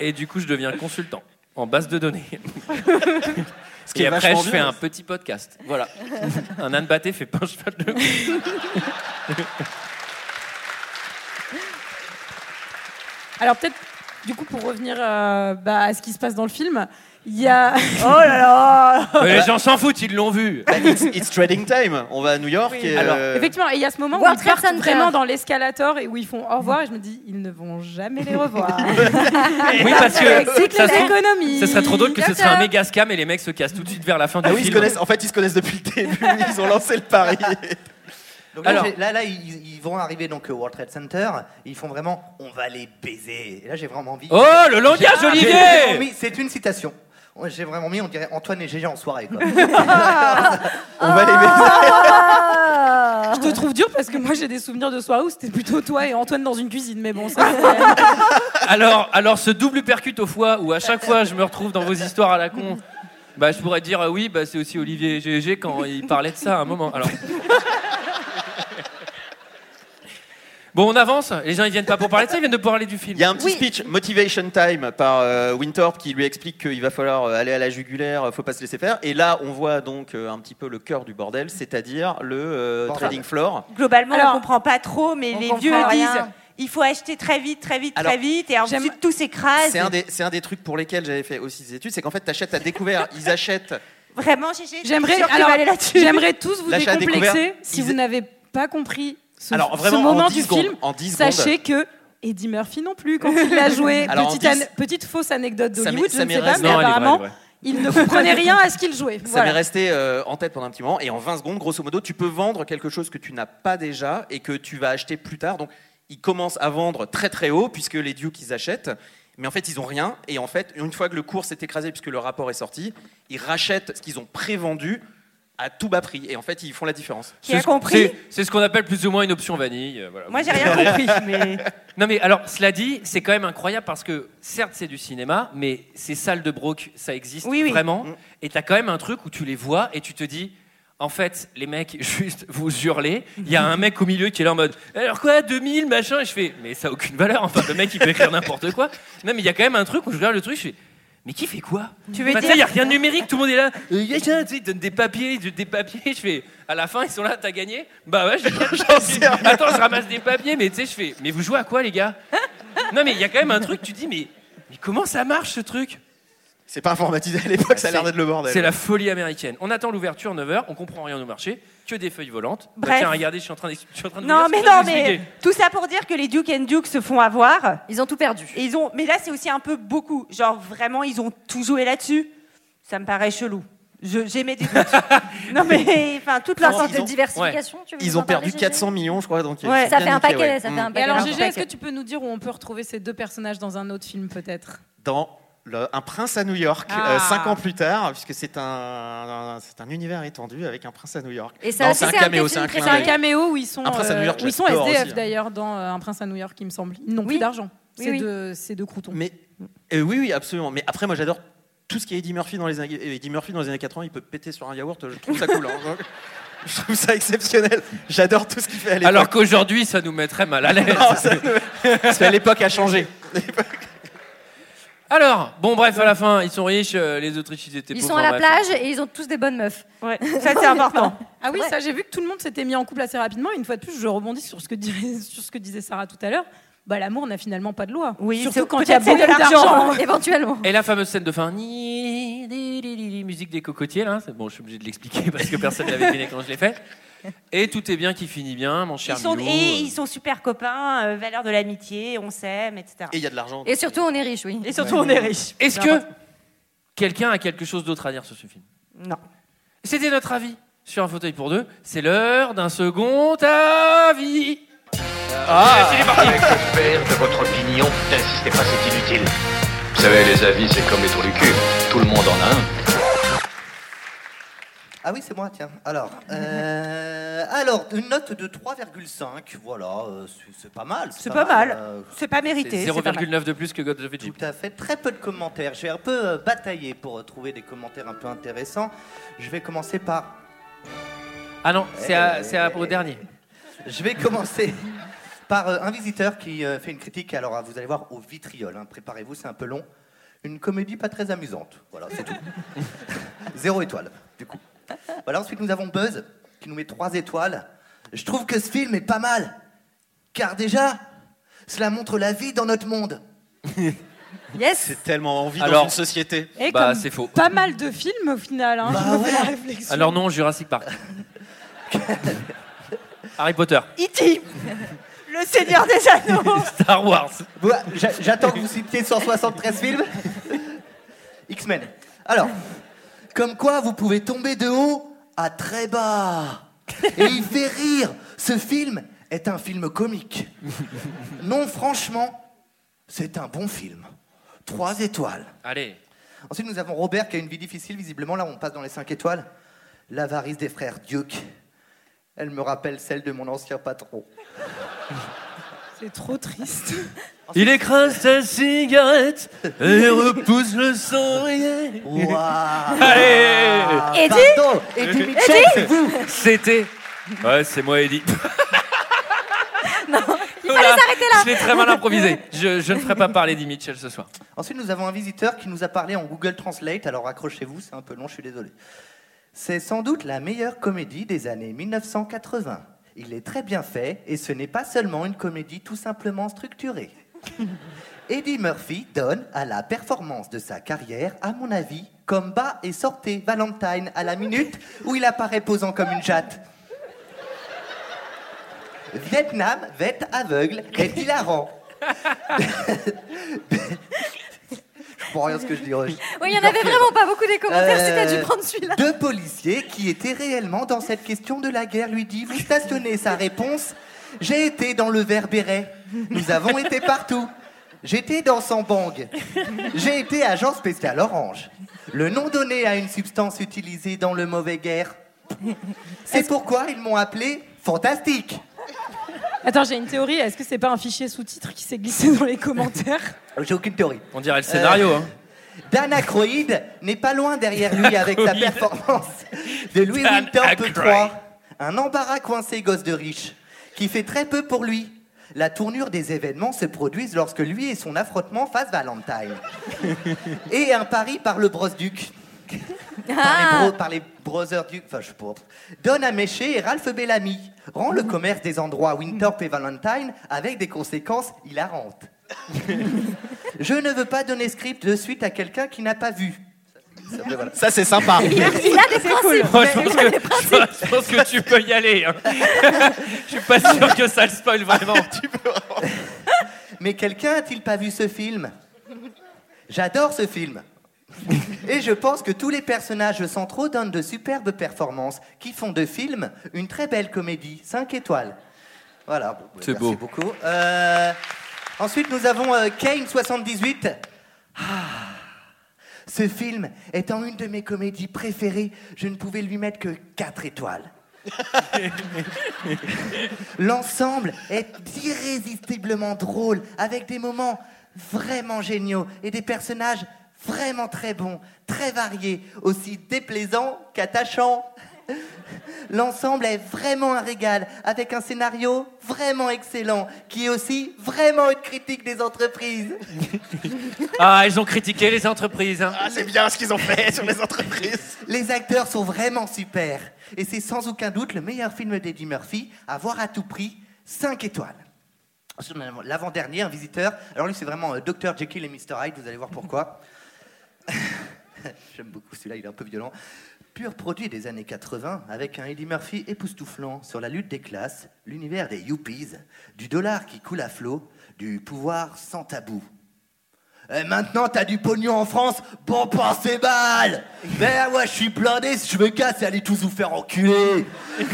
E: et du coup, je deviens consultant en base de données.
G: Ce qui
E: Et
G: est
E: après,
G: vachement
E: je
G: bien.
E: fais un petit podcast. Voilà. un âne batté fait pas un cheval de
C: Alors peut-être, du coup, pour revenir euh, bah, à ce qui se passe dans le film, il y a...
F: Oh là là
E: Mais les gens s'en foutent, ils l'ont vu.
G: Bah, it's, it's trading time. On va à New York. Et,
E: Alors,
G: euh,
C: Effectivement, et il y a ce moment
P: World
C: où ils
P: Trade
C: partent
P: Center.
C: vraiment dans l'escalator et où ils font au revoir et je me dis, ils ne vont jamais les revoir.
E: Oui, parce que
C: Avec toutes
E: ça se
C: les
E: trouve-
C: économies.
E: Ce serait trop drôle que ce
P: Docteur.
E: serait un méga scam et les mecs se cassent tout de suite vers la fin du
G: Ah oui, ils se
E: film.
G: connaissent. En fait, ils se connaissent depuis le début. Ils ont lancé le pari.
Q: Donc là,
E: Alors-
Q: j'ai- là, là, ils, ils vont arriver donc au World Trade Center. Ils font vraiment, on va les baiser. Et là, j'ai vraiment envie.
E: Oh, le langage,
Q: J'ai-
E: Olivier
Q: j'ai vraiment mis- C'est une citation. J'ai vraiment mis, on dirait Antoine et Gégé en soirée. quoi.
G: On va les mettre.
P: Ah.
C: Je te trouve dur parce que moi j'ai des souvenirs de soirée où c'était plutôt toi et Antoine dans une cuisine, mais bon, ça.
E: Alors, alors ce double percute au foie où à chaque fois je me retrouve dans vos histoires à la con. Bah, je pourrais dire euh, oui, bah, c'est aussi Olivier GG quand il parlait de ça à un moment. Alors. Bon, on avance. Les gens, ils viennent pas pour parler de ça, ils viennent de parler du film.
G: Il y a un petit
P: Oui.
G: speech Motivation Time par euh, Winthorpe qui lui explique qu'il va falloir euh, aller à la jugulaire, euh, faut pas se laisser faire. Et là, on voit donc euh, un petit peu le cœur du bordel, c'est-à-dire le euh,
Q: Bordel.
G: trading floor.
F: Globalement,
C: Alors-
F: on comprend pas trop, mais
P: On
F: les
P: comprend
F: vieux
P: rien.
F: disent il faut acheter très vite, très vite,
G: Alors,
F: très vite, et
C: j'aime-
F: ensuite tout s'écrase.
C: Ah,
G: C'est un, des- c'est un des trucs pour lesquels j'avais fait aussi des études, c'est qu'en fait, t'achètes à découvert. Ils achètent.
F: Vraiment, GG,
C: J'aimerais,
F: sûr que tu
C: alors,
F: vas aller là-dessus.
C: j'aimerais tous vous
G: L'achat à
C: décomplexer
G: découvert,
C: si
G: ils-
C: vous n'avez pas compris ce,
G: Alors,
C: ce
G: vraiment, en
C: moment
G: 10
C: du
G: secondes,
C: film.
G: en 10 secondes.
C: sachez que Eddie Murphy non plus quand il l'a joué.
G: Alors, en
C: petite,
G: 10
C: an- petite fausse anecdote
G: Ça m'est-
C: d'Hollywood,
G: ça
C: je ne
G: m'est
C: sais pas,
G: resté-
C: mais
E: Non, elle est vraie,
C: apparemment,
E: elle est vraie.
C: il ne comprenait rien à ce qu'il jouait.
G: Ça
C: Voilà.
G: m'est resté euh, en tête pendant un petit moment. Et en 20 secondes, grosso modo, tu peux vendre quelque chose que tu n'as pas déjà et que tu vas acheter plus tard. Donc, ils commencent à vendre très très haut puisque les dues qu'ils achètent. Mais en fait, ils ont rien. Et en fait, une fois que le cours s'est écrasé puisque le rapport est sorti, ils rachètent ce qu'ils ont prévendu à tout bas prix. Et en fait, ils font la différence.
F: Qui a
E: C'est-
F: compris
E: c'est- C'est ce qu'on appelle plus ou moins une option vanille. euh, voilà.
F: Moi, j'ai rien compris, mais.
E: Non mais alors, cela dit, c'est quand même incroyable parce que certes c'est du cinéma, mais ces salles de broc, ça existe
F: Oui, Mm. oui.
E: vraiment. Et t'as quand même un truc où tu les vois et tu te dis, En fait, les mecs, juste, vous hurlez. Il y a un mec au milieu qui est là en mode Alors quoi, 2000, machin Et je fais Mais ça a aucune valeur. Enfin, le mec, il peut écrire n'importe quoi. Non, mais il y a quand même un truc où je regarde le truc, je fais Mais qui fait quoi
F: Tu veux
E: Enfin,
F: dire-
E: Bah, sais, Il n'y a rien de numérique, tout le monde est là. Euh, y a quelqu'un, tu sais, ils donnent des papiers, ils donnent des papiers. Je fais À la fin, ils sont là, t'as gagné Bah ouais, j'ai gagné. Attends, je ramasse des papiers, mais tu sais, je fais Mais vous jouez à quoi, les gars Non, mais il y a quand même un truc, tu dis Mais, mais comment ça marche ce truc
G: C'est pas informatisé à l'époque, ça a l'air d'être le bordel.
E: c'est la folie américaine. On attend l'ouverture 9h, on comprend rien au marché, que des feuilles volantes. Bah,
F: Bref.
E: tiens, regardez, je suis en train de, je suis en train de
F: Non,
E: vous
F: mais
E: dire ce que
F: non,
E: je vais vous
F: mais
E: expliquer.
F: tout ça pour dire que les Duke and Duke se font avoir.
K: Ils ont tout perdu.
F: ils ont, mais là, c'est aussi un peu beaucoup. Genre, vraiment, ils ont tout joué là-dessus. Ça me paraît chelou. Je- J'aimais des doutes. non, mais enfin, toute leur
G: Ils
F: sorte de
G: ont-
F: diversification,
G: ouais.
F: tu veux
G: Ils
F: nous
G: ont
F: en parler,
G: perdu
F: Gégé
G: 400 millions, je crois. Donc
F: Ouais.
G: c'est
F: Ça
G: bien
F: fait un
G: niqué,
F: paquet,
G: ouais.
F: ça fait
G: Mm.
F: un
N: Et alors,
F: Alors,
N: Gégé,
F: paquet.
N: est-ce que tu peux nous dire où on peut retrouver ces deux personnages dans un autre film, peut-être
G: Dans le- Un prince à New York,
N: Ah.
G: euh, cinq ans plus tard, puisque c'est un, un- c'est un univers étendu avec un prince à New York.
N: Et
G: Non, c'est un caméo, c'est un
N: C'est
G: clin
N: un
G: d'œil.
N: caméo où ils sont,
G: Un prince à New
N: euh,
G: York,
N: où ils sont
G: j'adore
N: SDF
G: aussi. hein.
N: d'ailleurs dans euh, Un prince à New York, il me semble. Ils n'ont plus d'argent.
K: Oui,
N: C'est
K: oui.
N: deux, c'est deux croutons.
G: Mais Euh, oui, oui, absolument. Mais après, moi, j'adore tout ce qui est Eddie Murphy dans les années, et Eddie Murphy dans les années 80. Il peut péter sur un yaourt. Je trouve ça cool. hein. Je trouve ça exceptionnel. J'adore tout ce qu'il fait. À l'époque.
E: Alors qu'aujourd'hui, ça nous mettrait mal à l'aise.
G: Non, ça- parce qu'à l'époque a changé.
E: Alors, bon, bref, à la fin, ils sont riches, euh, les Autrichiens ils étaient
K: Ils
E: pauvres.
K: sont à la
E: bref.
K: plage et ils ont tous des bonnes meufs.
F: ça, c'est important.
N: Ah oui, ça j'ai vu que tout le monde s'était mis en couple assez rapidement. Et Une fois de plus, je rebondis sur ce que, disait- sur ce que disait Sarah tout à l'heure. Bah, l'amour n'a finalement pas de loi.
F: Oui,
N: Surtout
F: c'est-
N: quand il y a
F: peut-être
N: beaucoup
F: c'est de
N: d'argent.
F: l'argent. Éventuellement.
E: Et la fameuse scène de fin. Ni, di, di, di, di, Musique des cocotiers, là. C'est Bon, je suis obligé de l'expliquer parce que personne ne l'avait deviné quand je l'ai fait. Et tout est bien qui finit bien, mon cher
F: Ils sont,
E: Milou.
F: et ils sont super copains, euh, valeur de l'amitié, on s'aime, etc.
E: Et il y a de l'argent.
K: Et surtout, on est riche, oui.
F: Et surtout, on est riche.
E: Est-ce que quelqu'un a quelque chose d'autre à dire sur ce film
F: Non.
E: C'était notre avis sur un fauteuil pour deux. C'est l'heure d'un second avis.
A: Ah.
E: C'est parti.
A: Avec le père de votre opinion, n'insistez pas, c'est inutile.
S: Vous savez, les avis, c'est comme les trous du cul. Tout le monde en a un.
C: Ah oui, c'est moi, tiens. Alors, euh, alors une note de 3,5, voilà, euh, c'est- c'est pas mal.
F: C'est pas mal.
C: euh,
F: C'est pas mérité, c'est pas mal.
E: 0,9 de plus que God of Egypt.
C: Tout à fait, très peu de commentaires. J'ai un peu euh, bataillé pour euh, trouver des commentaires un peu intéressants. Je vais commencer par.
E: Ah non, c'est à- c'est
F: Eh.
E: à- au dernier.
C: Je vais commencer par euh, un visiteur qui euh, fait une critique. Alors, euh, vous allez voir, au vitriol. hein. Préparez-vous, c'est un peu long. Une comédie pas très amusante. Voilà, c'est tout. Zéro étoile, du coup. Voilà, ensuite, nous avons Buzz, qui nous met trois étoiles. Je trouve que ce film est pas mal, car déjà, cela montre la vie dans notre monde.
K: yes
G: C'est tellement envie dans
E: Alors-
G: une société.
N: Et
E: Bah,
N: comme
E: c'est faux.
N: Pas mal de films au final. Hein,
K: Bah
N: je me fais la réflexion.
E: Alors non, Jurassic Park. Harry Potter.
F: E.T. Le Seigneur des Anneaux.
E: Star Wars.
C: J'attends que vous citiez 173 films. X-Men. Alors, comme quoi vous pouvez tomber de haut à très bas. Et il fait rire. Ce film est un film comique. Non, franchement, c'est un bon film. Trois étoiles.
E: Allez.
C: Ensuite, nous avons Robert qui a une vie difficile. Visiblement, là, on passe dans les cinq étoiles. L'avarice des frères Duke. Elle me rappelle celle de mon ancien patron.
N: C'est trop triste.
E: Il écrase sa cigarette et repousse le sourire. Allez
A: Eddie
C: Pardon, Eddie Mitchell,
A: Eddie
C: c'est vous
E: C'était. Ouais, c'est moi, Eddie.
K: Il fallait s'arrêter là.
E: Je l'ai très mal improvisé. Je, je ne ferai pas parler d'Eddie Mitchell ce soir.
C: Ensuite, nous avons un visiteur qui nous a parlé en Google Translate. Alors accrochez-vous, c'est un peu long, je suis désolé. C'est sans doute la meilleure comédie des années 1980. Il est très bien fait et ce n'est pas seulement une comédie tout simplement structurée. Eddie Murphy donne à la performance de sa carrière, à mon avis, comme bas et sortez Valentine à la minute où il apparaît posant comme une chatte. Vietnam, vête aveugle, est hilarant. je comprends rien à ce que je dis. Roche.
K: Oui, il y en avait vraiment pas beaucoup des commentaires,
C: Euh,
K: c'était dû prendre celui-là.
C: Deux policiers qui étaient réellement dans cette question de la guerre lui dit Vous stationnez sa réponse J'ai été dans le vert béret. Nous avons été partout. J'étais dans son bang. J'ai été agent spécial orange. Le nom donné à une substance utilisée dans le mauvais guerre. C'est pourquoi ils m'ont appelé fantastique.
N: Attends, j'ai une théorie. Est-ce que c'est pas un fichier sous-titre qui s'est glissé dans les commentaires
C: J'ai aucune théorie.
E: On dirait le scénario.
C: Euh,
E: hein.
C: Dana Croyd n'est pas loin derrière lui avec sa performance de Louis
E: Dan
C: Winterpe
E: Aykroyd.
C: III, un embarras coincé gosse de riche, qui fait très peu pour lui. La tournure des événements se produisent lorsque lui et son affrontement face Valentine. et un pari par le Brosduc. par, les bro- par les brothers du... Enfin, je sais pas. Donne à Méché et Ralph Bellamy. Rend le commerce des endroits Winterp et Valentine avec des conséquences hilarantes. je ne veux pas donner script de suite à quelqu'un qui n'a pas vu.
G: Ça, c'est sympa.
C: Il a- il a des principes.
E: Moi, je, pense que, je pense que tu peux y aller. hein. je suis pas sûr que ça le spoil vraiment.
C: Mais quelqu'un a-t-il pas vu ce film J'adore ce film. Et je pense que tous les personnages centraux donnent de superbes performances qui font de film une très belle comédie, 5 étoiles. Voilà, bon,
B: C'est
C: merci
B: beau.
C: beaucoup. Euh, ensuite, nous avons euh, Kane 78. Ah, ce film étant une de mes comédies préférées, je ne pouvais lui mettre que 4 étoiles. L'ensemble est irrésistiblement drôle, avec des moments vraiment géniaux et des personnages vraiment très bons, très variés, aussi déplaisants qu'attachants. L'ensemble est vraiment un régal, avec un scénario vraiment excellent, qui est aussi vraiment une critique des entreprises.
E: Ah, ils ont critiqué les entreprises. hein.
G: C'est bien ce qu'ils ont fait sur les entreprises.
C: Les acteurs sont vraiment super, et c'est sans aucun doute le meilleur film d'Eddie Murphy, à voir à tout prix 5 étoiles. Ensuite, on a L'avant-dernier, un visiteur. Alors lui, c'est vraiment euh, Dr. Jekyll et Mr. Hyde, vous allez voir pourquoi. J'aime beaucoup celui-là, il est un peu violent. Pur produit des années 80, avec un Eddie Murphy époustouflant sur la lutte des classes, l'univers des yuppies, du dollar qui coule à flot, du pouvoir sans tabou. Et Eh, maintenant, t'as du pognon en France, bon, pensez mal Ben ouais, je suis blindé, si je me casse, allez tous vous faire enculer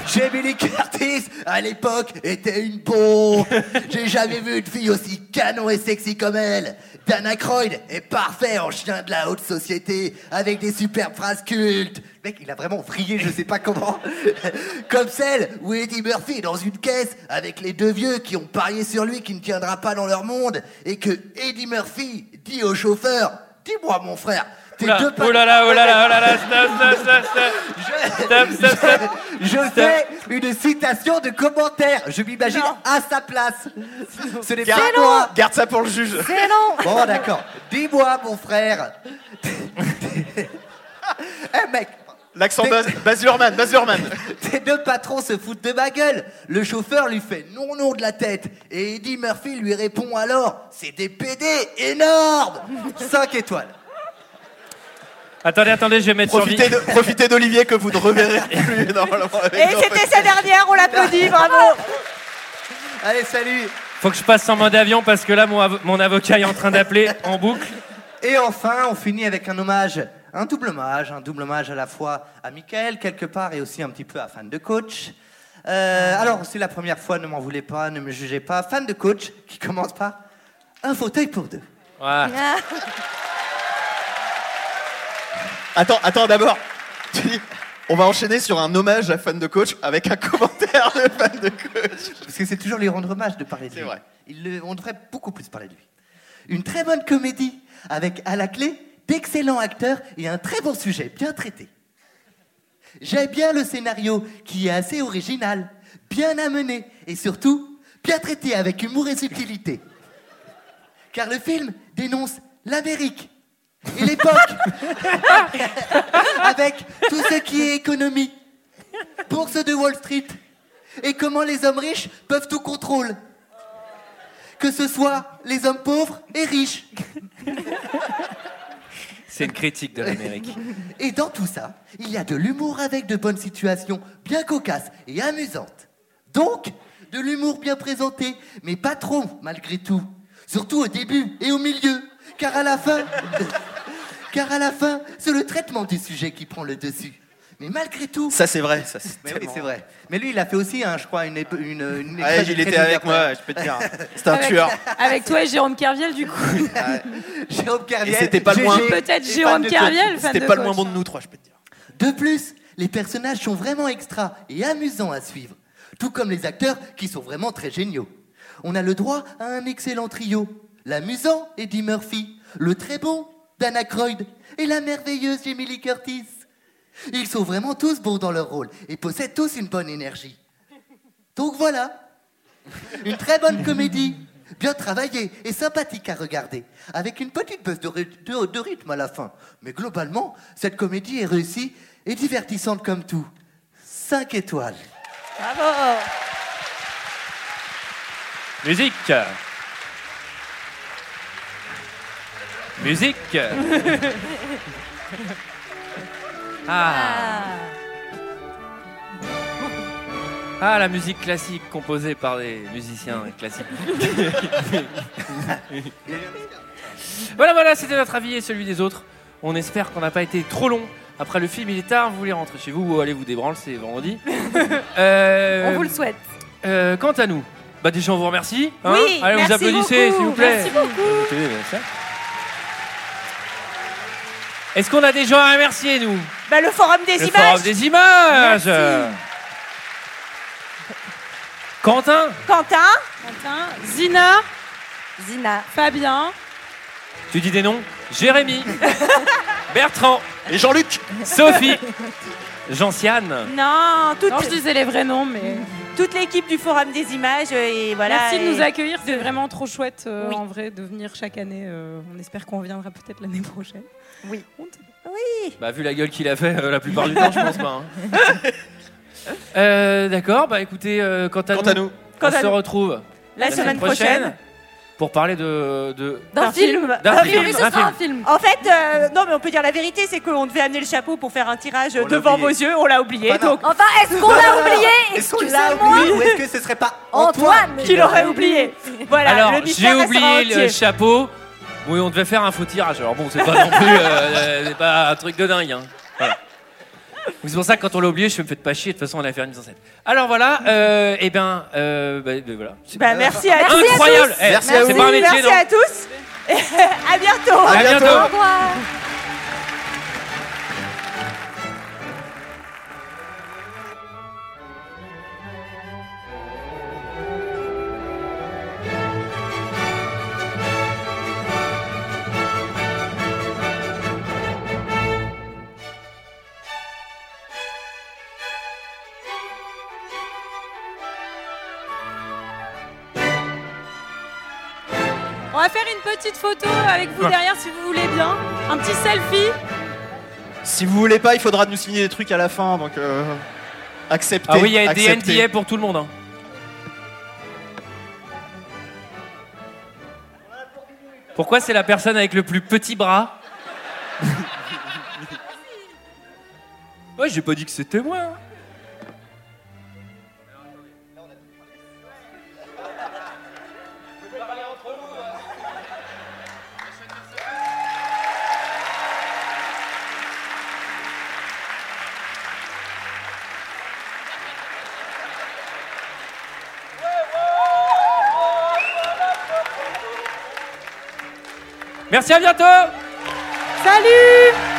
C: Jamie Lee Curtis, à l'époque, était une bombe J'ai jamais vu une fille aussi canon et sexy comme elle Dana Croyd est parfait en chien de la haute société, avec des superbes phrases cultes Mec, il a vraiment vrillé, je sais pas comment Comme celle où Eddie Murphy est dans une caisse, avec les deux vieux qui ont parié sur lui qui ne tiendra pas dans leur monde, et que Eddie Murphy dit au chauffeur, dis-moi mon frère, tes
E: Oula,
C: deux pa-
E: Oh là là, oh là là, oh là là, stop, stop, stop, stop. Stop, stop, stop.
C: Je fais une citation de commentaire. Je m'imagine à sa place. Ce n'est pas
G: Garde-
C: moi.
G: Garde ça pour le juge.
C: C'est long. Bon, d'accord. Dis-moi, mon frère. Eh, mec.
G: L'accent
C: T'es-
G: Baz- Baz Luhrmann, Baz Luhrmann.
C: Tes deux patrons se foutent de ma gueule. Le chauffeur lui fait non, non de la tête. Et Eddie Murphy lui répond alors c'est des PD énormes 5 étoiles.
E: Attendez, attendez, je vais mettre sur
G: Profitez, de- profitez d'Olivier que vous ne reverrez plus. normalement, avec
F: Et
G: nos
F: c'était
G: podcasts.
F: sa dernière, on l'applaudit, bravo
C: Allez, salut
E: Faut que je passe en mode avion parce que là, mon, av- mon avocat est en train d'appeler en boucle.
C: Et enfin, on finit avec un hommage, un double hommage, un double hommage à la fois à Michael, quelque part, et aussi un petit peu à fan de coach. Euh, alors, c'est la première fois, ne m'en voulez pas, ne me jugez pas. Fan de coach qui commence par un fauteuil pour deux.
E: Ouais.
G: Attends, attends d'abord. Tu dis, On va enchaîner sur un hommage à fan de coach avec un commentaire de fan de coach.
C: Parce que c'est toujours lui rendre hommage de parler de lui.
G: vrai.
C: Il le- on devrait beaucoup plus parler de lui. Une très bonne comédie, avec à la clé d'excellents acteurs et un très bon sujet bien traité. J'aime bien le scénario qui est assez original, bien amené et surtout bien traité avec humour et subtilité. Car le film dénonce l'Amérique et l'époque avec tout ce qui est économie, bourse de Wall Street et comment les hommes riches peuvent tout contrôler. Que ce soit les hommes pauvres et riches.
E: C'est une critique de l'Amérique.
C: Et dans tout ça, il y a de l'humour avec de bonnes situations, bien cocasses et amusantes. Donc, de l'humour bien présenté, mais pas trop malgré tout. Surtout au début et au milieu, car à la fin, car à la fin, c'est le traitement du sujet qui prend le dessus. Mais malgré tout.
G: Ça c'est vrai, ça c'est
C: Mais oui,
G: tellement-
C: c'est vrai. Mais lui, il a fait aussi, hein, je crois, une. épo- une, une
G: Ouais,
C: épreuve
G: il
C: de
G: était
C: crédit
G: avec
C: après.
G: moi, je peux te dire. C'était un
N: Avec-
G: tueur.
N: Avec toi et Jérôme Kerviel, du coup.
C: Jérôme Carviel.
G: Et c'était pas le
C: GG,
G: moins-
N: Peut-être
C: et
N: Jérôme
C: fan de coach.
N: Kerviel, fan de
G: C'était pas le moins
N: coach.
G: bon de nous trois, je peux te dire.
C: De plus, les personnages sont vraiment extras et amusants à suivre, tout comme les acteurs qui sont vraiment très géniaux. On a le droit à un excellent trio l'amusant Eddie Murphy, le très bon Dana Croyd et la merveilleuse Emily Curtis. Ils sont vraiment tous bons dans leur rôle et possèdent tous une bonne énergie. Donc voilà, une très bonne comédie, bien travaillée et sympathique à regarder, avec une petite baisse de, ryth- de- de rythme à la fin. Mais globalement, cette comédie est réussie et divertissante comme tout. 5 étoiles.
E: Ah.
F: Bravo
E: Musique Musique Ah Ah, la musique classique composée par des musiciens classiques. voilà, voilà, c'était notre avis et celui des autres. On espère qu'on n'a pas été trop long. Après le film, il est tard, vous voulez rentrer chez vous ou aller vous débranler, c'est vendredi. Euh,
T: On vous le souhaite.
E: euh, quant à nous, bah déjà on vous remercie. hein.
T: Oui,
E: Allez,
T: merci
E: vous applaudissez,
T: beaucoup,
E: s'il vous plaît.
T: merci beaucoup.
E: Applaudissez, ben, ça. Est-ce qu'on a des gens à remercier, nous
F: Bah, le Forum des
E: Le
F: Images.
E: Forum des images. Quentin,
F: Quentin.
U: Quentin. Zina.
T: Zina.
U: Fabien.
E: tu dis des noms Jérémy, Bertrand et Jean-Luc, Sophie, Jean-Siane.
F: Non, toutes...
U: Non, je disais les vrais noms, mais.
F: Toute l'équipe du Forum des Images euh, et voilà.
U: Merci de
F: et-
U: nous accueillir, c'est vraiment trop chouette euh,
F: Oui.
U: en vrai de venir chaque année. euh, on espère qu'on reviendra peut-être l'année prochaine.
T: Oui.
E: Bah, vu la gueule qu'il a fait euh, la plupart du temps, je pense pas. hein. Euh, D'accord, bah écoutez, euh, quant à nous, on
F: Quant à
E: se
F: nous.
E: retrouve
F: La semaine prochaine.
E: pour parler de. de-
T: D'un film.
E: D'un film. d'un
T: Ah,
E: film.
F: En fait, euh, non, mais on peut dire la vérité, c'est qu'on devait amener le chapeau pour faire un tirage
V: l'a
F: devant
V: oublié.
F: vos yeux, on l'a oublié.
V: Bah non.
F: donc...
T: Enfin, est-ce qu'on l'a oublié
V: Est-ce qu'on l'a
T: Excusez-moi.
V: oublié ou est-ce que ce serait pas
T: Antoine
F: Qui l'aurait oublié Voilà,
E: Alors,
F: le
E: j'ai
F: mystère restera
E: oublié le
F: entier.
E: chapeau. Oui, on devait faire un faux tirage. Alors bon, c'est pas non plus, euh, euh, c'est pas un truc de dingue. hein. Voilà. Donc, C'est pour ça que quand on l'a oublié, je me fais pas chier. De toute façon, on a fait une mise en scène. Alors voilà, euh, eh ben, euh, bah, bah, voilà. C'est-
F: Bah, merci à tous.
E: Incroyable. Eh, c'est pas un métier,
F: Merci
E: non
F: à tous. à bientôt.
E: À bientôt. Au
T: revoir.
U: On va faire une petite photo avec vous derrière si vous voulez bien. Un petit selfie.
G: Si vous voulez pas, il faudra nous signer des trucs à la fin, donc euh, acceptez.
E: Ah oui, il y a des
G: acceptez.
E: NDA pour tout le monde. hein. Pourquoi c'est la personne avec le plus petit bras Ouais, j'ai pas dit que c'était moi. hein. Merci, à bientôt
F: Salut